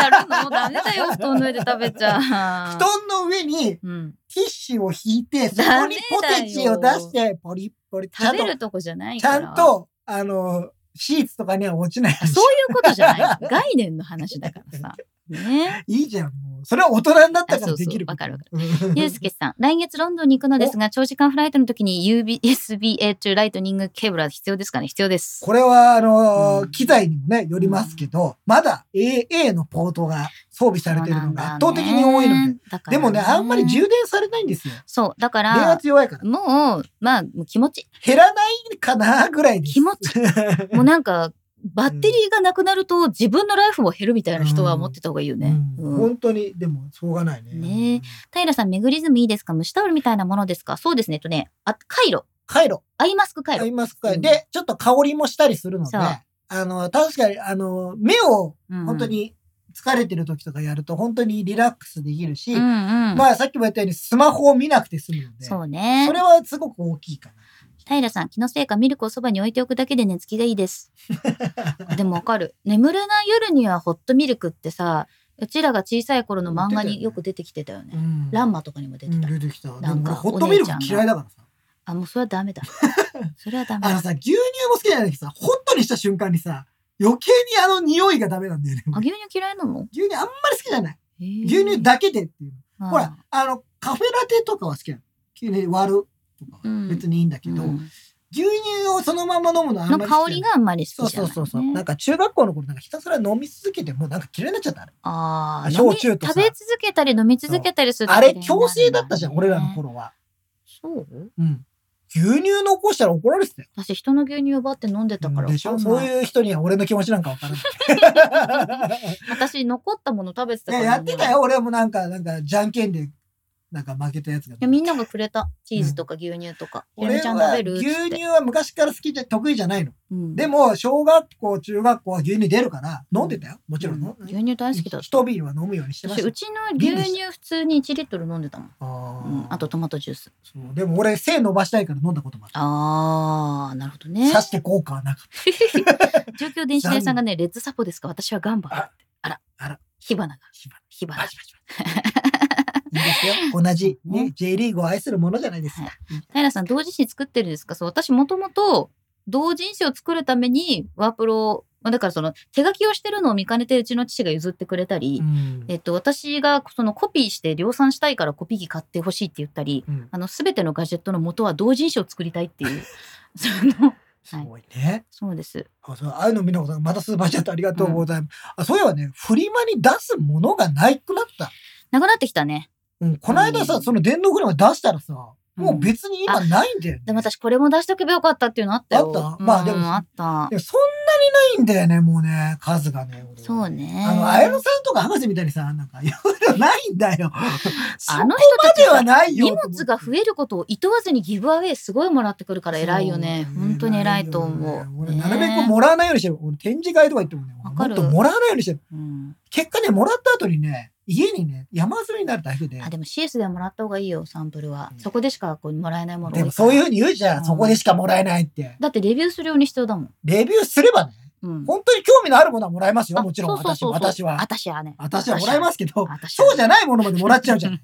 Speaker 3: のダメだよ、布団の上で食べちゃ う。
Speaker 2: 布団の上に
Speaker 3: うん。
Speaker 2: ティッシュを引いて、そこにポテチを出して、ポリッポリ。ちゃ
Speaker 3: 食
Speaker 2: ん
Speaker 3: べ
Speaker 2: と、
Speaker 3: るとこじゃない
Speaker 2: ち
Speaker 3: か
Speaker 2: ゃ
Speaker 3: ら。
Speaker 2: んと、あの、シーツとかには落ち ない。
Speaker 3: そういうことじゃない概念の話だからさ。 ね。
Speaker 2: いいじゃん、もう。それは大人になったか
Speaker 3: あそ
Speaker 2: ら
Speaker 3: うそう
Speaker 2: できること。
Speaker 3: わかるわか
Speaker 2: うん
Speaker 3: ゆうすけさん、来月ロンドンに行くのですが、長時間フライトの時に USBA 中ライトニングケーブルは必要ですかね必要です。
Speaker 2: これは、あのー
Speaker 3: うん
Speaker 2: 機材にもね、よりますけど、まだ AA のポートが装備されてるのが圧倒的に多いので。
Speaker 3: で。だか
Speaker 2: で
Speaker 3: らね
Speaker 2: もね、あんまり充電されないんですよ。
Speaker 3: そう、だか
Speaker 2: 電
Speaker 3: ら、
Speaker 2: 圧弱いから。
Speaker 3: もう、まあ、もう気持 ち。
Speaker 2: 減らないかなぐらいです。
Speaker 3: 気持ち。もうなんか、バッテリーがなくなると自分のライフも減るみたいな人は思ってた方がいいよね。
Speaker 2: う
Speaker 3: うん
Speaker 2: ん本当に、でも、しょうがないね。
Speaker 3: ね平さん、メグリズムいいですか蒸しタオルみたいなものですかそうですね。えっとね、あ、カイロ。
Speaker 2: カイロ。
Speaker 3: アイマスクカイ
Speaker 2: 合
Speaker 3: ロ。
Speaker 2: いますか、
Speaker 3: うん
Speaker 2: で、ちょっと香りもしたりするので、
Speaker 3: そう
Speaker 2: あの、確かに、あの、目を
Speaker 3: 本
Speaker 2: 本当。に疲れてる時とかやると、本当にリラックスできるし、
Speaker 3: うんうん。
Speaker 2: まあ、さっきも言ったように、スマホを見なくて済むので、
Speaker 3: そうね
Speaker 2: そ。れはすごく大きいかな。
Speaker 3: 平さん、気のせいかミルクをそばに置いておくだけで寝つきがい いです。でもわかる。眠れない夜にはホットミルクってさ、うちらが小さい頃の漫画によく出てきてたよね。ランマとかにも出てた。
Speaker 2: うん出てきた。で
Speaker 3: なん
Speaker 2: も
Speaker 3: か
Speaker 2: 俺ホットミルク
Speaker 3: お姉ちゃんが
Speaker 2: 嫌いだからさ。
Speaker 3: あ、もうそれはダ メだ。それはダメ
Speaker 2: あの
Speaker 3: だ。
Speaker 2: さ、牛乳も好きじゃないけどさ、ホットにした瞬間にさ、余計にあの匂いがダメなんだよね。
Speaker 3: あ、牛乳嫌いなの
Speaker 2: 牛乳あんまり好きじゃない。
Speaker 3: 牛
Speaker 2: 牛乳だけでっていう。
Speaker 3: ほ
Speaker 2: ほら、あの、カフェラテとかは好きなの。牛乳割るとかは別にいいんだけど、牛乳をそのまま飲むのはあんまり好きじゃ
Speaker 3: の
Speaker 2: ない
Speaker 3: 香りがあんまり
Speaker 2: そ
Speaker 3: 好
Speaker 2: う
Speaker 3: きじ
Speaker 2: そう
Speaker 3: ゃない、ね。
Speaker 2: そうそう、なんか中学校の頃なんかひたすら飲み続けてもうなんか嫌いになっちゃったあれ
Speaker 3: ああ、
Speaker 2: あ
Speaker 3: 飲み
Speaker 2: 焼酎とさ
Speaker 3: 食べ続けたり飲み続けたりすると
Speaker 2: あ
Speaker 3: 嫌い
Speaker 2: れ
Speaker 3: になるん
Speaker 2: 強制だったじゃん、
Speaker 3: ね
Speaker 2: 俺らの。頃は
Speaker 3: そう
Speaker 2: うん牛乳残したら怒られてたよ
Speaker 3: 私人の牛乳奪って飲んでたから
Speaker 2: でしょ
Speaker 3: わかん
Speaker 2: そう
Speaker 3: ない
Speaker 2: いう人には俺の気持ちなんかわからない
Speaker 3: 私残ったもの食べて
Speaker 2: い
Speaker 3: たか
Speaker 2: や
Speaker 3: ら。
Speaker 2: やってたよ。俺もなんかなんかじゃんけんでなんか負けたやつが
Speaker 3: いやみんながくれた。チーズとか牛乳とか。ひろ
Speaker 2: 俺
Speaker 3: みちゃん食
Speaker 2: は
Speaker 3: べる
Speaker 2: 牛
Speaker 3: つって
Speaker 2: 乳は昔から好きじゃ得意じゃないの、
Speaker 3: うん
Speaker 2: でも小学校中学校は牛乳出るから飲んでたよもちろん、
Speaker 3: うん牛乳大好きだった。
Speaker 2: 一瓶は飲むようにしてま
Speaker 3: 私
Speaker 2: し
Speaker 3: う
Speaker 2: た
Speaker 3: ちの牛乳普通に1リットル飲んでたもん。
Speaker 2: あ
Speaker 3: うん
Speaker 2: ー
Speaker 3: あとトマトジュース。
Speaker 2: そうでも俺背伸ばしたいから飲んだこともある
Speaker 3: ああ、なるほどね。
Speaker 2: 刺して効果はなかっ
Speaker 3: 中京電子台さんがね、レッツサポですか私はガンバだって。あら、
Speaker 2: あら
Speaker 3: 火花が。
Speaker 2: 火花
Speaker 3: 火
Speaker 2: た。
Speaker 3: 花。
Speaker 2: いいですよ。同じ、
Speaker 3: ね
Speaker 2: ね、J リーグを愛するものじゃないですか。
Speaker 3: 平さん、同人誌作ってるんですかそう、私もともと同人誌を作るためにワープロを、まあだからその手書きをしてるのを見かねてうちの父が譲ってくれたり、
Speaker 2: うん
Speaker 3: えっと、私がそのコピーして量産したいからコピー機買ってほしいって言ったり、
Speaker 2: うん
Speaker 3: あの、すべてのガジェットの元は同人誌を作りたいっ ていう、その、
Speaker 2: すごいね。
Speaker 3: そうです。
Speaker 2: あそうああいうの見たことないまたスーパーチャットありがとうございます。あそういえばね、フリマに出すものがないくなった。
Speaker 3: なくなってきたね。
Speaker 2: うん、この間さ、
Speaker 3: うん
Speaker 2: その電動フリマ出したらさ、もう別に今
Speaker 3: う
Speaker 2: ないんだよ、ね
Speaker 3: でも私これも出しとけばよかったっていうのあったよ。
Speaker 2: あったまあでも
Speaker 3: うんあった。
Speaker 2: でもそんなにないんだよね、もうね、数がね。俺
Speaker 3: そうね。
Speaker 2: あの、綾野さんとか博士みたいにさ、なんか、いろいろないんだよ。そ
Speaker 3: あ
Speaker 2: こ
Speaker 3: の人
Speaker 2: ま
Speaker 3: たち
Speaker 2: で
Speaker 3: は
Speaker 2: はないよ。
Speaker 3: 荷物が増えることを厭わずにギブアウェイすごいもらってくるから偉いよね。
Speaker 2: そう
Speaker 3: 本当に偉いと思う。
Speaker 2: 偉いよね俺、なるべく
Speaker 3: ね
Speaker 2: もらわないようにしてる。俺、展示会とか行ってもね、
Speaker 3: わ
Speaker 2: も
Speaker 3: か
Speaker 2: っ
Speaker 3: る
Speaker 2: ともらわないようにしてる。
Speaker 3: うん
Speaker 2: 結果ね、もらった後にね、家にね、山積みになるだけで
Speaker 3: あ。でも CS ではもらった方がいいよサンプルは、
Speaker 2: うん
Speaker 3: そこでしかこうもらえないもの多い
Speaker 2: で
Speaker 3: から
Speaker 2: もそういうふうに言うじゃ
Speaker 3: うん
Speaker 2: ん。そこでしかもらえないって。
Speaker 3: だってレビューするように必要だもん、
Speaker 2: レビューすればね、
Speaker 3: うん、
Speaker 2: 本当に興味のあるものはもらえますよ。
Speaker 3: あ
Speaker 2: もちろん、
Speaker 3: そうそう
Speaker 2: 私
Speaker 3: そう
Speaker 2: は。私は。
Speaker 3: 私はね
Speaker 2: 私はもらえますすけど、
Speaker 3: 私は
Speaker 2: そうじゃないものまでもらっちゃう じゃん。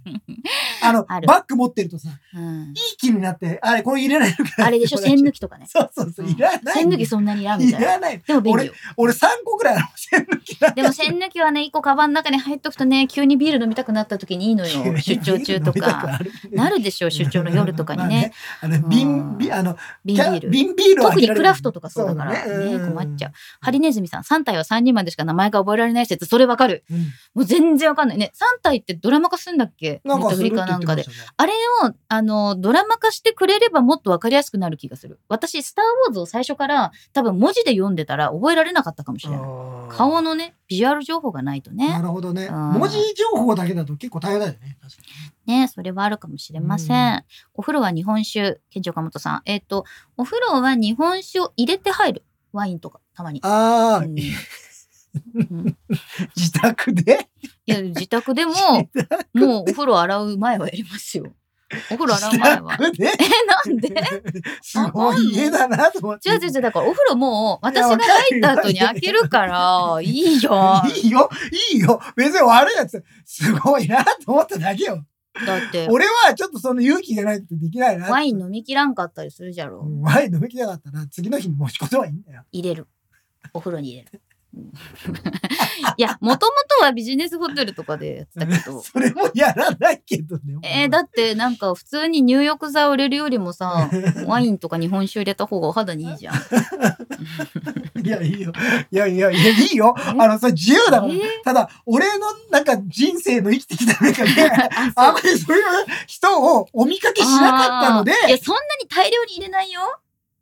Speaker 2: あの、
Speaker 3: ある
Speaker 2: バッグ持ってるとさ、い
Speaker 3: うん
Speaker 2: い気になって、あれ、これ入れられるから。
Speaker 3: あれでしょ線抜きとかね
Speaker 2: そうそうそう、いらない。
Speaker 3: 線抜きそんなにいらんみ
Speaker 2: い
Speaker 3: たいな
Speaker 2: らない。
Speaker 3: でも便利よ
Speaker 2: 俺3個ぐらいあの線抜きなんだ
Speaker 3: でも線抜きはね一個カバンの中に入っとくとね急にビール飲みたくなった時にいいの
Speaker 2: 急
Speaker 3: よ
Speaker 2: に
Speaker 3: 出 張中と
Speaker 2: 飲みたく
Speaker 3: か
Speaker 2: なる。
Speaker 3: なるでしょ出張の夜とかにね
Speaker 2: まあね。あの、
Speaker 3: うん
Speaker 2: 瓶、瓶、あの、
Speaker 3: 瓶ビール
Speaker 2: 瓶ビールを
Speaker 3: 特
Speaker 2: 開け
Speaker 3: に
Speaker 2: られる
Speaker 3: クラフトとかそうだから
Speaker 2: そうだ
Speaker 3: ね
Speaker 2: ねうん
Speaker 3: 困っちゃう。ハリネズミさん、3体は3人までしか名前が覚えられない説、それわかる。
Speaker 2: うん
Speaker 3: もう全然わかんないね。3体ってドラマ化すんだっけ
Speaker 2: なん
Speaker 3: ネ
Speaker 2: か
Speaker 3: タ
Speaker 2: す
Speaker 3: フ
Speaker 2: るっ
Speaker 3: リ
Speaker 2: て
Speaker 3: か
Speaker 2: 言
Speaker 3: な
Speaker 2: っ
Speaker 3: ん
Speaker 2: て
Speaker 3: か
Speaker 2: ま
Speaker 3: で
Speaker 2: し。たね。
Speaker 3: あれを、あの、ドラマ化してくれればもっとわかりやすくなる気がする。私、スターウォーズを最初から多分文字で読んでたら覚えられなかったかもしれない。
Speaker 2: あー
Speaker 3: 顔のね、ビジュアル情報がないと
Speaker 2: な
Speaker 3: ね。
Speaker 2: るほどね。
Speaker 3: うん
Speaker 2: 文字情報だけだと結構大変だよね。確か
Speaker 3: ね、それはあるかもしれません。
Speaker 2: う
Speaker 3: お風呂は日本酒、県庁岡本さん。えっ、と、お風呂は日本酒を入れて入る。ワインとか、たまに
Speaker 2: に。。ああ、
Speaker 3: うんうん
Speaker 2: 自宅で
Speaker 3: いや、自宅 でも、
Speaker 2: 自宅
Speaker 3: もうお風呂洗う前はやりますよ。お風呂洗う前は。
Speaker 2: 自宅で
Speaker 3: え、なんで
Speaker 2: すごい家だなと思って。
Speaker 3: 違う違う違う、だからお風呂もう
Speaker 2: いや
Speaker 3: 私がライターとに開けるから、いいよ。だ
Speaker 2: いいよ、いいよ。別に悪いやつ、すごいなと思っただけよ。
Speaker 3: って、
Speaker 2: 俺はちょっとその勇気がないとできないな。
Speaker 3: ワイン飲みきらんかったりするじゃろ。
Speaker 2: うんワイン飲みきなかったら、次の日に持ち越せばいいんだよ。
Speaker 3: 入れる。お風呂に入れる。 いや、もともとはビジネスホテルとかでやってたけど。
Speaker 2: それもやらないけどね。
Speaker 3: えーだってなんか普通に入浴剤を入れるより もさ、ワインとか日本酒入れた方がお肌にいいじゃん。
Speaker 2: いや、いいよ。いやいや、いや、いいよ。あの、それ自由だもん。
Speaker 3: え
Speaker 2: ただ、俺のなんか人生の生きてきた中で、
Speaker 3: ーあ
Speaker 2: あん
Speaker 3: そう
Speaker 2: まりそういう人をお見かけしなかったので
Speaker 3: あ、ーいや、そんなに大量に入れないよ。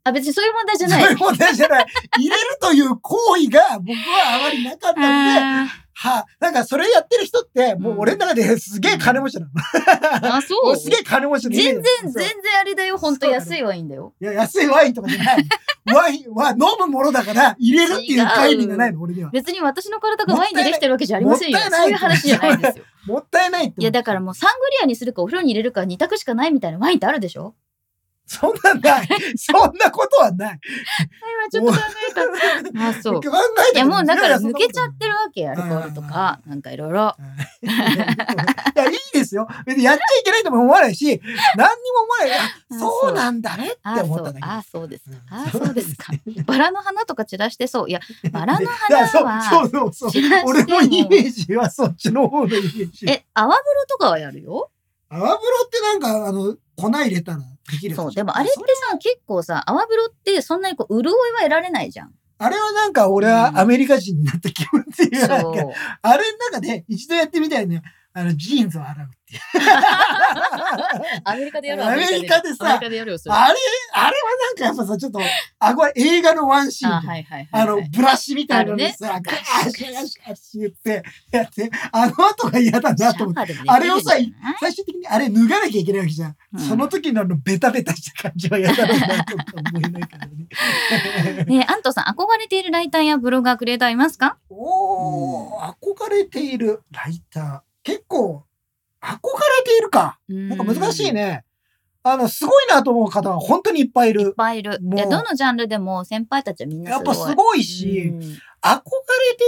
Speaker 3: あ、別にそういう問題じゃ
Speaker 2: そ
Speaker 3: な
Speaker 2: ういう
Speaker 3: い。
Speaker 2: 問題じゃない。入れるという行為が僕はあまりなかったので、
Speaker 3: あ
Speaker 2: は、なんかそれやってる人って、もう俺の中ですげえ金持ちなの。
Speaker 3: ーあ、そ
Speaker 2: も
Speaker 3: う。
Speaker 2: うすげえ金持ちのイメージ
Speaker 3: 全然、全然あれだよ。ほんと安いワインだよ。
Speaker 2: いや、安いワインとかじゃない。ワインは飲むものだから入れるっていう概念がないの、俺には。
Speaker 3: 別に私の体がワインでできてるわけじゃありませんよ
Speaker 2: もっ。た
Speaker 3: そう
Speaker 2: い
Speaker 3: い
Speaker 2: な
Speaker 3: う
Speaker 2: い
Speaker 3: 話じゃないですよ。
Speaker 2: もったいないって。
Speaker 3: いや、だからもうサングリアにするかお風呂に入れるか二択しかないみたいなワインってあるでしょ
Speaker 2: そんなんない。そんなことはない。
Speaker 3: 今ちょっと考えた。あ、そう
Speaker 2: 考。え
Speaker 3: い
Speaker 2: た
Speaker 3: や
Speaker 2: けど
Speaker 3: もうだから抜けちゃ
Speaker 2: い
Speaker 3: ってるわけよアルコールとかなんかいろいろ
Speaker 2: や、いいですよ。別にやっちゃいけないとも思わないし、何にも思わな いあ。そうなんだね
Speaker 3: あ
Speaker 2: って
Speaker 3: ー
Speaker 2: 思
Speaker 3: そ
Speaker 2: った
Speaker 3: うんあー
Speaker 2: だ
Speaker 3: そうです
Speaker 2: けど。
Speaker 3: あーそうですか
Speaker 2: ね。
Speaker 3: バラの花とか散らしてそういやバラの
Speaker 2: い
Speaker 3: 花
Speaker 2: やそう
Speaker 3: は
Speaker 2: そうそうそう
Speaker 3: 散らしても
Speaker 2: 俺もイメージはそっちの方のイメージ。
Speaker 3: え泡風呂とかはやるよ
Speaker 2: 泡風呂ってなんか、あの、粉入れたらできるやつ
Speaker 3: そうでもあれってさ結構さ泡風呂ってそんなにこう潤いは得られないじゃん
Speaker 2: あれはなんか俺
Speaker 3: うん
Speaker 2: はアメリカ人になった気分っていうか、なんか
Speaker 3: そう
Speaker 2: あれの中で一度やってみたいね。あの、ジーンズを洗う っていう。
Speaker 3: アメリカでやる
Speaker 2: アメリカでさ
Speaker 3: アメリカでやるよそれあ
Speaker 2: あれ、あれはなんかやっぱさ、ちょっと、あ、これ映画のワンシーン
Speaker 3: ー
Speaker 2: で。あ,、
Speaker 3: はいはいはい
Speaker 2: の、
Speaker 3: はい
Speaker 2: ブラシみたいなのでさ、ガーシャガシャガシャ言って、やって、あの後が嫌だな
Speaker 3: シ
Speaker 2: と
Speaker 3: ャ
Speaker 2: 思って。
Speaker 3: ワーでもできるんじゃない
Speaker 2: あれをさ最終的にあれ脱がなきゃいけないわけじゃん。
Speaker 3: うん
Speaker 2: その時のあの、ベタベタした感じは嫌だろうなとか思いないからね。
Speaker 3: ねえアントさん憧れているライターやブロガークリエイターいますか
Speaker 2: おー、憧れているライター。結構、憧れているか。
Speaker 3: な
Speaker 2: なんか難しいね。あの、すごいなと思う方は本当にいっぱいい
Speaker 3: いっ
Speaker 2: る。
Speaker 3: ぱいいる。
Speaker 2: もう
Speaker 3: いや、どのジャンルでも先輩たちはみんな
Speaker 2: や
Speaker 3: す
Speaker 2: っ
Speaker 3: ご
Speaker 2: ぱ
Speaker 3: い。
Speaker 2: すごい
Speaker 3: い
Speaker 2: し、憧れて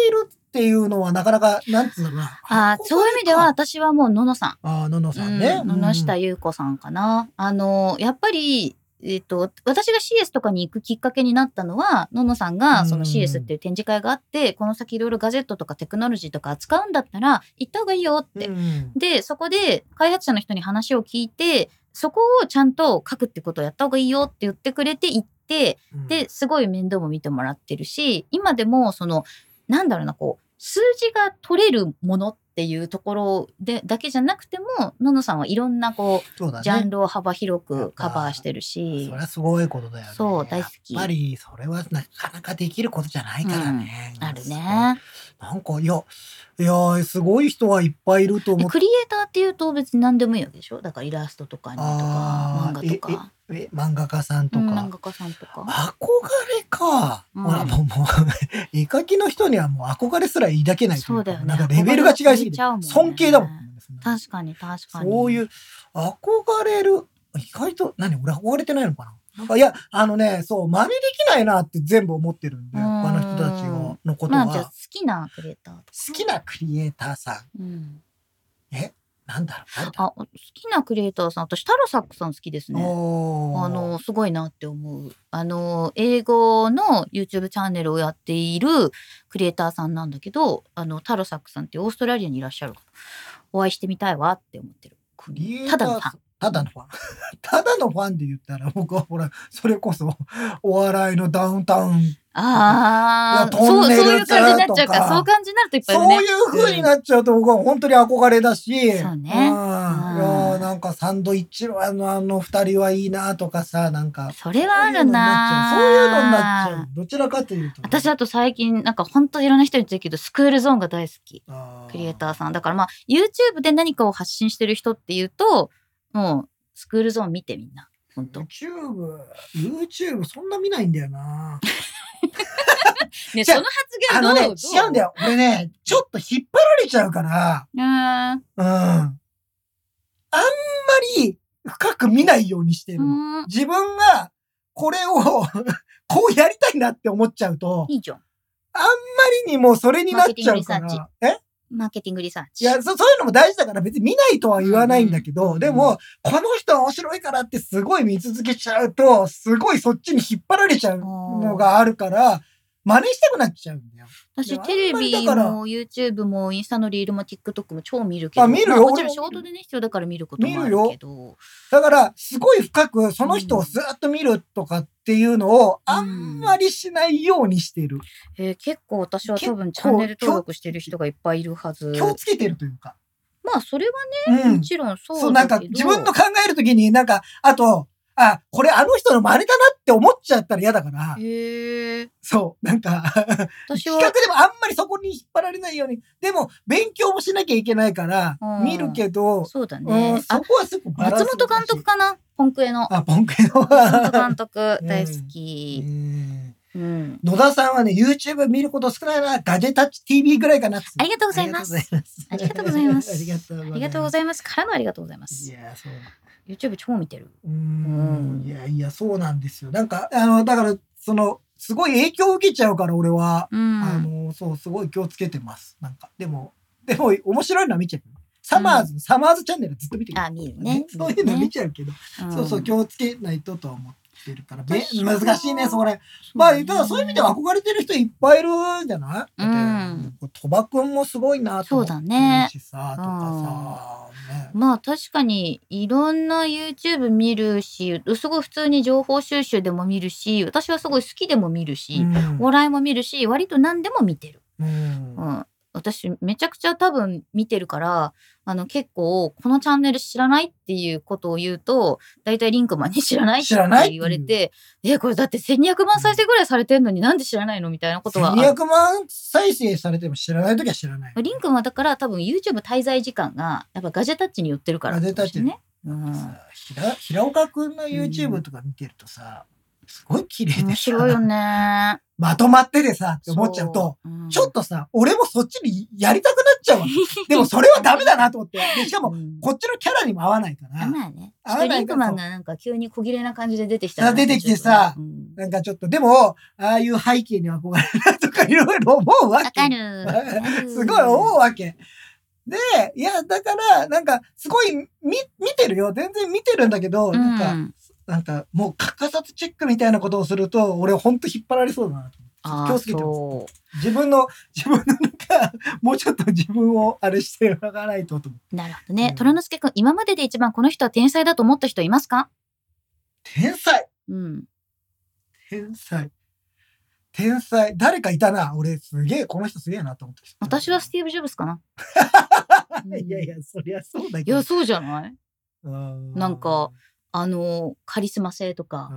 Speaker 2: いるっていうのはなかなか、なんつうのかな。
Speaker 3: あーそういう意味では、私はもうののさ
Speaker 2: あーのの
Speaker 3: ん。
Speaker 2: さんね。
Speaker 3: うんのの下優子さんかな。あの、やっぱり、えっと、私が CS とかに行くきっかけになったのは、ののさん
Speaker 2: う
Speaker 3: が
Speaker 2: ん
Speaker 3: その CS っていう展示会があって、この先いろいろガジェットとかテクノロジーとか扱うんだったら、行った方がいいよって。
Speaker 2: うん
Speaker 3: で、そこで開発者の人に話を聞いて、そこをちゃんと書くってことをやった方がいいよって言ってくれて行って、
Speaker 2: うん
Speaker 3: で、すごい面倒も見てもらってるし、今でも、その、なんだろうな、こう、数字が取れるものっていうところで、だけじゃなくても、ののさんはいろんな、こ
Speaker 2: そう
Speaker 3: う、
Speaker 2: だ
Speaker 3: ジャン
Speaker 2: ね。
Speaker 3: ルを幅広くカバーしてるし
Speaker 2: それ、はすごいことだよね。
Speaker 3: そう大好き
Speaker 2: やっぱり、それはなかなかできることじゃないからね。
Speaker 3: ある。ね。
Speaker 2: なんか、いや、いや、すごい人はいっぱいいると思って。
Speaker 3: クリエイターっていうと別に何でもいいわけでしょだからイラストとかにとか
Speaker 2: あ、ー
Speaker 3: 漫画とか、
Speaker 2: え漫画家さん
Speaker 3: う
Speaker 2: と
Speaker 3: ん
Speaker 2: か
Speaker 3: 漫。画家さんとか。
Speaker 2: 憧れか。
Speaker 3: うん
Speaker 2: ほら、もう、もう 絵描きの人にはもう憧れすら抱けないといか
Speaker 3: そうだよね
Speaker 2: なんかレベルが違いすぎ
Speaker 3: 憧れ
Speaker 2: て
Speaker 3: ちゃうもん、ね
Speaker 2: 尊敬だもん。
Speaker 3: 確かに確かに。
Speaker 2: そういう、憧れる、意外と、何俺憧れてないのかななんかいや、あのね、そう、真似できないなって全部思ってるんで、
Speaker 3: うん
Speaker 2: 他の人たちののこと
Speaker 3: ま
Speaker 2: は。
Speaker 3: あじゃあ好
Speaker 2: 好
Speaker 3: きなクリエイターとか。
Speaker 2: きなクリエイターさん、
Speaker 3: うん
Speaker 2: なんだろう誰だ
Speaker 3: あ、好きなクリエイターさん、私タロサックさん好きですね。
Speaker 2: おー
Speaker 3: あのすごいなって思うあの英語の YouTube チャンネルをやっているクリエイターさんなんだけどあのタロサックさんっていうオーストラリアにいらっしゃる方お会いしてみたいわって思ってる
Speaker 2: クリエイタ
Speaker 3: た
Speaker 2: ー
Speaker 3: だのファン
Speaker 2: ただのファン。 ただのファンで言ったら、僕はほら、それこそ、お笑いのダウンタウン
Speaker 3: ああ
Speaker 2: いやト
Speaker 3: そう
Speaker 2: ンネル
Speaker 3: そういう感じになっちゃ
Speaker 2: と
Speaker 3: うか
Speaker 2: から
Speaker 3: そう感じになるといっぱいいるね
Speaker 2: そういう風になっちゃうと僕は本当に憧れだし。
Speaker 3: そうね
Speaker 2: んいや
Speaker 3: うん
Speaker 2: ーなんかサンドイッチのあの、あの二人はいいなとかさ、なんか。
Speaker 3: それはあるな
Speaker 2: そういうのになっちゃうそういうのになっちゃう。どちらかというと。
Speaker 3: 私だと最近なんか本当いろんな人に言ってるけどスクールゾーンが大好き
Speaker 2: あー、
Speaker 3: クリエイターさんだからまあ YouTube で何かを発信してる人っていうともうスクールゾーン見てみんな本当
Speaker 2: YouTube、YouTube そんな見ないんだよな。
Speaker 3: ね、
Speaker 2: じゃ
Speaker 3: そ
Speaker 2: あ
Speaker 3: の
Speaker 2: あの
Speaker 3: 発言どう
Speaker 2: ね、
Speaker 3: どう
Speaker 2: 違うんだよ。俺ね、ちょっと引っ張られちゃうから、
Speaker 3: あ
Speaker 2: うん。あんまり深く見ないようにして
Speaker 3: ー
Speaker 2: る
Speaker 3: う
Speaker 2: の。
Speaker 3: ーん。
Speaker 2: 自分がこれを こうやりたいなって思っちゃうと、あんま
Speaker 3: いいじゃん。
Speaker 2: りにもうそれになっちゃうか
Speaker 3: マーケティングリサ
Speaker 2: ら。え
Speaker 3: マーケティングリサー
Speaker 2: い
Speaker 3: チ。
Speaker 2: やそ、そういうのも大事だから別に見ないとは言わないんだけど、
Speaker 3: うん
Speaker 2: でも、この人面白いからってすごい見続けちゃうと、すごいそっちに引っ張られちゃうのがあるから、真似したくなっちゃうんだよ。
Speaker 3: 私、
Speaker 2: でも
Speaker 3: テ
Speaker 2: あ
Speaker 3: レビ
Speaker 2: んまりだから
Speaker 3: も YouTube もインスタのリールも TikTok も超見るけど。
Speaker 2: あ見るよ
Speaker 3: まもち
Speaker 2: 俺も見る
Speaker 3: ろん仕事でね、必要だから見ることもあるけど。
Speaker 2: だから、すごい深く、その人をずっと見るとかっていうのを、あんまりしないようにしてる。
Speaker 3: えー結構私は多分チ
Speaker 2: 結構
Speaker 3: ャンネル登録してる人がいっぱいいるはず。
Speaker 2: 気をつけてるというか。
Speaker 3: まあ、それは
Speaker 2: う
Speaker 3: ね、も
Speaker 2: ん。
Speaker 3: ちろんそ
Speaker 2: そう、
Speaker 3: う
Speaker 2: なん
Speaker 3: だ
Speaker 2: か、
Speaker 3: けど。
Speaker 2: 自分の考えるときに、なんか、あと、あ、これあの人の真似だなって思っちゃったら嫌だから、
Speaker 3: へえ。
Speaker 2: そう、なんか、
Speaker 3: 私
Speaker 2: 比
Speaker 3: は
Speaker 2: 較でもあんまりそこに引っ張られないように、でも、勉強もしなきゃいけないから
Speaker 3: う、ん
Speaker 2: 見るけど、
Speaker 3: そうだ
Speaker 2: う
Speaker 3: ね
Speaker 2: ん。そ
Speaker 3: あ、
Speaker 2: こはすごくバラン
Speaker 3: 松
Speaker 2: ス
Speaker 3: 本監督
Speaker 2: 難しい。
Speaker 3: かなポンクエの。
Speaker 2: あ、ポンクの
Speaker 3: 松本
Speaker 2: は
Speaker 3: 監。督
Speaker 2: うん
Speaker 3: 大好
Speaker 2: う
Speaker 3: き。
Speaker 2: ん
Speaker 3: うん。
Speaker 2: 野田さんはね、YouTube 見ること少ないな、ガジェタッチ TV ぐらいかなっつって
Speaker 3: ありがとうございます。
Speaker 2: ありがとうございます。あ
Speaker 3: ありがとうご
Speaker 2: い
Speaker 3: ざいます。からのありがとうございます
Speaker 2: い。や、そう。
Speaker 3: YouTube 超見てる。
Speaker 2: うーん
Speaker 3: うん
Speaker 2: いやいや、そうなんですよ。なんか、あの、だから、その、すごい影響を受けちゃうから、俺は。
Speaker 3: う
Speaker 2: あ
Speaker 3: ん。
Speaker 2: の、そう、すごい気をつけてます。なんか、でも、でも、面白いのは見ちゃう。サマーズ、サマーズチャンネルずっと見てる。
Speaker 3: あ、見るね。
Speaker 2: そういうの見ちゃうけど、
Speaker 3: ゃ
Speaker 2: そうそう、気
Speaker 3: 日。
Speaker 2: をつけないととは思ってるから、べ
Speaker 3: 私は
Speaker 2: 難しいね、それ。まあ、ただそういう意味では憧れてる人いっぱいいるじゃないだって鳥羽くんもすごいなと思って
Speaker 3: そうだね
Speaker 2: るしさ、とかさ、ね
Speaker 3: まあ確かにいろんな YouTube 見るし、すごい普通に情報収集でも見るし、私はすごい好きでも見るし、
Speaker 2: うん
Speaker 3: お笑いも見るし、割と何でも見てる。
Speaker 2: うん
Speaker 3: うん。私めちゃくちゃ多分見てるから、あの結構このチャンネル知らないっていうことを言うと、だいたいリンクマンに知らないって
Speaker 2: 知らないってい
Speaker 3: 言
Speaker 2: う
Speaker 3: われて、え、これだって1200万再生ぐらいされてんのになんで知らないのみたいなことはある。
Speaker 2: 200万再生されても知らないときは知らない。
Speaker 3: リン君はだから多分 YouTube 滞在時間がやっぱガジェタッチに寄ってるからってことですね。うん、
Speaker 2: さ平平岡くんの YouTube とか見てるとさ、すごい綺麗
Speaker 3: 面
Speaker 2: でしょ
Speaker 3: 白いよね。
Speaker 2: まとまっててさって 思っちゃうと、
Speaker 3: そ
Speaker 2: ちょっとさ、俺もそっちにやりたくなっちゃ うわ。でもそれはダメだなと思って。でしか
Speaker 3: う
Speaker 2: も、
Speaker 3: ん
Speaker 2: こっちのキャラにも合わないから。
Speaker 3: まあね。ち
Speaker 2: 合
Speaker 3: ょっ
Speaker 2: わ
Speaker 3: と
Speaker 2: ない
Speaker 3: リンクマンがなんか急に小切れな感じで出てきた
Speaker 2: あ出てきてさ
Speaker 3: うん
Speaker 2: なんかちょっと、でも、ああいう背景に憧れるなとかいろいろ思うわ
Speaker 3: わ、
Speaker 2: け。
Speaker 3: かる。わかる
Speaker 2: すごい思うわけ。で、いや、だから、なんか、すごい、み、見てるよ。全然見てるんだけど、
Speaker 3: う
Speaker 2: なんか、
Speaker 3: ん
Speaker 2: なんか、もう、欠かさずチェックみたいなことをすると、俺、ほんと引っ張られそうだなと
Speaker 3: あ
Speaker 2: 気
Speaker 3: ー
Speaker 2: をつけてます
Speaker 3: そ
Speaker 2: 自分の、 自分のなんか、もうちょっと自分をあれしておかないとと思って。
Speaker 3: うなるほどね
Speaker 2: う。ん
Speaker 3: 虎之助君、今までで一番この人は天才だと思った人いますか
Speaker 2: 天才
Speaker 3: うん。
Speaker 2: 天才。天才。誰かいたな。俺、すげえ、この人すげえなと思って。
Speaker 3: 私はスティーブ・ジョブズかな。
Speaker 2: いやいや、そりゃそうだ
Speaker 3: い
Speaker 2: けど
Speaker 3: や、。そうじゃないな
Speaker 2: なん
Speaker 3: か、あの、カリスマ性とか。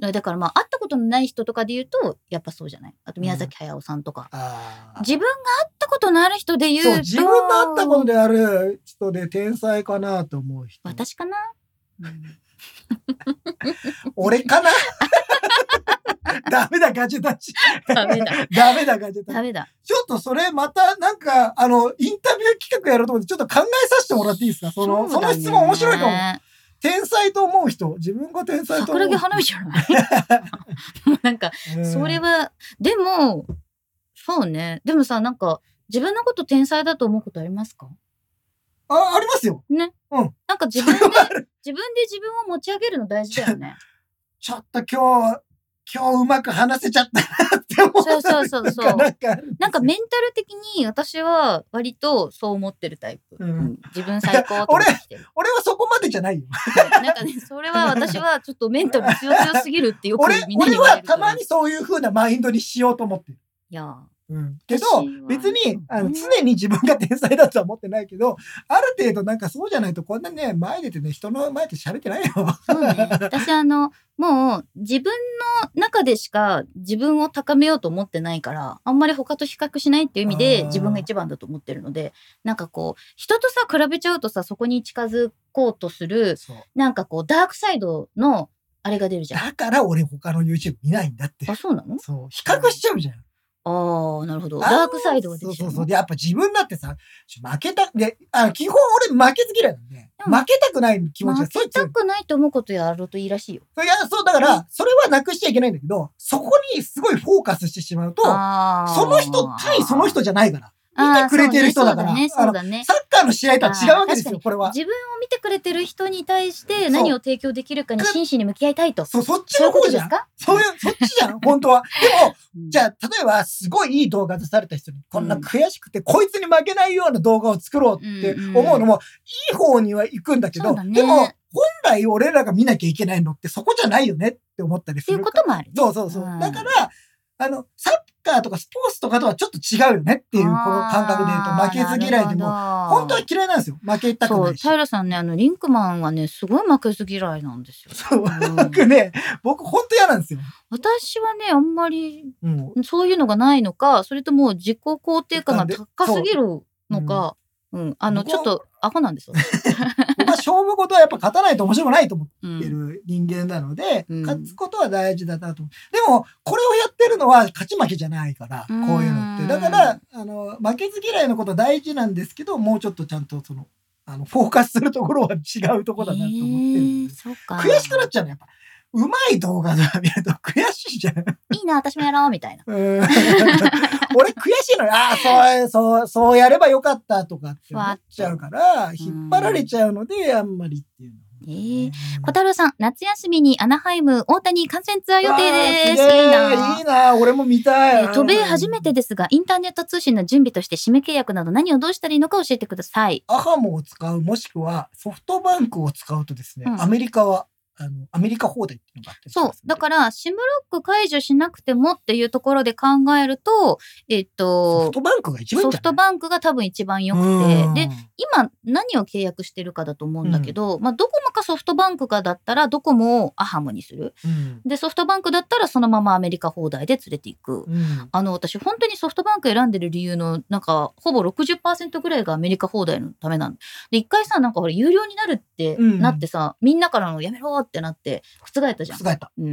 Speaker 2: あ
Speaker 3: だからまあ会ったことのない人とかで言うとやっぱそうじゃないあと宮崎駿さんとか、
Speaker 2: あ
Speaker 3: 自分が会ったことのある人で言うと
Speaker 2: そう、自分のあったことである人で天才かなと思う人。
Speaker 3: 私かな、
Speaker 2: 俺かな ダメだ、ガジェタッチ。
Speaker 3: ダメだ
Speaker 2: ダメだ、ガジェタッ
Speaker 3: ダ
Speaker 2: チ。
Speaker 3: メだ
Speaker 2: ちょっとそれまた、なんか、あの、インタビュー企画やろうと思って、ちょっと考えさせてもらっていいですかその、その質問面白いかも。
Speaker 3: も
Speaker 2: 天才と思う人。自分が天才と思う
Speaker 3: 桜木
Speaker 2: 人。
Speaker 3: 花道じ ゃないもうなんか
Speaker 2: うん
Speaker 3: それは、でもそうねでもさなんか自分のこと天才だと思うことありますか
Speaker 2: あ、ありますよ。
Speaker 3: なんか自
Speaker 2: それ
Speaker 3: 分で
Speaker 2: はある。
Speaker 3: 自分で自分を持ち上げるの大事だよね
Speaker 2: ちょっと今日、今日うまく話せちゃったなって思った
Speaker 3: そうそうそうそう
Speaker 2: なんかあるですよ
Speaker 3: なんかメンタル的に私は割とそう思ってるタイプ、
Speaker 2: うん
Speaker 3: うん自分最高と思ってきてる
Speaker 2: 俺はそこまでじゃないよ。
Speaker 3: なんかね、それは私はちょっとメンタル強強すぎるってよく
Speaker 2: 俺
Speaker 3: みんな
Speaker 2: 俺
Speaker 3: に言われ
Speaker 2: は
Speaker 3: るか
Speaker 2: た
Speaker 3: ら。
Speaker 2: ま
Speaker 3: い
Speaker 2: にそういう風なマインドにしようと思ってる。
Speaker 3: や、
Speaker 2: けど
Speaker 3: 私は
Speaker 2: 別にあ
Speaker 3: う
Speaker 2: の
Speaker 3: ん
Speaker 2: 常に自分が天才だとは思ってないけどある程度なんかそうじゃないとこんなね前出てね人の前で喋ってないよ。
Speaker 3: そ うね。私あの、もう自分の中でしか自分を高めようと思ってないから、あんまり他と比較しないっていう意味
Speaker 2: あ
Speaker 3: で
Speaker 2: ー
Speaker 3: 自分が一番だと思ってるので、なんかこう、人とさ、比べちゃうとさ、そこに近づこうとする、
Speaker 2: そう
Speaker 3: なんかこう、ダークサイドのあれが出るじゃん。
Speaker 2: だから俺他の YouTube 見ないんだって。
Speaker 3: あ、そうなの
Speaker 2: そう比較しちゃうじゃん。
Speaker 3: ああ、なるほど。
Speaker 2: あん
Speaker 3: ダークサイドが出
Speaker 2: そう
Speaker 3: てし
Speaker 2: そ
Speaker 3: ま
Speaker 2: う
Speaker 3: う。
Speaker 2: そう。で、やっぱ自分だってさ、ちょ負けた、で、あの基本俺負けず嫌いなんで、
Speaker 3: うん
Speaker 2: 負けたくない気持ちが
Speaker 3: 負
Speaker 2: すご
Speaker 3: け
Speaker 2: い強
Speaker 3: た
Speaker 2: い。
Speaker 3: くないと思うことやるといいらしいよ。
Speaker 2: いや、そう、だから、それはなくしちゃいけないんだけど、そこにすごいフォーカスしてしまうと、
Speaker 3: あー
Speaker 2: その人対その人じゃないから。見
Speaker 3: あー
Speaker 2: てくれてる人だから。
Speaker 3: そうだね、そうだね。
Speaker 2: サッカーの試合とは違うわけです
Speaker 3: あ
Speaker 2: よ、
Speaker 3: ー
Speaker 2: これは。
Speaker 3: 自分を見てくれてる人に対して何を提供できるかに真摯に向き合いたいと。
Speaker 2: そ、そっち
Speaker 3: そうい
Speaker 2: の
Speaker 3: う
Speaker 2: 方
Speaker 3: こと
Speaker 2: じ
Speaker 3: で
Speaker 2: ゃ
Speaker 3: す
Speaker 2: ん。
Speaker 3: か
Speaker 2: そういう、そっち じゃん、本当は。でも、じゃ
Speaker 3: あ、
Speaker 2: あ、例えば、すごいいい動画出された人に、こんな悔しくて、こいつに負けないような動画を作ろうって思うのも、いい方には行くんだけ
Speaker 3: そ
Speaker 2: ど、
Speaker 3: うだね
Speaker 2: でも、本来俺らが見なきゃいけないのってそこじゃないよねって思ったり
Speaker 3: っ
Speaker 2: す
Speaker 3: てい
Speaker 2: る
Speaker 3: う
Speaker 2: か
Speaker 3: こ
Speaker 2: ら。
Speaker 3: ともあるね。
Speaker 2: そうそうそう。
Speaker 3: うん
Speaker 2: だから、あの、サッカーとかスポーツとかとはちょっと違うよねっていう、この感覚で言うと、負けず嫌いでも、
Speaker 3: も
Speaker 2: 本当は嫌いなんですよ。負けたく
Speaker 3: そ
Speaker 2: な
Speaker 3: う、
Speaker 2: いし。
Speaker 3: 平さんね、あの、リンクマンはね、すごい負けず嫌いなんですよ。
Speaker 2: そう、
Speaker 3: うん
Speaker 2: 僕ね、僕本当嫌なんですよ。
Speaker 3: 私はね、あんまり
Speaker 2: うん
Speaker 3: そういうのがないのか、それとも自己肯定感が高すぎるのか、うん、あの、
Speaker 2: 僕
Speaker 3: ち
Speaker 2: は
Speaker 3: ょっとアホなんですよ。
Speaker 2: 僕は勝負事はやっぱ勝たないと面白くないと思
Speaker 3: う
Speaker 2: って
Speaker 3: ん。
Speaker 2: る人間なので、
Speaker 3: うん
Speaker 2: 勝つことは大事だなと思う。でも、これをやってるのは勝ち負けじゃないから、
Speaker 3: うん
Speaker 2: こういうのって。だから、あの、負けず嫌いのこと大事なんですけど、もうちょっとちゃんとその、あの、フォーカスするところは違うところだなと思ってるん
Speaker 3: えー
Speaker 2: です。
Speaker 3: そうか。
Speaker 2: 悔しくなっちゃうの、やっぱ。うまい動画とか見ると悔しいじゃん。
Speaker 3: いいな、私もやろう、みたいな。
Speaker 2: うん俺悔しいのよ。ああ、そう、そう、そうやればよかったとかって思っちゃうから、引っ張られちゃうので、あんまりっていうの。
Speaker 3: えー小太郎さん、夏休みにアナハイム、大谷観戦ツアー予定です。
Speaker 2: わあ
Speaker 3: いい
Speaker 2: げえ
Speaker 3: ない
Speaker 2: いな俺も見た
Speaker 3: え
Speaker 2: い。
Speaker 3: ー渡米初めてですが、インターネット通信の準備として締め契約など何をどうしたらいいのか教えてください。
Speaker 2: アハモを使う、もしくはソフトバンクを使うとですね、
Speaker 3: うん
Speaker 2: アメリカは、あの、アメリカ放題っていうのがあったりし
Speaker 3: そう
Speaker 2: ま。す
Speaker 3: だから、シムロック解除しなくてもっていうところで考えると、えっ
Speaker 2: らソフ
Speaker 3: と、
Speaker 2: トバンクが一番いい
Speaker 3: ソ
Speaker 2: んじゃな
Speaker 3: フト
Speaker 2: い
Speaker 3: バンクが多分一番良くて、で、、今何を契約してるかだと思うんだけど、まあ、ドコモかソフトバンクかだったら、ドコモをアハムにする。
Speaker 2: うんうん
Speaker 3: で、ソフトバンクだったらそのままアメリカ放題で連れていく。
Speaker 2: うん
Speaker 3: あの私本当にソフトバンク選んでる理由のなんかほぼ60%ぐらいがアメリカ放題のためなんで一回さなんかほら有料になるって
Speaker 2: うん
Speaker 3: なってさ、みんなからのやめろってなって覆ったじゃん。
Speaker 2: 覆った。
Speaker 3: うん、
Speaker 2: う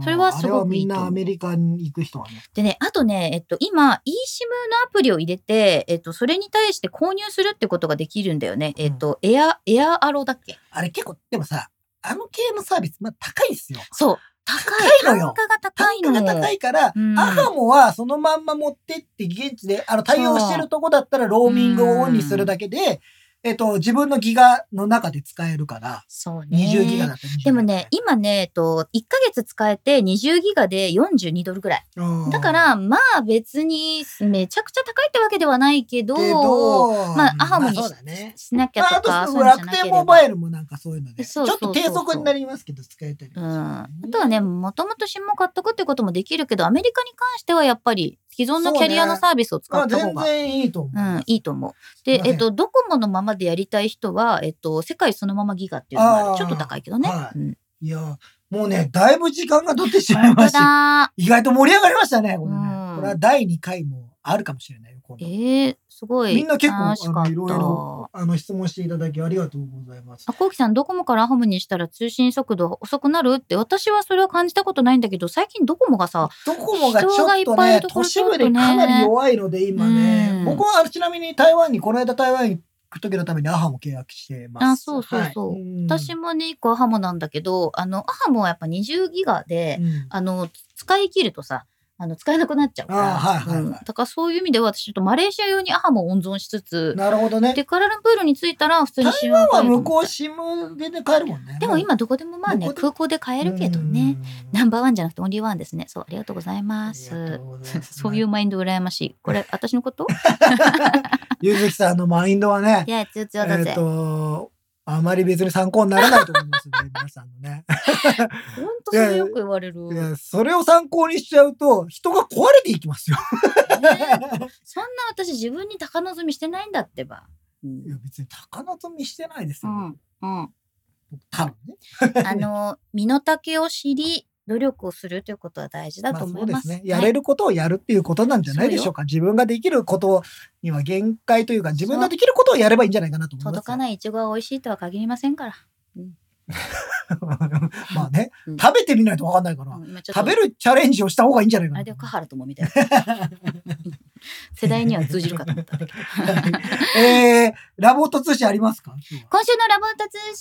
Speaker 2: ん
Speaker 3: それはすごくいいと思
Speaker 2: あれはみん
Speaker 3: う
Speaker 2: なアメリカに行く人はね。
Speaker 3: でねあとね、えっと、今 eSIM のアプリを入れて、えっと、それに対して購入するってことができるんだよね。えっとエアエアアロだっけ
Speaker 2: あれ結構、でもさ、あの系のサービス、まあ高いんですよ。
Speaker 3: そう高い
Speaker 2: 高いのよ
Speaker 3: 単価が高
Speaker 2: 単
Speaker 3: い
Speaker 2: 価
Speaker 3: の
Speaker 2: が高いから、
Speaker 3: うん
Speaker 2: アハモはそのまんま持ってって現地で、あの、対応してるとこだったらローミングをオンにするだけで、えっと、自分のギガの中で使えるから、
Speaker 3: そうね
Speaker 2: 20ギガだったら20ギガ
Speaker 3: でもね、今ね、えっと、1ヶ月使えて20ギガで42ドルぐらい。
Speaker 2: うん
Speaker 3: だか、ら、まあ別にめちゃくちゃ高いってわけではないけど、
Speaker 2: けど
Speaker 3: まあアハモに
Speaker 2: まあそうだね。
Speaker 3: しなきゃ
Speaker 2: まあ、あ
Speaker 3: と
Speaker 2: と
Speaker 3: か、
Speaker 2: そ
Speaker 3: そう
Speaker 2: の
Speaker 3: いうのじゃ
Speaker 2: 楽
Speaker 3: なけ
Speaker 2: 天
Speaker 3: れば
Speaker 2: モバイルもなんかそういうので、ち
Speaker 3: そ
Speaker 2: ょ
Speaker 3: うそう
Speaker 2: っ
Speaker 3: そうそう
Speaker 2: と低速になりますけど使えたり
Speaker 3: う
Speaker 2: も
Speaker 3: ん、
Speaker 2: する
Speaker 3: あとはね、もともと SIM を買っとくってこともできるけど、アメリカに関してはやっぱり既存のキャリアのサービスを使
Speaker 2: まあ
Speaker 3: った方
Speaker 2: 全
Speaker 3: が、
Speaker 2: 然いいと思う。
Speaker 3: うん、いいと思う。
Speaker 2: すい
Speaker 3: で
Speaker 2: ま、せん
Speaker 3: えっと、ドコモのままでやりたい人は、えっと、世界そのままギガっていうのがあ
Speaker 2: あー
Speaker 3: る。ちょっと高いけどね。
Speaker 2: はい
Speaker 3: うん、
Speaker 2: いや、もうね、だいぶ時間が経ってしまい
Speaker 3: 本
Speaker 2: まし
Speaker 3: 当
Speaker 2: た。
Speaker 3: だ。
Speaker 2: 意外と盛り上がりましたね、これね。
Speaker 3: うん
Speaker 2: これは第2回もあるかもしれないよ、今度。
Speaker 3: えー、すごい。
Speaker 2: みんな結構
Speaker 3: 楽しか
Speaker 2: あ
Speaker 3: っ
Speaker 2: のいろいろ
Speaker 3: た。
Speaker 2: あの質問していただきありがとうございます。
Speaker 3: あこうきさん、ドコモからアハムにしたら通信速度遅くなるって、私はそれは感じたことないんだけど、最近ドコモがさ、
Speaker 2: ドコモがちょ
Speaker 3: 人がい
Speaker 2: っ
Speaker 3: っ
Speaker 2: と
Speaker 3: ぱいい
Speaker 2: ね、
Speaker 3: ると
Speaker 2: 都
Speaker 3: ころ
Speaker 2: 市部でかなり弱いので、今ね、
Speaker 3: うん
Speaker 2: 僕はちなみに台湾に、この間台湾行く時のためにアハも契約してます。
Speaker 3: あそうそうそう私
Speaker 2: も、
Speaker 3: もね、一個アハモなんだけど、あの、アハモはやっぱ20ギガで、
Speaker 2: うん
Speaker 3: あの、使い切るとさ、あの、使えなくなっちゃうから。
Speaker 2: あはいはいはい
Speaker 3: うんだからそういう意味では、私ちょっとマレーシア用にアハモを温存しつつ、
Speaker 2: なるほどね。
Speaker 3: で、カラルンプールに着いたら普通に
Speaker 2: 台
Speaker 3: 信
Speaker 2: 湾
Speaker 3: 号
Speaker 2: は
Speaker 3: 変えると
Speaker 2: 向こ
Speaker 3: 思っ
Speaker 2: う
Speaker 3: た
Speaker 2: 新聞で買えるもんね。
Speaker 3: でも今どこでもまあ
Speaker 2: ど、
Speaker 3: ね
Speaker 2: こで
Speaker 3: 空港で買えるけどね。。
Speaker 2: うん
Speaker 3: ナンバーワンじゃなくてオンリーワンですね。そう、ありがとうございま
Speaker 2: ありが
Speaker 3: す
Speaker 2: と。うございます
Speaker 3: そういうマインド羨ましい。これ、私 のこと
Speaker 2: ゆずきさんのマインドはね
Speaker 3: い、や、つよつ
Speaker 2: え
Speaker 3: よだぜ
Speaker 2: っ。と、あまり別に参考にならないと思いますね、 皆さんのね。
Speaker 3: ほんとそれよく言われる。
Speaker 2: い
Speaker 3: ね
Speaker 2: やそれを参考にしちゃうと、人が壊れていきますよ。
Speaker 3: そんな私自分に高望みしてないんだってば。う
Speaker 2: い
Speaker 3: ん。
Speaker 2: や、別に高望みしてないです
Speaker 3: う
Speaker 2: よ。
Speaker 3: ん。うん。
Speaker 2: 多分ね。
Speaker 3: あの、身の丈を知り、努力をするということは大事だ
Speaker 2: まあ
Speaker 3: と
Speaker 2: そ
Speaker 3: 思
Speaker 2: う
Speaker 3: い
Speaker 2: で
Speaker 3: ますす。
Speaker 2: ね。やれることをやるっていうことなんじゃないでしょうか。自分ができることには限界というか、自分ができることをやればいいんじゃないかなと思いますよ。
Speaker 3: 届かないイチゴは美味しいとは限りませんから。
Speaker 2: まあね、
Speaker 3: うん
Speaker 2: 食べてみないとわかんないから、
Speaker 3: うん今ちょっと
Speaker 2: 食べるチャレンジをした方がいいんじゃないかな
Speaker 3: あれで。華原友みたいな 世代には通じるかと 思ったんだけど
Speaker 2: えー、ラボット通信ありますか今日は
Speaker 3: 今週のラボット通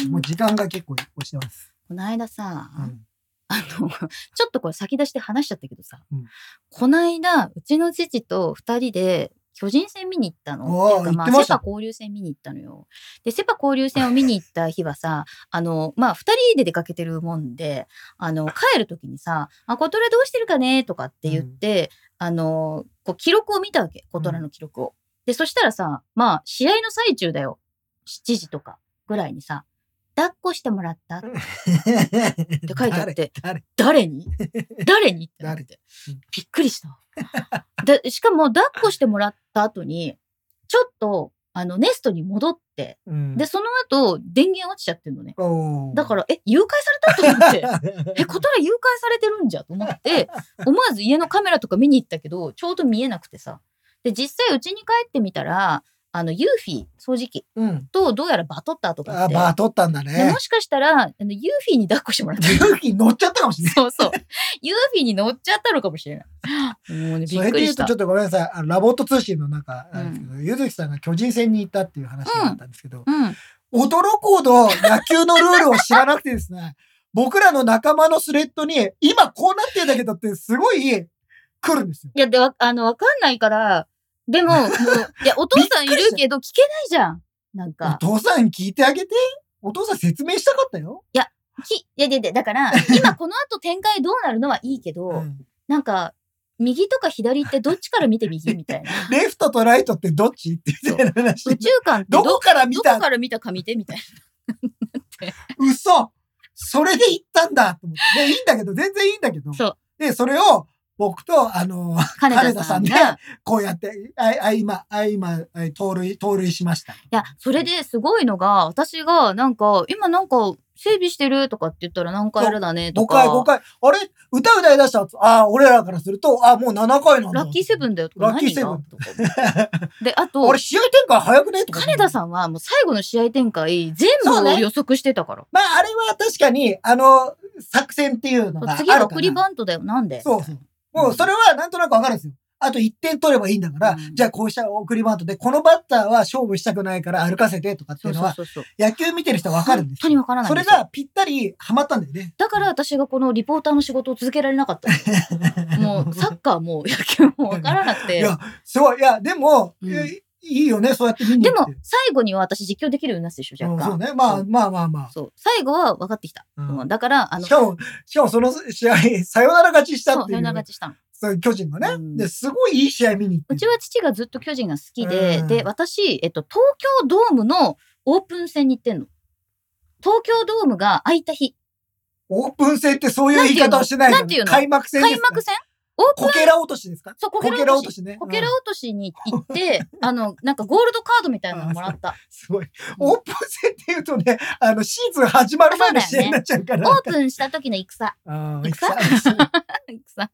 Speaker 3: 信
Speaker 2: もう時間が結構押してます。
Speaker 3: この間さ、
Speaker 2: うん
Speaker 3: あの、 ちょっとこれ先出して話しちゃったけどさ、
Speaker 2: うん
Speaker 3: こないだ、うちの父と二人で、巨人戦見に行ったの
Speaker 2: あー
Speaker 3: っていうか、まあ、
Speaker 2: 行ってま
Speaker 3: セ
Speaker 2: した
Speaker 3: パ交流戦見に行ったのよ。で、セパ交流戦を見に行った日はさ、あの、まあ、二人で出かけてるもんで、あの、帰る時にさ、あ、小虎どうしてるかねとかって言って、あの、こう、記録を見たわけ、小虎の記録を。で、そしたらさ、まあ、試合の最中だよ。7時とかぐらいにさ、抱っこしてもらったって書いてあって、
Speaker 2: 誰
Speaker 3: 誰 に誰にってなって
Speaker 2: うん
Speaker 3: びっくりした。でしかも抱っこしてもらった後にちょっとあのネストに戻って
Speaker 2: 誰
Speaker 3: でその後電源落ちちゃってるのね。
Speaker 2: おー
Speaker 3: だからえ誘拐されたと思って え小ら誘拐されてるんじゃと思って思わず家のカメラとか見に行ったけどちょうど見えなくてさで実際うちに帰ってみたらあのユーフィー掃除機
Speaker 2: うん。
Speaker 3: とどうやらバトったと
Speaker 2: あ、
Speaker 3: かって
Speaker 2: バー取ったんだ
Speaker 3: で
Speaker 2: ね
Speaker 3: も。しかしたらあのユーフィーに抱っこしても らった
Speaker 2: 勇気乗っちゃったかもしれない。
Speaker 3: そうそう。ユーフィーに乗っちゃったのかもしれない。もうね、び
Speaker 2: そ
Speaker 3: っ
Speaker 2: れ
Speaker 3: く
Speaker 2: で言
Speaker 3: りし
Speaker 2: うと
Speaker 3: た
Speaker 2: ちょ。っとごめんなさい。あのラボット通信の中なんですけど、柚木さんが巨人戦に行ったっていう話だったんですけど、
Speaker 3: うん。
Speaker 2: 驚くほど野球のルールを知らなくてですね、僕らの仲間のスレッドに、今こうなってんだけどってすごい来るんですよ。
Speaker 3: いや、で、わあの、わかんないから、でも、もう、いや、お父さんいるけど聞けないじゃん。なんか、
Speaker 2: お父さんに聞いてあげて。お父さん説明したかったよ。
Speaker 3: き、いやいやいや、だから、今この後展開どうなるのはいいけど、
Speaker 2: うん
Speaker 3: なんか、右とか左ってどっちから見て右みた いな。
Speaker 2: レフトとライトってどっちってみたいな話。
Speaker 3: 宇宙観って
Speaker 2: ど
Speaker 3: ど、
Speaker 2: こ
Speaker 3: ど
Speaker 2: から見
Speaker 3: こ
Speaker 2: た
Speaker 3: から見たか見てみたい
Speaker 2: 嘘それで行ったんだと思って。で、いいんだけど、全然いいんだけど。
Speaker 3: そう
Speaker 2: で、それを僕と、あの、
Speaker 3: な。金田さん
Speaker 2: 金田さん
Speaker 3: が。
Speaker 2: こうやって、あ、あ、今、あ、今、あ盗塁、盗塁しました。い
Speaker 3: いや、それ、ですごいのが、私が、なんか、今なんか、整備してるとかって言ったら何回やるだねと
Speaker 2: 5
Speaker 3: か。
Speaker 2: 回、5回。あれ歌歌い出したあ、俺らからすると、あ、もう7回なんだ。
Speaker 3: ラッキーセブンだよとか
Speaker 2: ラッキー
Speaker 3: 何
Speaker 2: セブ
Speaker 3: が
Speaker 2: ン
Speaker 3: とか思っ てであと
Speaker 2: 俺、試合展開早くねとか。
Speaker 3: 金田さんはもう最後の試合展開全部
Speaker 2: そう
Speaker 3: を
Speaker 2: ね
Speaker 3: 予測してたから、
Speaker 2: まあ、あれは確かに、あの、作戦っていうのがある
Speaker 3: 次
Speaker 2: から。
Speaker 3: は送りバントだよなんで
Speaker 2: そうそう。もう、それはなんとなくわかるんですよ。あと1点取ればいいんだから、
Speaker 3: うん
Speaker 2: じゃあこうした送りバントで、このバッターは勝負したくないから歩かせてとかって
Speaker 3: そ
Speaker 2: いう
Speaker 3: う
Speaker 2: の
Speaker 3: そう
Speaker 2: は、
Speaker 3: そうそう
Speaker 2: 野球見てる人はわかるんで
Speaker 3: 本
Speaker 2: す
Speaker 3: 当にわからない
Speaker 2: そ
Speaker 3: んで
Speaker 2: れ
Speaker 3: すよ
Speaker 2: がぴったりハマったんだよね。
Speaker 3: だから私がこのリポーターの仕事を続けられなかったの もうサッカーも野球もわからなく
Speaker 2: い
Speaker 3: て
Speaker 2: や、すごい。いや、でも、
Speaker 3: うん
Speaker 2: えいいよね、そうやって見に
Speaker 3: で
Speaker 2: 行
Speaker 3: も
Speaker 2: って。
Speaker 3: 最後には私実況できるようになってたでし
Speaker 2: う
Speaker 3: ょ
Speaker 2: ん
Speaker 3: 若干、
Speaker 2: そうね。ま
Speaker 3: そ
Speaker 2: あまあまあま
Speaker 3: そう最後は分かってきた、
Speaker 2: あ
Speaker 3: う
Speaker 2: うん
Speaker 3: だからあ
Speaker 2: ん。
Speaker 3: の
Speaker 2: しかも、しかもその試合、サヨナラ勝ちし
Speaker 3: そ
Speaker 2: た
Speaker 3: う
Speaker 2: ってい
Speaker 3: 変
Speaker 2: う
Speaker 3: な
Speaker 2: ね、
Speaker 3: 勝ちしたの
Speaker 2: そういう巨人が
Speaker 3: う
Speaker 2: ね。
Speaker 3: ん
Speaker 2: ですごいいい試合見に行って。
Speaker 3: うちは父がずっと巨人が好きで、
Speaker 2: うん
Speaker 3: で、私、えっと、東京ドームのオープン戦に行ってんの。東京ドームが開いた日。
Speaker 2: オープン戦ってそういう言い方をしてない
Speaker 3: なんていうの
Speaker 2: 開幕戦です
Speaker 3: 開
Speaker 2: か
Speaker 3: 幕戦オープン
Speaker 2: こけら落としですか
Speaker 3: そう、こ
Speaker 2: こ
Speaker 3: け
Speaker 2: け
Speaker 3: ら
Speaker 2: ら落
Speaker 3: 落と
Speaker 2: と
Speaker 3: し。
Speaker 2: しね。
Speaker 3: こけら
Speaker 2: うん
Speaker 3: 落としに行って、 あの、なんかゴールドカードみたいなのもらった。
Speaker 2: すごい。オープン戦って言うとね、あの、シーズン始まる前の試合になっちゃうか
Speaker 3: オ
Speaker 2: ら。
Speaker 3: ープンした時の戦。
Speaker 2: あ
Speaker 3: い
Speaker 2: ー
Speaker 3: くさ
Speaker 2: 戦
Speaker 3: 戦。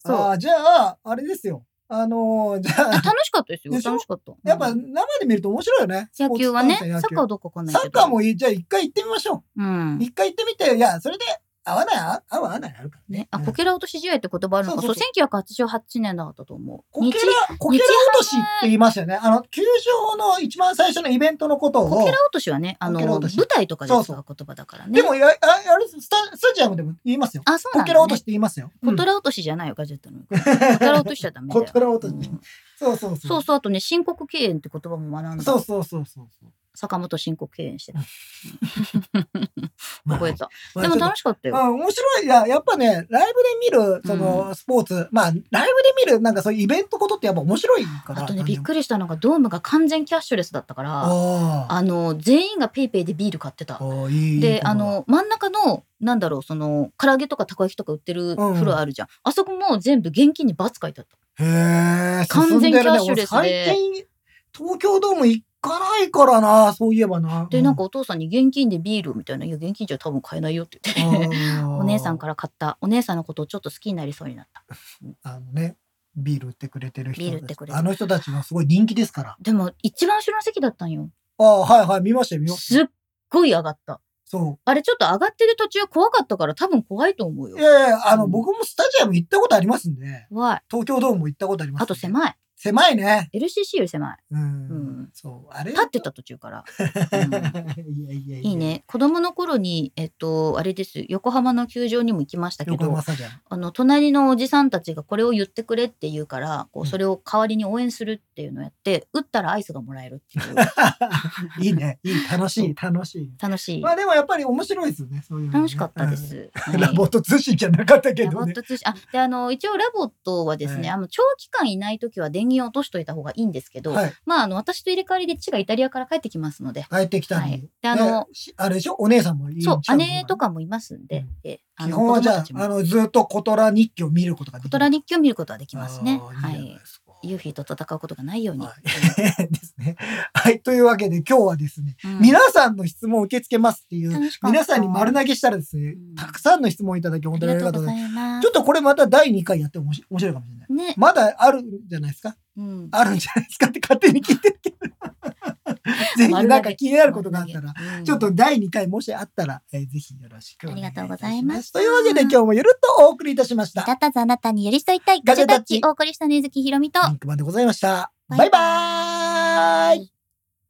Speaker 3: そう。
Speaker 2: あー、じゃあ、あれですよ。あのー、じゃ
Speaker 3: あ
Speaker 2: あ、
Speaker 3: 楽しかったですよ。
Speaker 2: でしょ
Speaker 3: 楽しかった。
Speaker 2: やっぱ
Speaker 3: う
Speaker 2: 生
Speaker 3: ん
Speaker 2: で見ると面白いよね。
Speaker 3: 野球はね、サッカー
Speaker 2: サ
Speaker 3: はどうかわかん
Speaker 2: ッ
Speaker 3: な
Speaker 2: サ
Speaker 3: いけ
Speaker 2: ッ
Speaker 3: ど。
Speaker 2: カーもいい。じゃあ一回行ってみましょ
Speaker 3: うん
Speaker 2: う。。一回行ってみて、いや、それで合わない、あ合う合わないあるからね。
Speaker 3: ね、あ、
Speaker 2: うん
Speaker 3: こけら落とし試合って言葉あるのか。そ
Speaker 2: そうう、
Speaker 3: 1988年だったと思う。
Speaker 2: こけ
Speaker 3: 日
Speaker 2: ら、こけら落としって言いますよね。あの、球場の一番最初のイベントのこと
Speaker 3: こ
Speaker 2: を
Speaker 3: けら、落としはね、あの、
Speaker 2: こけら
Speaker 3: 舞
Speaker 2: 落とし
Speaker 3: 台とかで使
Speaker 2: そう
Speaker 3: 言葉だからね。
Speaker 2: でもや、ああれスタ、スタジアムでも言いますよ。
Speaker 3: あ、そうな
Speaker 2: こ
Speaker 3: ん
Speaker 2: けら
Speaker 3: だ、
Speaker 2: 落としっ
Speaker 3: ね。
Speaker 2: て言いますよ。
Speaker 3: こ
Speaker 2: う
Speaker 3: け
Speaker 2: ん
Speaker 3: ら落としじゃないよ、ガジェットの。こけら落としちゃダメだよ。
Speaker 2: こけら落とし
Speaker 3: うん
Speaker 2: そうそうそ
Speaker 3: そうう。そう、あとね、申告敬遠って言葉も学ん
Speaker 2: そ
Speaker 3: だ。
Speaker 2: うそうそうそう。
Speaker 3: 坂本申告敬遠してた。
Speaker 2: まあ
Speaker 3: 覚えた。
Speaker 2: まあ
Speaker 3: でも
Speaker 2: ちょっと
Speaker 3: 楽しかった
Speaker 2: うん
Speaker 3: よ。、
Speaker 2: 面白い。いや、やっぱね、ライブで見る、その、スポーツ、まあ、ライブで見る、なんかそういうイベントことってやっぱ面白いから。
Speaker 3: あとね、びっくりしたのが、ドームが完全キャッシュレスだったから、
Speaker 2: ああ
Speaker 3: あの、全員がペイペイでビール買ってた。
Speaker 2: おーいい
Speaker 3: で、あ、の、真ん中の、なんだろう、その、唐揚げとかたこ焼きとか売ってる
Speaker 2: うん
Speaker 3: フロアあるじゃん。あそこも全部現金にバツ書いてあった。
Speaker 2: いいとこだへえ、
Speaker 3: 完全キャッシュレス
Speaker 2: 進
Speaker 3: で
Speaker 2: んるね俺最近、東京ドーム行かないからな、そういえばな。
Speaker 3: で、なんかお父さんに現金でビールみたいな、いや、現金じゃ多分買えないよって
Speaker 2: う
Speaker 3: 言
Speaker 2: ん、
Speaker 3: って。 お姉さん
Speaker 2: か。
Speaker 3: から買ったお姉さんのことをちょっと好きになりそうになった
Speaker 2: あのね、ビール売ってくれてる人たち
Speaker 3: ビール売ってくれてる
Speaker 2: あの人たちはすごい人気ですから。
Speaker 3: でも一番後ろの席だったんよ
Speaker 2: ああ、はいはい、見ましたよ、見ました
Speaker 3: すっごい上がった
Speaker 2: そ
Speaker 3: あれちょっと上がってる途中怖かったから多分怖いと思う
Speaker 2: う。
Speaker 3: よ
Speaker 2: い。やいや、あの、
Speaker 3: うん
Speaker 2: 僕もスタジアム行ったことありますんで、
Speaker 3: 怖い。
Speaker 2: 東京ドームも行ったことあります、
Speaker 3: あと
Speaker 2: い。
Speaker 3: 狭い。
Speaker 2: 狭いね。
Speaker 3: LCC より狭い。
Speaker 2: うん。
Speaker 3: うん
Speaker 2: そう、あれ
Speaker 3: 立 ってた途中から。うん
Speaker 2: いやいやいや。
Speaker 3: いい。ね。子供の頃に、えっと、あれです。横浜の球場にも行きましたけ
Speaker 2: 横浜
Speaker 3: ど、
Speaker 2: スタジアム。
Speaker 3: あの、隣のおじさんたちがこれを言ってくれって言うから、こ
Speaker 2: うん
Speaker 3: う、それを代わりに応援するっていうのをやって、打ったらアイスがもらえるっ ていう。
Speaker 2: いいね。いい。楽しい。楽しい。
Speaker 3: 楽しい
Speaker 2: ま。あでもやっぱり面白いですよね。そういうのね
Speaker 3: 楽しかったで。す。
Speaker 2: う
Speaker 3: は
Speaker 2: ん
Speaker 3: い
Speaker 2: ラボット通信じゃなかったけ
Speaker 3: ラボ
Speaker 2: ど
Speaker 3: ッ
Speaker 2: ね。
Speaker 3: ト通信あであの一応ラボットはですね、
Speaker 2: はい
Speaker 3: あの長期間いない時は電源を落としといた方がいいんですけど、
Speaker 2: はい。
Speaker 3: まああの私と入れ替わりで父がイタリアから帰ってきますので、
Speaker 2: 帰ってきた
Speaker 3: は
Speaker 2: んで
Speaker 3: い、。であの、
Speaker 2: ねしあれでしょお姉さんもいる
Speaker 3: そう姉と
Speaker 2: か。
Speaker 3: かもいますんで、えあ
Speaker 2: 基
Speaker 3: の
Speaker 2: 本はじゃあ
Speaker 3: 子供たち、も
Speaker 2: あの、ずっとコトラ日記を見ることができ
Speaker 3: コ
Speaker 2: る。
Speaker 3: トラ
Speaker 2: 日
Speaker 3: 日記を見ることはできますね。はいい
Speaker 2: じゃなですか。
Speaker 3: ユーフィーと戦うことがないように、
Speaker 2: はい ですね。はい。というわけで今日はですね、
Speaker 3: うん
Speaker 2: 皆さんの質問を受け付けますっていう、
Speaker 3: 楽しかった
Speaker 2: 皆さんに丸投げしたらですね
Speaker 3: うん、
Speaker 2: たくさんの質問をいただき、
Speaker 3: あ
Speaker 2: 本当
Speaker 3: り
Speaker 2: にあ
Speaker 3: が
Speaker 2: り
Speaker 3: とう
Speaker 2: がとう
Speaker 3: ご
Speaker 2: ござい
Speaker 3: ざ
Speaker 2: ま
Speaker 3: います
Speaker 2: す。ちょっとこれまた第2回やっても面白面白いかもしれない。
Speaker 3: ね、
Speaker 2: まだあるんじゃないですか
Speaker 3: うん、
Speaker 2: あるんじゃないですかって勝手に聞いて るけど。ぜひなんか気になることがあったら、
Speaker 3: ら
Speaker 2: ちょっと第2回もしあったら、えーぜひよろしくお願いいたし
Speaker 3: ありがとうございました
Speaker 2: というわけで今日もゆるっとお送りいたしました。
Speaker 3: だったずあなたに寄り添いたいガジェタッチお送りしたねずきひろみと
Speaker 2: リンクマンでございました。
Speaker 3: バイ
Speaker 2: バイバーイ